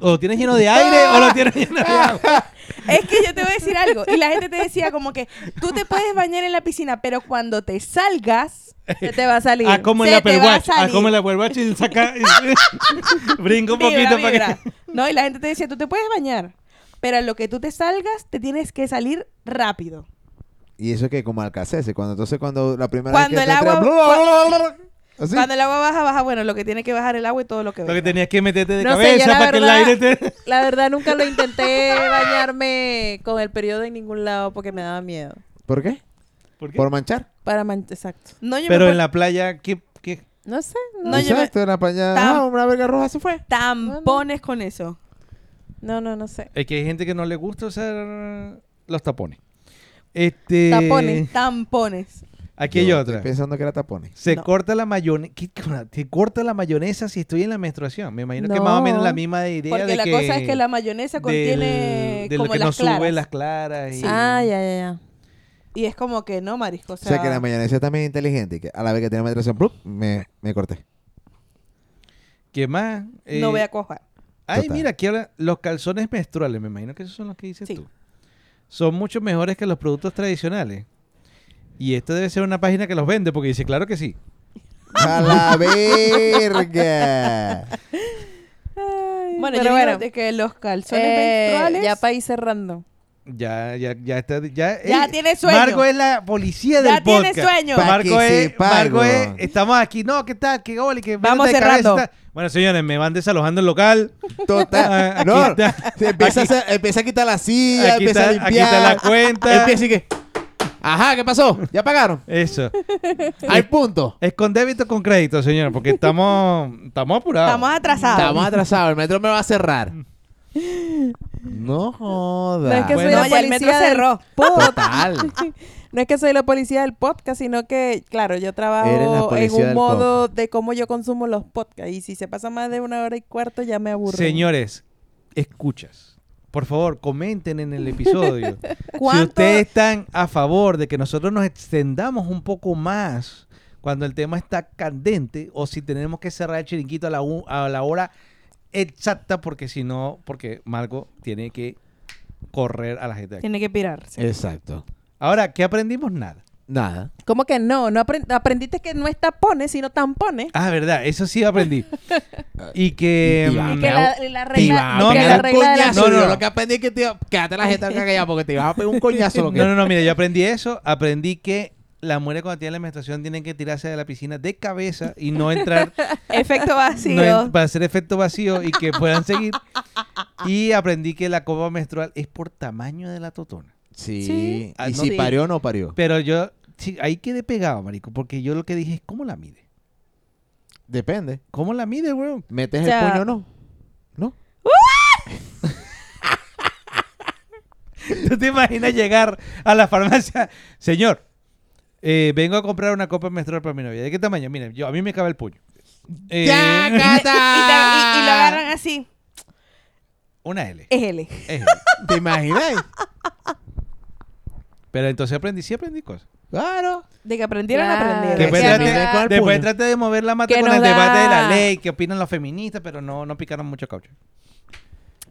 [SPEAKER 4] O lo tienes
[SPEAKER 1] <laughs>
[SPEAKER 4] lleno de aire o lo tienes lleno de
[SPEAKER 1] Ah,
[SPEAKER 4] agua.
[SPEAKER 1] es que yo te voy a decir algo. Y la gente te decía como que tú te puedes bañar en la piscina, pero cuando te salgas,
[SPEAKER 2] Se te va a salir.
[SPEAKER 4] <laughs> Ah, como en
[SPEAKER 1] Se
[SPEAKER 4] la
[SPEAKER 1] te va a
[SPEAKER 4] perwatch. Ah,
[SPEAKER 1] salir.
[SPEAKER 4] como en la perwatch y
[SPEAKER 1] <laughs>
[SPEAKER 4] saca. <laughs> Brinco un
[SPEAKER 1] Vibra,
[SPEAKER 4] poquito para
[SPEAKER 1] vibra.
[SPEAKER 4] que.
[SPEAKER 1] No, y la gente te decía, tú te puedes bañar, pero a lo que tú te salgas, te tienes que salir rápido.
[SPEAKER 3] Y eso que como alcacese, cuando entonces cuando la primera
[SPEAKER 1] Cuando
[SPEAKER 3] vez que
[SPEAKER 1] el
[SPEAKER 3] te
[SPEAKER 1] agua-
[SPEAKER 3] entras, así.
[SPEAKER 1] Cuando el agua baja, baja, bueno, lo que tiene que bajar el agua y todo lo que
[SPEAKER 4] Lo que
[SPEAKER 1] venga.
[SPEAKER 4] tenías que meterte de
[SPEAKER 2] No sé,
[SPEAKER 4] cabeza
[SPEAKER 2] yo la
[SPEAKER 4] para que el
[SPEAKER 2] verdad-
[SPEAKER 4] aire te. <laughs>
[SPEAKER 2] La verdad, nunca lo intenté bañarme con el periodo en ningún lado porque me daba miedo.
[SPEAKER 3] ¿Por qué?
[SPEAKER 4] ¿Por qué?
[SPEAKER 3] Por manchar.
[SPEAKER 2] Para man- Exacto.
[SPEAKER 1] No, yo
[SPEAKER 4] Pero
[SPEAKER 1] me
[SPEAKER 4] en
[SPEAKER 1] acuerdo-
[SPEAKER 4] la playa, ¿qué, qué?
[SPEAKER 2] No sé. No,
[SPEAKER 1] No, yo me-
[SPEAKER 3] Exacto, en la paña-
[SPEAKER 1] Tam-
[SPEAKER 3] Ah, una verga roja se fue.
[SPEAKER 1] tampones con eso.
[SPEAKER 2] no, no, no sé.
[SPEAKER 4] Es que hay gente que no le gusta usar los tapones. Este,
[SPEAKER 2] Tapones.
[SPEAKER 1] Tampones.
[SPEAKER 4] Aquí hay
[SPEAKER 3] Yo
[SPEAKER 4] otra.
[SPEAKER 3] estoy Pensando que era tapones.
[SPEAKER 4] Se
[SPEAKER 1] No.
[SPEAKER 4] corta la mayonesa. ¿Te corta la mayonesa si estoy en la menstruación? Me imagino que más o menos
[SPEAKER 2] No.
[SPEAKER 4] la misma idea
[SPEAKER 1] Porque
[SPEAKER 4] de
[SPEAKER 1] la
[SPEAKER 4] que...
[SPEAKER 1] cosa es que la mayonesa
[SPEAKER 4] del-
[SPEAKER 1] contiene
[SPEAKER 4] de lo
[SPEAKER 1] como
[SPEAKER 4] que
[SPEAKER 1] las
[SPEAKER 4] nos
[SPEAKER 1] claras.
[SPEAKER 4] sube las claras. y-
[SPEAKER 2] Ah, ya, ya, ya.
[SPEAKER 1] Y es como que no, marisco. O
[SPEAKER 3] O
[SPEAKER 1] sea,
[SPEAKER 3] sea, que la mayonesa también es inteligente y que a la vez que tiene menstruación, ¡plup! me, me corté.
[SPEAKER 4] ¿Qué más? Eh,
[SPEAKER 1] no voy a cojar.
[SPEAKER 4] Ay,
[SPEAKER 3] Total.
[SPEAKER 4] mira, aquí ahora los calzones menstruales, me imagino que esos son los que dices
[SPEAKER 1] Sí.
[SPEAKER 4] tú. Son mucho mejores que los productos tradicionales. Y esto debe ser una página que los vende, porque dice, claro que sí.
[SPEAKER 3] ¡A la verga!
[SPEAKER 1] Bueno,
[SPEAKER 2] pero
[SPEAKER 1] yo
[SPEAKER 2] bueno.
[SPEAKER 1] digo de que los calzones
[SPEAKER 2] Eh,
[SPEAKER 1] menstruales...
[SPEAKER 2] Ya para ir cerrando.
[SPEAKER 4] Ya, ya, ya está. Ya,
[SPEAKER 1] Ya
[SPEAKER 4] eh,
[SPEAKER 1] tiene sueño.
[SPEAKER 4] Marco es la policía del
[SPEAKER 1] Ya tiene
[SPEAKER 4] podcast.
[SPEAKER 1] sueño.
[SPEAKER 3] Pa'
[SPEAKER 4] Marco
[SPEAKER 3] que
[SPEAKER 4] es,
[SPEAKER 3] sepa
[SPEAKER 4] Marco es,
[SPEAKER 3] algo.
[SPEAKER 4] estamos aquí. No, ¿qué tal? ¿Qué gol? ¿Qué
[SPEAKER 1] Vamos
[SPEAKER 4] mierda de cabeza
[SPEAKER 1] cerrando.
[SPEAKER 4] está? Bueno, señores, me van desalojando
[SPEAKER 3] <laughs>
[SPEAKER 4] el local. Ah,
[SPEAKER 3] Total.
[SPEAKER 4] aquí
[SPEAKER 3] No, <laughs>
[SPEAKER 4] está.
[SPEAKER 3] se empieza, a hacer- empieza a quitar la silla,
[SPEAKER 4] Aquí
[SPEAKER 3] empieza
[SPEAKER 4] está,
[SPEAKER 3] a
[SPEAKER 4] aquí
[SPEAKER 3] limpiar.
[SPEAKER 4] está la
[SPEAKER 3] <laughs>
[SPEAKER 4] cuenta.
[SPEAKER 3] Empieza y que. Ajá, ¿qué pasó? ¿Ya pagaron?
[SPEAKER 4] Eso.
[SPEAKER 3] Hay punto.
[SPEAKER 4] Es con débito o con crédito, señor, porque estamos, estamos apurados.
[SPEAKER 1] Estamos atrasados.
[SPEAKER 3] Estamos atrasados, el metro me va a cerrar. No
[SPEAKER 2] No es
[SPEAKER 3] jodas.
[SPEAKER 2] que
[SPEAKER 4] Ah, Bueno.
[SPEAKER 2] soy
[SPEAKER 1] No,
[SPEAKER 2] la
[SPEAKER 1] ya el
[SPEAKER 2] policía
[SPEAKER 1] metro
[SPEAKER 2] del-
[SPEAKER 1] cerró.
[SPEAKER 2] <laughs>
[SPEAKER 3] Total.
[SPEAKER 2] No es que soy la policía del podcast, sino que, claro, yo
[SPEAKER 3] Eres la
[SPEAKER 2] trabajo en
[SPEAKER 3] policía
[SPEAKER 2] un
[SPEAKER 3] del
[SPEAKER 2] modo de cómo yo consumo los podcasts. Y si se pasa más de una hora y cuarto, ya me aburro.
[SPEAKER 4] Señores, escuchas. Por favor, comenten en el episodio. si
[SPEAKER 1] ¿Cuánto-
[SPEAKER 4] ustedes están a favor de que nosotros nos extendamos un poco más cuando el tema está candente o si tenemos que cerrar el chiringuito a la, u- a la hora exacta porque si no, porque Marco tiene que correr a la gente. de aquí.
[SPEAKER 1] Tiene que pirarse.
[SPEAKER 3] Exacto.
[SPEAKER 4] Ahora, ¿qué aprendimos? Nada.
[SPEAKER 3] Nada.
[SPEAKER 2] ¿Cómo que no? no apren- aprendiste que no es tapones, sino tampones.
[SPEAKER 4] Ah, verdad, eso sí aprendí. y que...
[SPEAKER 3] Y- y
[SPEAKER 4] mm,
[SPEAKER 2] que la, la regla,
[SPEAKER 4] a no,
[SPEAKER 2] que
[SPEAKER 4] pegar
[SPEAKER 2] la
[SPEAKER 4] un
[SPEAKER 2] regla de la-
[SPEAKER 4] coñazo. No, no, no.
[SPEAKER 3] Lo que aprendí es que te iba... Quédate la gente acá callada porque te ibas a pegar un coñazo. Lo que...
[SPEAKER 4] <laughs> No, no, no, mira, yo aprendí eso. Aprendí que las mujeres cuando tienen la menstruación tienen que tirarse de la piscina de cabeza y no entrar
[SPEAKER 1] <laughs> Efecto
[SPEAKER 4] no
[SPEAKER 1] vacío.
[SPEAKER 4] en- para hacer efecto vacío y que puedan seguir. Y aprendí que la copa menstrual es por tamaño de la totona.
[SPEAKER 3] Sí.
[SPEAKER 1] Sí.
[SPEAKER 4] Ah,
[SPEAKER 3] Y
[SPEAKER 4] no,
[SPEAKER 3] si
[SPEAKER 4] sí.
[SPEAKER 3] parió o no parió.
[SPEAKER 4] Pero yo sí, ahí quedé pegado, marico, porque yo lo que dije es cómo la mide.
[SPEAKER 3] Depende.
[SPEAKER 4] ¿Cómo la mide, weón? <laughs>
[SPEAKER 3] ¿Metes
[SPEAKER 1] O sea-
[SPEAKER 3] el puño o no? ¿No?
[SPEAKER 4] ¿Tú te imaginas llegar a la farmacia? Señor, eh, vengo a comprar una copa menstrual para mi novia. ¿De qué tamaño? Mira, yo, a mí me cabe el puño. Eh,
[SPEAKER 3] ¡Ya,
[SPEAKER 4] <laughs>
[SPEAKER 1] Y, te- y- y lo agarran así.
[SPEAKER 4] una L.
[SPEAKER 1] Es L.
[SPEAKER 4] Es L.
[SPEAKER 3] <laughs> ¿Te imagináis?
[SPEAKER 4] Pero entonces aprendí, sí aprendí cosas.
[SPEAKER 3] Claro.
[SPEAKER 1] De que aprendieron,
[SPEAKER 2] Claro.
[SPEAKER 1] aprendieron.
[SPEAKER 4] Que
[SPEAKER 3] Pero
[SPEAKER 4] fue
[SPEAKER 3] si
[SPEAKER 4] trate-
[SPEAKER 3] no da- Al
[SPEAKER 4] Después
[SPEAKER 3] puño.
[SPEAKER 4] traté de mover la mata
[SPEAKER 2] Que
[SPEAKER 4] con
[SPEAKER 2] no
[SPEAKER 4] el debate de la
[SPEAKER 2] da.
[SPEAKER 4] ley, que opinan los feministas, pero no, no picaron mucho caucho.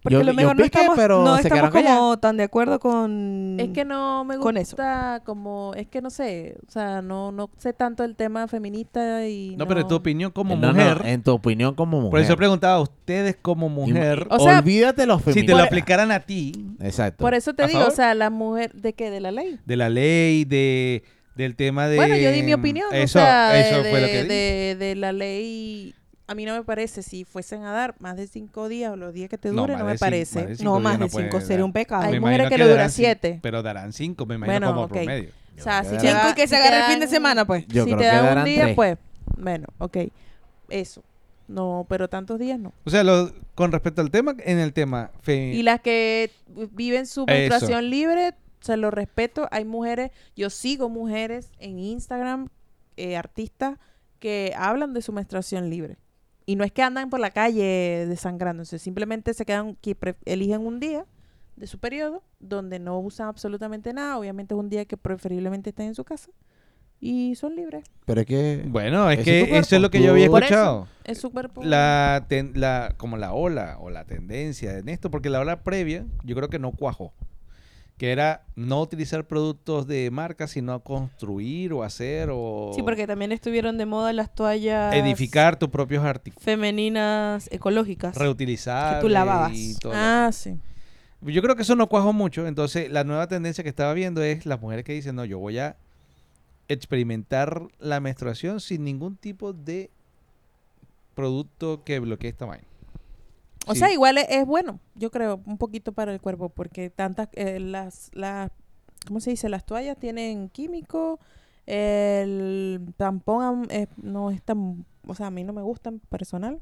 [SPEAKER 1] Porque
[SPEAKER 3] Yo-
[SPEAKER 1] lo
[SPEAKER 3] yo
[SPEAKER 1] mejor no
[SPEAKER 3] piqué,
[SPEAKER 1] estamos,
[SPEAKER 3] pero
[SPEAKER 1] no
[SPEAKER 3] se
[SPEAKER 1] estamos
[SPEAKER 3] quedaron
[SPEAKER 1] como tan de acuerdo con...
[SPEAKER 2] Es que no me gusta
[SPEAKER 1] Con eso.
[SPEAKER 2] como... Es que no sé, o sea, no, no sé tanto el tema feminista y
[SPEAKER 4] No, pero en tu opinión como
[SPEAKER 3] Eh, No, no,
[SPEAKER 4] mujer.
[SPEAKER 3] en tu opinión como mujer.
[SPEAKER 4] Por eso preguntaba a ustedes como mujer.
[SPEAKER 2] O sea,
[SPEAKER 3] Olvídate los
[SPEAKER 4] si te lo
[SPEAKER 3] feministas.
[SPEAKER 4] aplicaran a ti,
[SPEAKER 3] Exacto.
[SPEAKER 2] Por eso te
[SPEAKER 4] ¿A
[SPEAKER 2] digo,
[SPEAKER 4] favor?
[SPEAKER 2] o sea, la mujer... ¿De qué? ¿De la ley?
[SPEAKER 4] de la ley, de, del tema de.
[SPEAKER 2] Bueno, yo di mi opinión,
[SPEAKER 4] Eso,
[SPEAKER 2] o sea,
[SPEAKER 4] eso
[SPEAKER 2] de,
[SPEAKER 4] fue lo que di.
[SPEAKER 2] de, de la ley... A mí no me parece, si fuesen a dar más de cinco días o los días que te
[SPEAKER 4] No,
[SPEAKER 2] dure,
[SPEAKER 4] más
[SPEAKER 2] no, me
[SPEAKER 4] de cinco-
[SPEAKER 2] parece.
[SPEAKER 4] más de cinco
[SPEAKER 1] No,
[SPEAKER 4] días
[SPEAKER 1] más
[SPEAKER 4] no
[SPEAKER 1] de
[SPEAKER 4] puede
[SPEAKER 1] cinco
[SPEAKER 4] dar.
[SPEAKER 1] sería un pecado.
[SPEAKER 2] Hay
[SPEAKER 4] Me
[SPEAKER 2] mujeres
[SPEAKER 4] imagino
[SPEAKER 2] que le dura
[SPEAKER 4] darán cinco,
[SPEAKER 2] siete.
[SPEAKER 4] Pero darán cinco, me imagino
[SPEAKER 2] Bueno,
[SPEAKER 4] como
[SPEAKER 2] ok.
[SPEAKER 4] promedio.
[SPEAKER 2] O sea, si
[SPEAKER 3] Yo
[SPEAKER 2] te
[SPEAKER 3] creo
[SPEAKER 1] Cinco
[SPEAKER 2] da-
[SPEAKER 1] y que se
[SPEAKER 2] si te
[SPEAKER 1] agarre el
[SPEAKER 2] dan-
[SPEAKER 1] fin de semana, pues.
[SPEAKER 3] Yo
[SPEAKER 2] si
[SPEAKER 3] creo
[SPEAKER 2] te
[SPEAKER 3] que
[SPEAKER 2] dan
[SPEAKER 3] darán
[SPEAKER 2] un día,
[SPEAKER 3] tres.
[SPEAKER 2] pues, bueno, ok. Eso. Eso. No, pero tantos días no.
[SPEAKER 4] O sea, lo- con respecto al tema, en el tema fe-
[SPEAKER 2] Y las que viven su
[SPEAKER 4] Eso.
[SPEAKER 2] menstruación libre, se lo respeto. Hay mujeres, yo sigo mujeres en Instagram, eh, artistas, que hablan de su menstruación libre. Y no es que andan por la calle desangrándose, simplemente se quedan, que pre- eligen un día de su periodo donde no usan absolutamente nada. Obviamente es un día que preferiblemente estén en su casa y son libres.
[SPEAKER 3] Pero es que...
[SPEAKER 4] Bueno,
[SPEAKER 3] Ese
[SPEAKER 4] es,
[SPEAKER 3] es tu
[SPEAKER 4] que
[SPEAKER 3] cuerpo.
[SPEAKER 4] eso es lo que yo había
[SPEAKER 3] Por
[SPEAKER 2] eso.
[SPEAKER 4] escuchado.
[SPEAKER 2] Es su cuerpo.
[SPEAKER 4] La, ten- la como la ola o la tendencia en esto, porque la ola previa yo creo que no cuajó, que era no utilizar productos de marca, sino construir o hacer o
[SPEAKER 3] Oh.
[SPEAKER 1] Sí, porque también estuvieron de moda las toallas
[SPEAKER 4] edificar tus propios artículos,
[SPEAKER 1] femeninas ecológicas.
[SPEAKER 4] reutilizar
[SPEAKER 1] lavabas.
[SPEAKER 4] y todo. lo-
[SPEAKER 2] Ah, sí.
[SPEAKER 4] Yo creo que eso no cuajó mucho, entonces la nueva tendencia que estaba viendo es las mujeres que dicen, no, yo voy a experimentar la menstruación sin ningún tipo de producto que bloquee esta vaina.
[SPEAKER 2] O
[SPEAKER 4] Sí.
[SPEAKER 2] sea, igual e, es, es bueno, yo creo, un poquito para el cuerpo, porque tantas, eh, las, las, ¿cómo se dice? Las toallas tienen químico, el tampón am- eh, no es tan, o sea, a mí no me gusta en personal.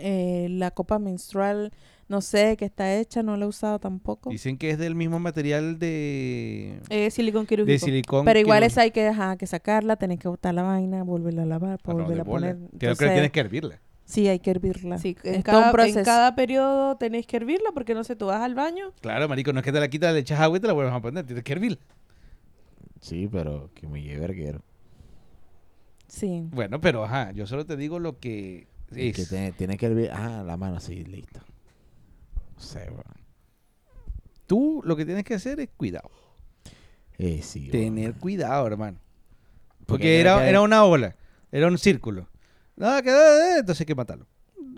[SPEAKER 2] Eh, la copa menstrual, no sé, que está hecha, no la he usado tampoco.
[SPEAKER 4] Dicen que es del mismo material de,
[SPEAKER 1] Eh, silicón quirúrgico.
[SPEAKER 4] de silicón.
[SPEAKER 2] Pero igual
[SPEAKER 4] que-
[SPEAKER 2] esa hay que, ajá, que sacarla, tenés que botar la vaina, volverla a lavar,
[SPEAKER 4] Ah, no,
[SPEAKER 2] para
[SPEAKER 4] de
[SPEAKER 2] volverla a
[SPEAKER 4] bola.
[SPEAKER 2] poner.
[SPEAKER 4] Creo que
[SPEAKER 2] Entonces,
[SPEAKER 4] tienes que hervirla.
[SPEAKER 2] Sí, hay que hervirla.
[SPEAKER 1] Sí,
[SPEAKER 2] Es
[SPEAKER 1] en,
[SPEAKER 2] todo un
[SPEAKER 1] cada, en
[SPEAKER 2] proceso.
[SPEAKER 1] cada periodo tenéis que hervirla porque no sé, tú vas al baño.
[SPEAKER 4] Claro, marico, no es que te la quitas, le echas agua y te la vuelves a poner, tienes que hervirla.
[SPEAKER 3] Sí, pero que me lleve verguero.
[SPEAKER 2] Sí.
[SPEAKER 4] Bueno, pero ajá, yo solo te digo lo que
[SPEAKER 3] Y
[SPEAKER 4] es.
[SPEAKER 3] Que tiene, tiene que hervir... Ah, la mano así, listo. No sé, weón.
[SPEAKER 4] Tú lo que tienes que hacer es cuidado.
[SPEAKER 3] Eh, sí, weón.
[SPEAKER 4] Tener cuidado, hermano.
[SPEAKER 3] Porque
[SPEAKER 4] Porque
[SPEAKER 3] creo que
[SPEAKER 4] era,
[SPEAKER 3] hay-
[SPEAKER 4] era una ola, era un círculo. No, que, eh, entonces hay que matarlo.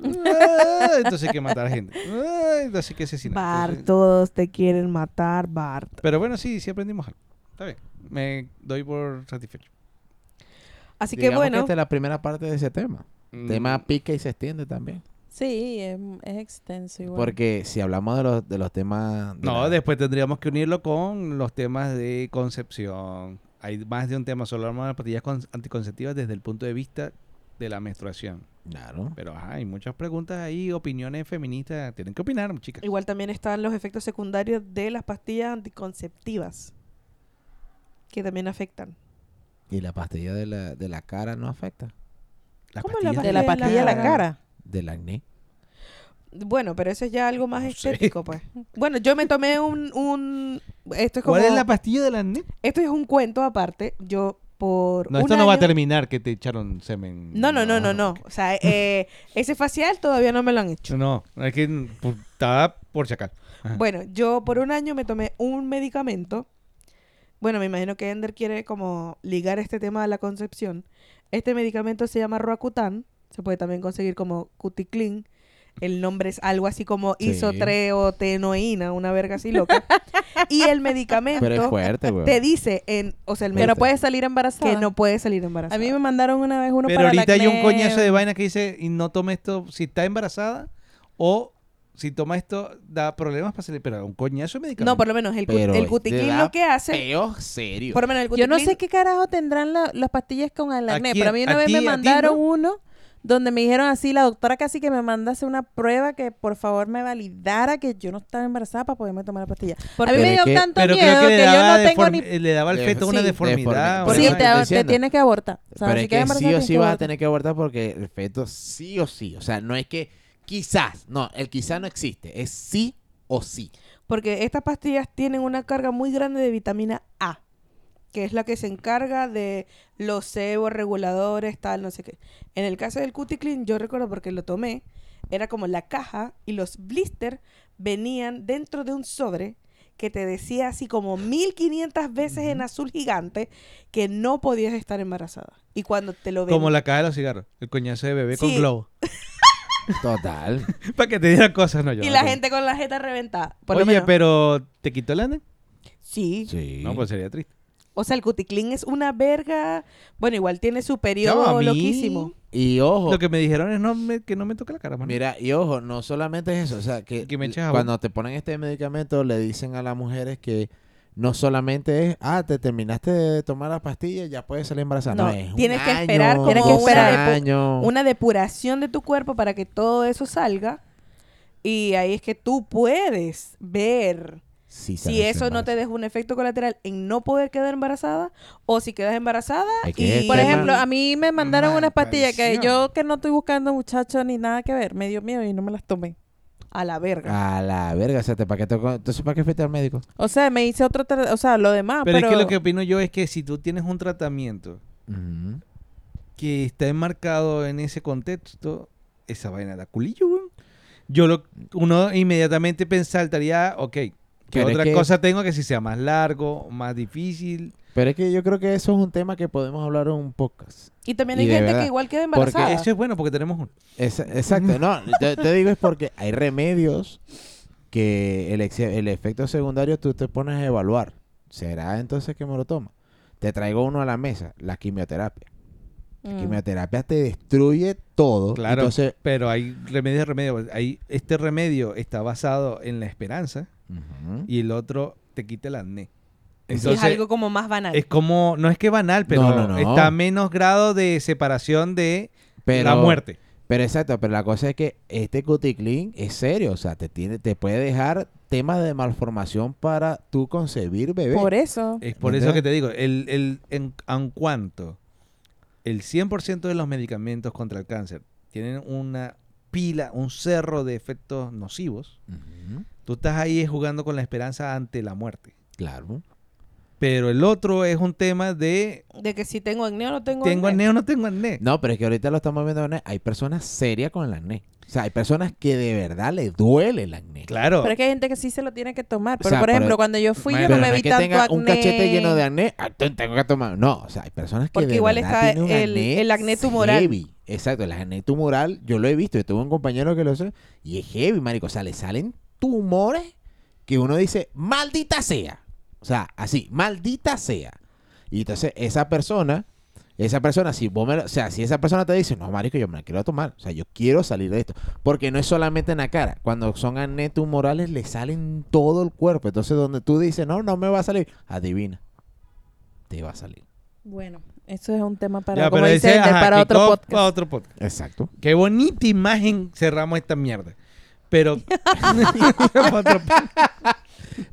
[SPEAKER 4] Eh, entonces hay que matar gente. Eh, Entonces hay que asesinar.
[SPEAKER 1] Bart,
[SPEAKER 4] Entonces-
[SPEAKER 1] todos te quieren matar, Bart.
[SPEAKER 4] Pero bueno, sí, sí aprendimos algo. Está bien, me doy por satisfecho.
[SPEAKER 1] Así que
[SPEAKER 3] Digamos
[SPEAKER 1] bueno,
[SPEAKER 3] esta es la primera parte de ese tema.
[SPEAKER 4] Mm.
[SPEAKER 3] Tema pica y se extiende también.
[SPEAKER 2] Sí, es, es extenso igual.
[SPEAKER 3] Porque si hablamos de los, de los temas... de
[SPEAKER 4] No,
[SPEAKER 3] la-
[SPEAKER 4] después tendríamos que unirlo con los temas de concepción. Hay más de un tema, solo hablamos de las pastillas con- anticonceptivas desde el punto de vista de la menstruación.
[SPEAKER 3] Claro.
[SPEAKER 4] Pero ajá, hay muchas preguntas ahí, opiniones feministas. Tienen que opinar, chicas.
[SPEAKER 1] igual también están los efectos secundarios de las pastillas anticonceptivas que también afectan.
[SPEAKER 3] Y la pastilla de la, de la cara no afecta.
[SPEAKER 4] Las
[SPEAKER 1] ¿Cómo la
[SPEAKER 4] pastillas-
[SPEAKER 2] de la pastilla de la cara.
[SPEAKER 3] Del acné.
[SPEAKER 1] Bueno, pero eso es ya algo más
[SPEAKER 4] No sé.
[SPEAKER 1] estético, pues. Bueno, yo me tomé un, un esto es como
[SPEAKER 4] ¿Cuál es la pastilla de la acné?
[SPEAKER 1] esto es un cuento aparte. Yo por
[SPEAKER 4] No,
[SPEAKER 1] un
[SPEAKER 4] esto no va a
[SPEAKER 1] año-
[SPEAKER 4] terminar que te echaron semen.
[SPEAKER 1] No, no, no, no, no. O sea, eh, ese facial todavía no me lo han hecho.
[SPEAKER 4] No, es que mm, pu- estaba por chacal. Ajá.
[SPEAKER 1] Bueno, yo por un año me tomé un medicamento. Bueno, me imagino que Ender quiere como ligar este tema a la concepción. Este medicamento se llama Roacutan. Se puede también conseguir como Cuticlin. El nombre es algo así como
[SPEAKER 3] Sí.
[SPEAKER 1] isotreotenoína, una verga así
[SPEAKER 3] <laughs>
[SPEAKER 1] loca. y el medicamento
[SPEAKER 3] Pero es fuerte, weón.
[SPEAKER 1] te dice en, o sea, el
[SPEAKER 2] Que no
[SPEAKER 1] medicamento
[SPEAKER 2] puede salir embarazada.
[SPEAKER 1] que no puede salir embarazada.
[SPEAKER 2] A mí me mandaron una vez uno
[SPEAKER 4] Pero
[SPEAKER 2] para el
[SPEAKER 4] ahorita hay un
[SPEAKER 2] acné.
[SPEAKER 4] coñazo de vaina que dice, y no tome esto si está embarazada o si toma esto da problemas para salir. Pero un coñazo de medicamento.
[SPEAKER 1] No, por lo menos el, cu-
[SPEAKER 3] Pero
[SPEAKER 1] el Cuticlin
[SPEAKER 3] da
[SPEAKER 1] lo que hace,
[SPEAKER 3] Peo serio.
[SPEAKER 1] por lo menos el
[SPEAKER 2] Yo no
[SPEAKER 1] Cuticlin-
[SPEAKER 2] sé qué carajo tendrán la- las pastillas con el
[SPEAKER 4] ¿A
[SPEAKER 2] acné,
[SPEAKER 4] quién?
[SPEAKER 2] pero a mí una
[SPEAKER 4] ¿A
[SPEAKER 2] vez
[SPEAKER 4] ti? ¿A
[SPEAKER 2] me
[SPEAKER 4] ti,
[SPEAKER 2] mandaron
[SPEAKER 4] no?
[SPEAKER 2] uno donde me dijeron así, la doctora casi que me mandase una prueba que por favor me validara que yo no estaba embarazada para poderme tomar la pastilla.
[SPEAKER 1] Porque-
[SPEAKER 2] a mí me dio
[SPEAKER 3] Pero es que-
[SPEAKER 2] tanto
[SPEAKER 4] pero
[SPEAKER 2] miedo
[SPEAKER 4] creo
[SPEAKER 2] que,
[SPEAKER 4] que, le,
[SPEAKER 2] yo
[SPEAKER 4] daba
[SPEAKER 2] no tengo
[SPEAKER 4] deform-
[SPEAKER 2] ni...
[SPEAKER 4] eh, le daba al
[SPEAKER 3] Def-
[SPEAKER 4] feto una
[SPEAKER 3] sí.
[SPEAKER 4] deformidad.
[SPEAKER 3] Deformidad.
[SPEAKER 4] una
[SPEAKER 3] Por
[SPEAKER 2] Sí,
[SPEAKER 3] eso
[SPEAKER 4] vaina.
[SPEAKER 3] te estoy
[SPEAKER 2] te, te
[SPEAKER 3] diciendo.
[SPEAKER 2] tienes que abortar. O sea,
[SPEAKER 3] Pero
[SPEAKER 2] si
[SPEAKER 3] es
[SPEAKER 2] quedas
[SPEAKER 3] que sí o
[SPEAKER 2] embarazada, tienes
[SPEAKER 3] sí
[SPEAKER 2] que
[SPEAKER 3] vas a
[SPEAKER 2] abortar.
[SPEAKER 3] tener que abortar porque el feto sí o sí. O sea, no es que quizás. No, el quizás no existe. Es sí o sí.
[SPEAKER 1] Porque estas pastillas tienen una carga muy grande de vitamina A, que es la que se encarga de los sebos reguladores, tal, no sé qué. En el caso del Cuticlin, yo recuerdo porque lo tomé, era como la caja y los blister venían dentro de un sobre que te decía así como 1500 veces en azul gigante que no podías estar embarazada. Y cuando te lo ven,
[SPEAKER 4] Como la caja de los cigarros. El coñazo de bebé con
[SPEAKER 1] Sí.
[SPEAKER 4] globo. <laughs>
[SPEAKER 3] Total.
[SPEAKER 4] para que te diera cosas, no yo.
[SPEAKER 1] y
[SPEAKER 4] no
[SPEAKER 1] la
[SPEAKER 4] como.
[SPEAKER 1] gente con la jeta reventada. Por
[SPEAKER 4] Oye,
[SPEAKER 1] lo menos.
[SPEAKER 4] pero ¿te quitó el acné?
[SPEAKER 1] Sí.
[SPEAKER 3] sí.
[SPEAKER 4] No, pues sería triste.
[SPEAKER 1] O sea, el cuticlín es una verga. Bueno, igual tiene su
[SPEAKER 4] Chavo, a
[SPEAKER 1] periodo
[SPEAKER 4] mí-
[SPEAKER 1] loquísimo.
[SPEAKER 3] Y ojo.
[SPEAKER 4] Lo que me dijeron es no me- que no me toque la cara, mano.
[SPEAKER 3] Mira, y ojo, no solamente es eso, o sea, que,
[SPEAKER 4] Que me eches
[SPEAKER 3] l-
[SPEAKER 4] agua.
[SPEAKER 3] cuando te ponen este medicamento le dicen a las mujeres que no solamente es, ah, te terminaste de tomar la pastilla, ya puedes salir embarazada. No,
[SPEAKER 1] No,
[SPEAKER 3] es un
[SPEAKER 1] tienes que
[SPEAKER 3] año,
[SPEAKER 1] esperar como
[SPEAKER 3] dos
[SPEAKER 1] que esperar una
[SPEAKER 3] años.
[SPEAKER 1] Una depuración de tu cuerpo para que todo eso salga. Y ahí es que tú puedes ver
[SPEAKER 3] Sí,
[SPEAKER 1] si eso no te deja un efecto colateral en no poder quedar embarazada o si quedas embarazada
[SPEAKER 3] Es que es
[SPEAKER 4] Este
[SPEAKER 1] y
[SPEAKER 3] el
[SPEAKER 2] Por
[SPEAKER 3] Qué
[SPEAKER 2] ejemplo,
[SPEAKER 3] mal-
[SPEAKER 2] a mí me mandaron unas pastillas que
[SPEAKER 3] maldición.
[SPEAKER 2] yo que no estoy buscando muchachos ni nada que ver, me dio miedo y no me las tomé.
[SPEAKER 1] a la
[SPEAKER 4] Ah.
[SPEAKER 1] verga.
[SPEAKER 3] A la verga, o sea, ¿te- ¿para qué te- entonces para qué fuiste al médico?
[SPEAKER 2] O sea, me hice otro, tra- o sea, lo demás,
[SPEAKER 4] Pero
[SPEAKER 2] pero,
[SPEAKER 4] es que lo que opino yo es que si tú tienes un tratamiento
[SPEAKER 3] Ujú.
[SPEAKER 4] que está enmarcado en ese contexto, esa vaina da culillo, weón. Yo lo, uno inmediatamente pensaría, ok, ¿qué
[SPEAKER 3] Pero es
[SPEAKER 4] otra
[SPEAKER 3] que-
[SPEAKER 4] cosa tengo que si sea más largo, más difícil?
[SPEAKER 3] Pero es que yo creo que eso es un tema que podemos hablar en un podcast.
[SPEAKER 1] Y también
[SPEAKER 3] Y
[SPEAKER 1] hay
[SPEAKER 3] de
[SPEAKER 1] gente
[SPEAKER 3] verdad,
[SPEAKER 1] que igual queda
[SPEAKER 3] porque
[SPEAKER 1] embarazada.
[SPEAKER 4] Eso es bueno porque tenemos uno.
[SPEAKER 3] Es- exacto, no, te, te digo es porque hay remedios que el, ex- el efecto secundario tú te pones a evaluar. ¿Será entonces que me lo tomo? Te traigo uno a la mesa, la quimioterapia. La
[SPEAKER 2] mm,
[SPEAKER 3] quimioterapia te destruye todo.
[SPEAKER 4] Claro,
[SPEAKER 3] Entonces,
[SPEAKER 4] pero hay remedios, remedios. Hay, este remedio está basado en la esperanza
[SPEAKER 3] ujú.
[SPEAKER 4] y el otro te quita el acné.
[SPEAKER 1] Y es
[SPEAKER 4] Entonces,
[SPEAKER 1] algo como más banal.
[SPEAKER 4] es como, no es que banal, pero
[SPEAKER 3] No, no, no.
[SPEAKER 4] está a menos grado de separación de
[SPEAKER 3] pero,
[SPEAKER 4] la muerte.
[SPEAKER 3] Pero exacto, pero la cosa es que este cuticlín es serio. O sea, te, tiene, te puede dejar temas de malformación para tú concebir bebé.
[SPEAKER 2] por e eso.
[SPEAKER 4] Es por
[SPEAKER 3] ¿Verdad?
[SPEAKER 4] eso que te digo, el, el, en, aun cuanto el 100% de los medicamentos contra el cáncer tienen una pila, un cerro de efectos nocivos,
[SPEAKER 3] Ujú,
[SPEAKER 4] tú estás ahí jugando con la esperanza ante la muerte.
[SPEAKER 3] Claro.
[SPEAKER 4] Pero el otro es un tema de
[SPEAKER 1] de que si tengo acné o no tengo,
[SPEAKER 4] tengo acné o no tengo acné.
[SPEAKER 3] No, pero es que ahorita lo estamos viendo, ¿no? hay personas serias con el acné. O sea, hay personas que de verdad les duele el acné.
[SPEAKER 4] Claro.
[SPEAKER 2] Pero es que hay gente que sí se lo tiene que tomar. Pero,
[SPEAKER 3] sea,
[SPEAKER 2] por
[SPEAKER 3] pero-
[SPEAKER 2] ejemplo, cuando yo fui,
[SPEAKER 4] Bueno,
[SPEAKER 2] yo no
[SPEAKER 3] Pero
[SPEAKER 2] me
[SPEAKER 3] no
[SPEAKER 2] vi
[SPEAKER 3] es que
[SPEAKER 2] tanto
[SPEAKER 3] tenga
[SPEAKER 2] acné.
[SPEAKER 3] un cachete lleno de acné, ah, tú tengo que tomar. No, o sea, hay personas que
[SPEAKER 1] Porque
[SPEAKER 3] de
[SPEAKER 1] igual
[SPEAKER 3] verdad
[SPEAKER 1] está
[SPEAKER 3] tienen un
[SPEAKER 1] el- el acné tumoral.
[SPEAKER 3] heavy. Exacto, el acné tumoral, yo lo he visto, yo tuve un compañero que lo hizo y es heavy, marico, o sea, le salen tumores que uno dice, "Maldita sea." O sea, así, "Maldita sea." Y entonces esa persona esa persona, si vos me lo- o sea, si esa persona te dice, no, marico, yo me la quiero tomar, o sea, yo quiero salir de esto, porque no es solamente en la cara, cuando son acné tumorales le salen todo el cuerpo, entonces donde tú dices, no, no me va a salir, adivina, te va a salir.
[SPEAKER 2] Bueno, eso es un tema para,
[SPEAKER 4] Ya,
[SPEAKER 2] como
[SPEAKER 4] pero
[SPEAKER 2] dice
[SPEAKER 4] ese,
[SPEAKER 2] Ender,
[SPEAKER 4] ajá,
[SPEAKER 2] para otro
[SPEAKER 4] kickoff,
[SPEAKER 2] podcast.
[SPEAKER 4] para otro podcast.
[SPEAKER 3] Exacto.
[SPEAKER 4] Qué bonita imagen cerramos esta mierda.
[SPEAKER 2] <laughs>
[SPEAKER 4] Pero... Para otro podcast.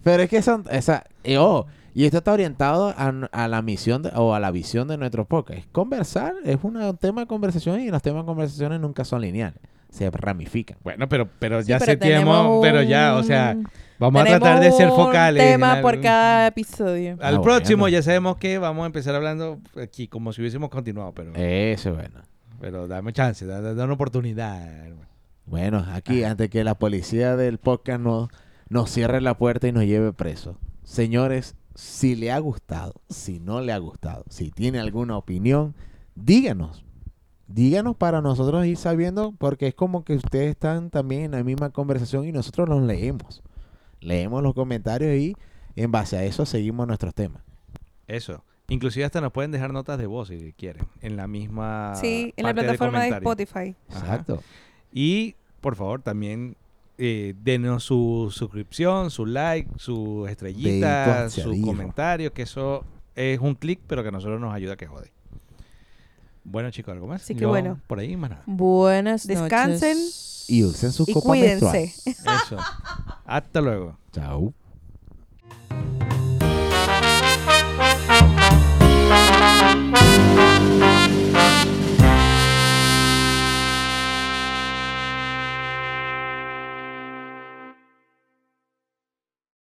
[SPEAKER 3] Pero es que son, esa, y, ojo, y esto está orientado a, n- a la misión de- o a la visión de nuestro podcast. Es conversar, es una- un tema de conversación y los temas de conversaciones nunca son lineales, se ramifican.
[SPEAKER 4] bueno, pero, pero
[SPEAKER 2] Sí,
[SPEAKER 4] pues, ya
[SPEAKER 2] pero
[SPEAKER 4] se tiempo,
[SPEAKER 2] tenemos
[SPEAKER 4] pero ya, o sea...
[SPEAKER 2] un-
[SPEAKER 4] Vamos a
[SPEAKER 2] tenemos
[SPEAKER 4] tratar de ser
[SPEAKER 2] un
[SPEAKER 4] focales.
[SPEAKER 2] tema
[SPEAKER 4] en
[SPEAKER 2] por
[SPEAKER 4] algún-
[SPEAKER 2] cada episodio.
[SPEAKER 4] Al
[SPEAKER 3] Ah,
[SPEAKER 4] próximo
[SPEAKER 3] bueno.
[SPEAKER 4] ya sabemos que vamos a empezar hablando aquí como si hubiésemos continuado, pero,
[SPEAKER 3] Eh. Eso, bueno.
[SPEAKER 4] pero dame chance, da- da- dame una oportunidad. hermano.
[SPEAKER 3] Bueno, aquí, antes que la policía del podcast no- nos cierre la puerta y nos lleve preso. Señores, si le ha gustado, si no le ha gustado, si tiene alguna opinión, díganos. Díganos para nosotros ir sabiendo, porque es como que ustedes están también en la misma conversación y nosotros los leemos. Leemos los comentarios y en base a eso seguimos nuestros temas.
[SPEAKER 4] Eso. Inclusive hasta nos pueden dejar notas de voz si quieren, en la misma
[SPEAKER 1] sí, en la
[SPEAKER 4] parte
[SPEAKER 1] plataforma de,
[SPEAKER 4] comentarios.
[SPEAKER 1] Spotify.
[SPEAKER 4] Ajá.
[SPEAKER 3] Exacto.
[SPEAKER 4] Y por favor también eh, denos su suscripción, su like, su estrellita,
[SPEAKER 3] Dedito hacia
[SPEAKER 4] su
[SPEAKER 3] arriba.
[SPEAKER 4] comentario, que eso es un clic, pero que a nosotros nos ayuda que jode. Bueno chicos, ¿algo más?
[SPEAKER 1] Así que
[SPEAKER 4] Yo
[SPEAKER 1] bueno.
[SPEAKER 4] Por ahí
[SPEAKER 2] <laughs>
[SPEAKER 4] más nada.
[SPEAKER 2] Buenas
[SPEAKER 1] Descansen
[SPEAKER 2] noches.
[SPEAKER 3] Y usen su
[SPEAKER 1] y
[SPEAKER 3] copa menstrual.
[SPEAKER 1] cuídense.
[SPEAKER 4] Eso. Hasta luego.
[SPEAKER 3] Chao.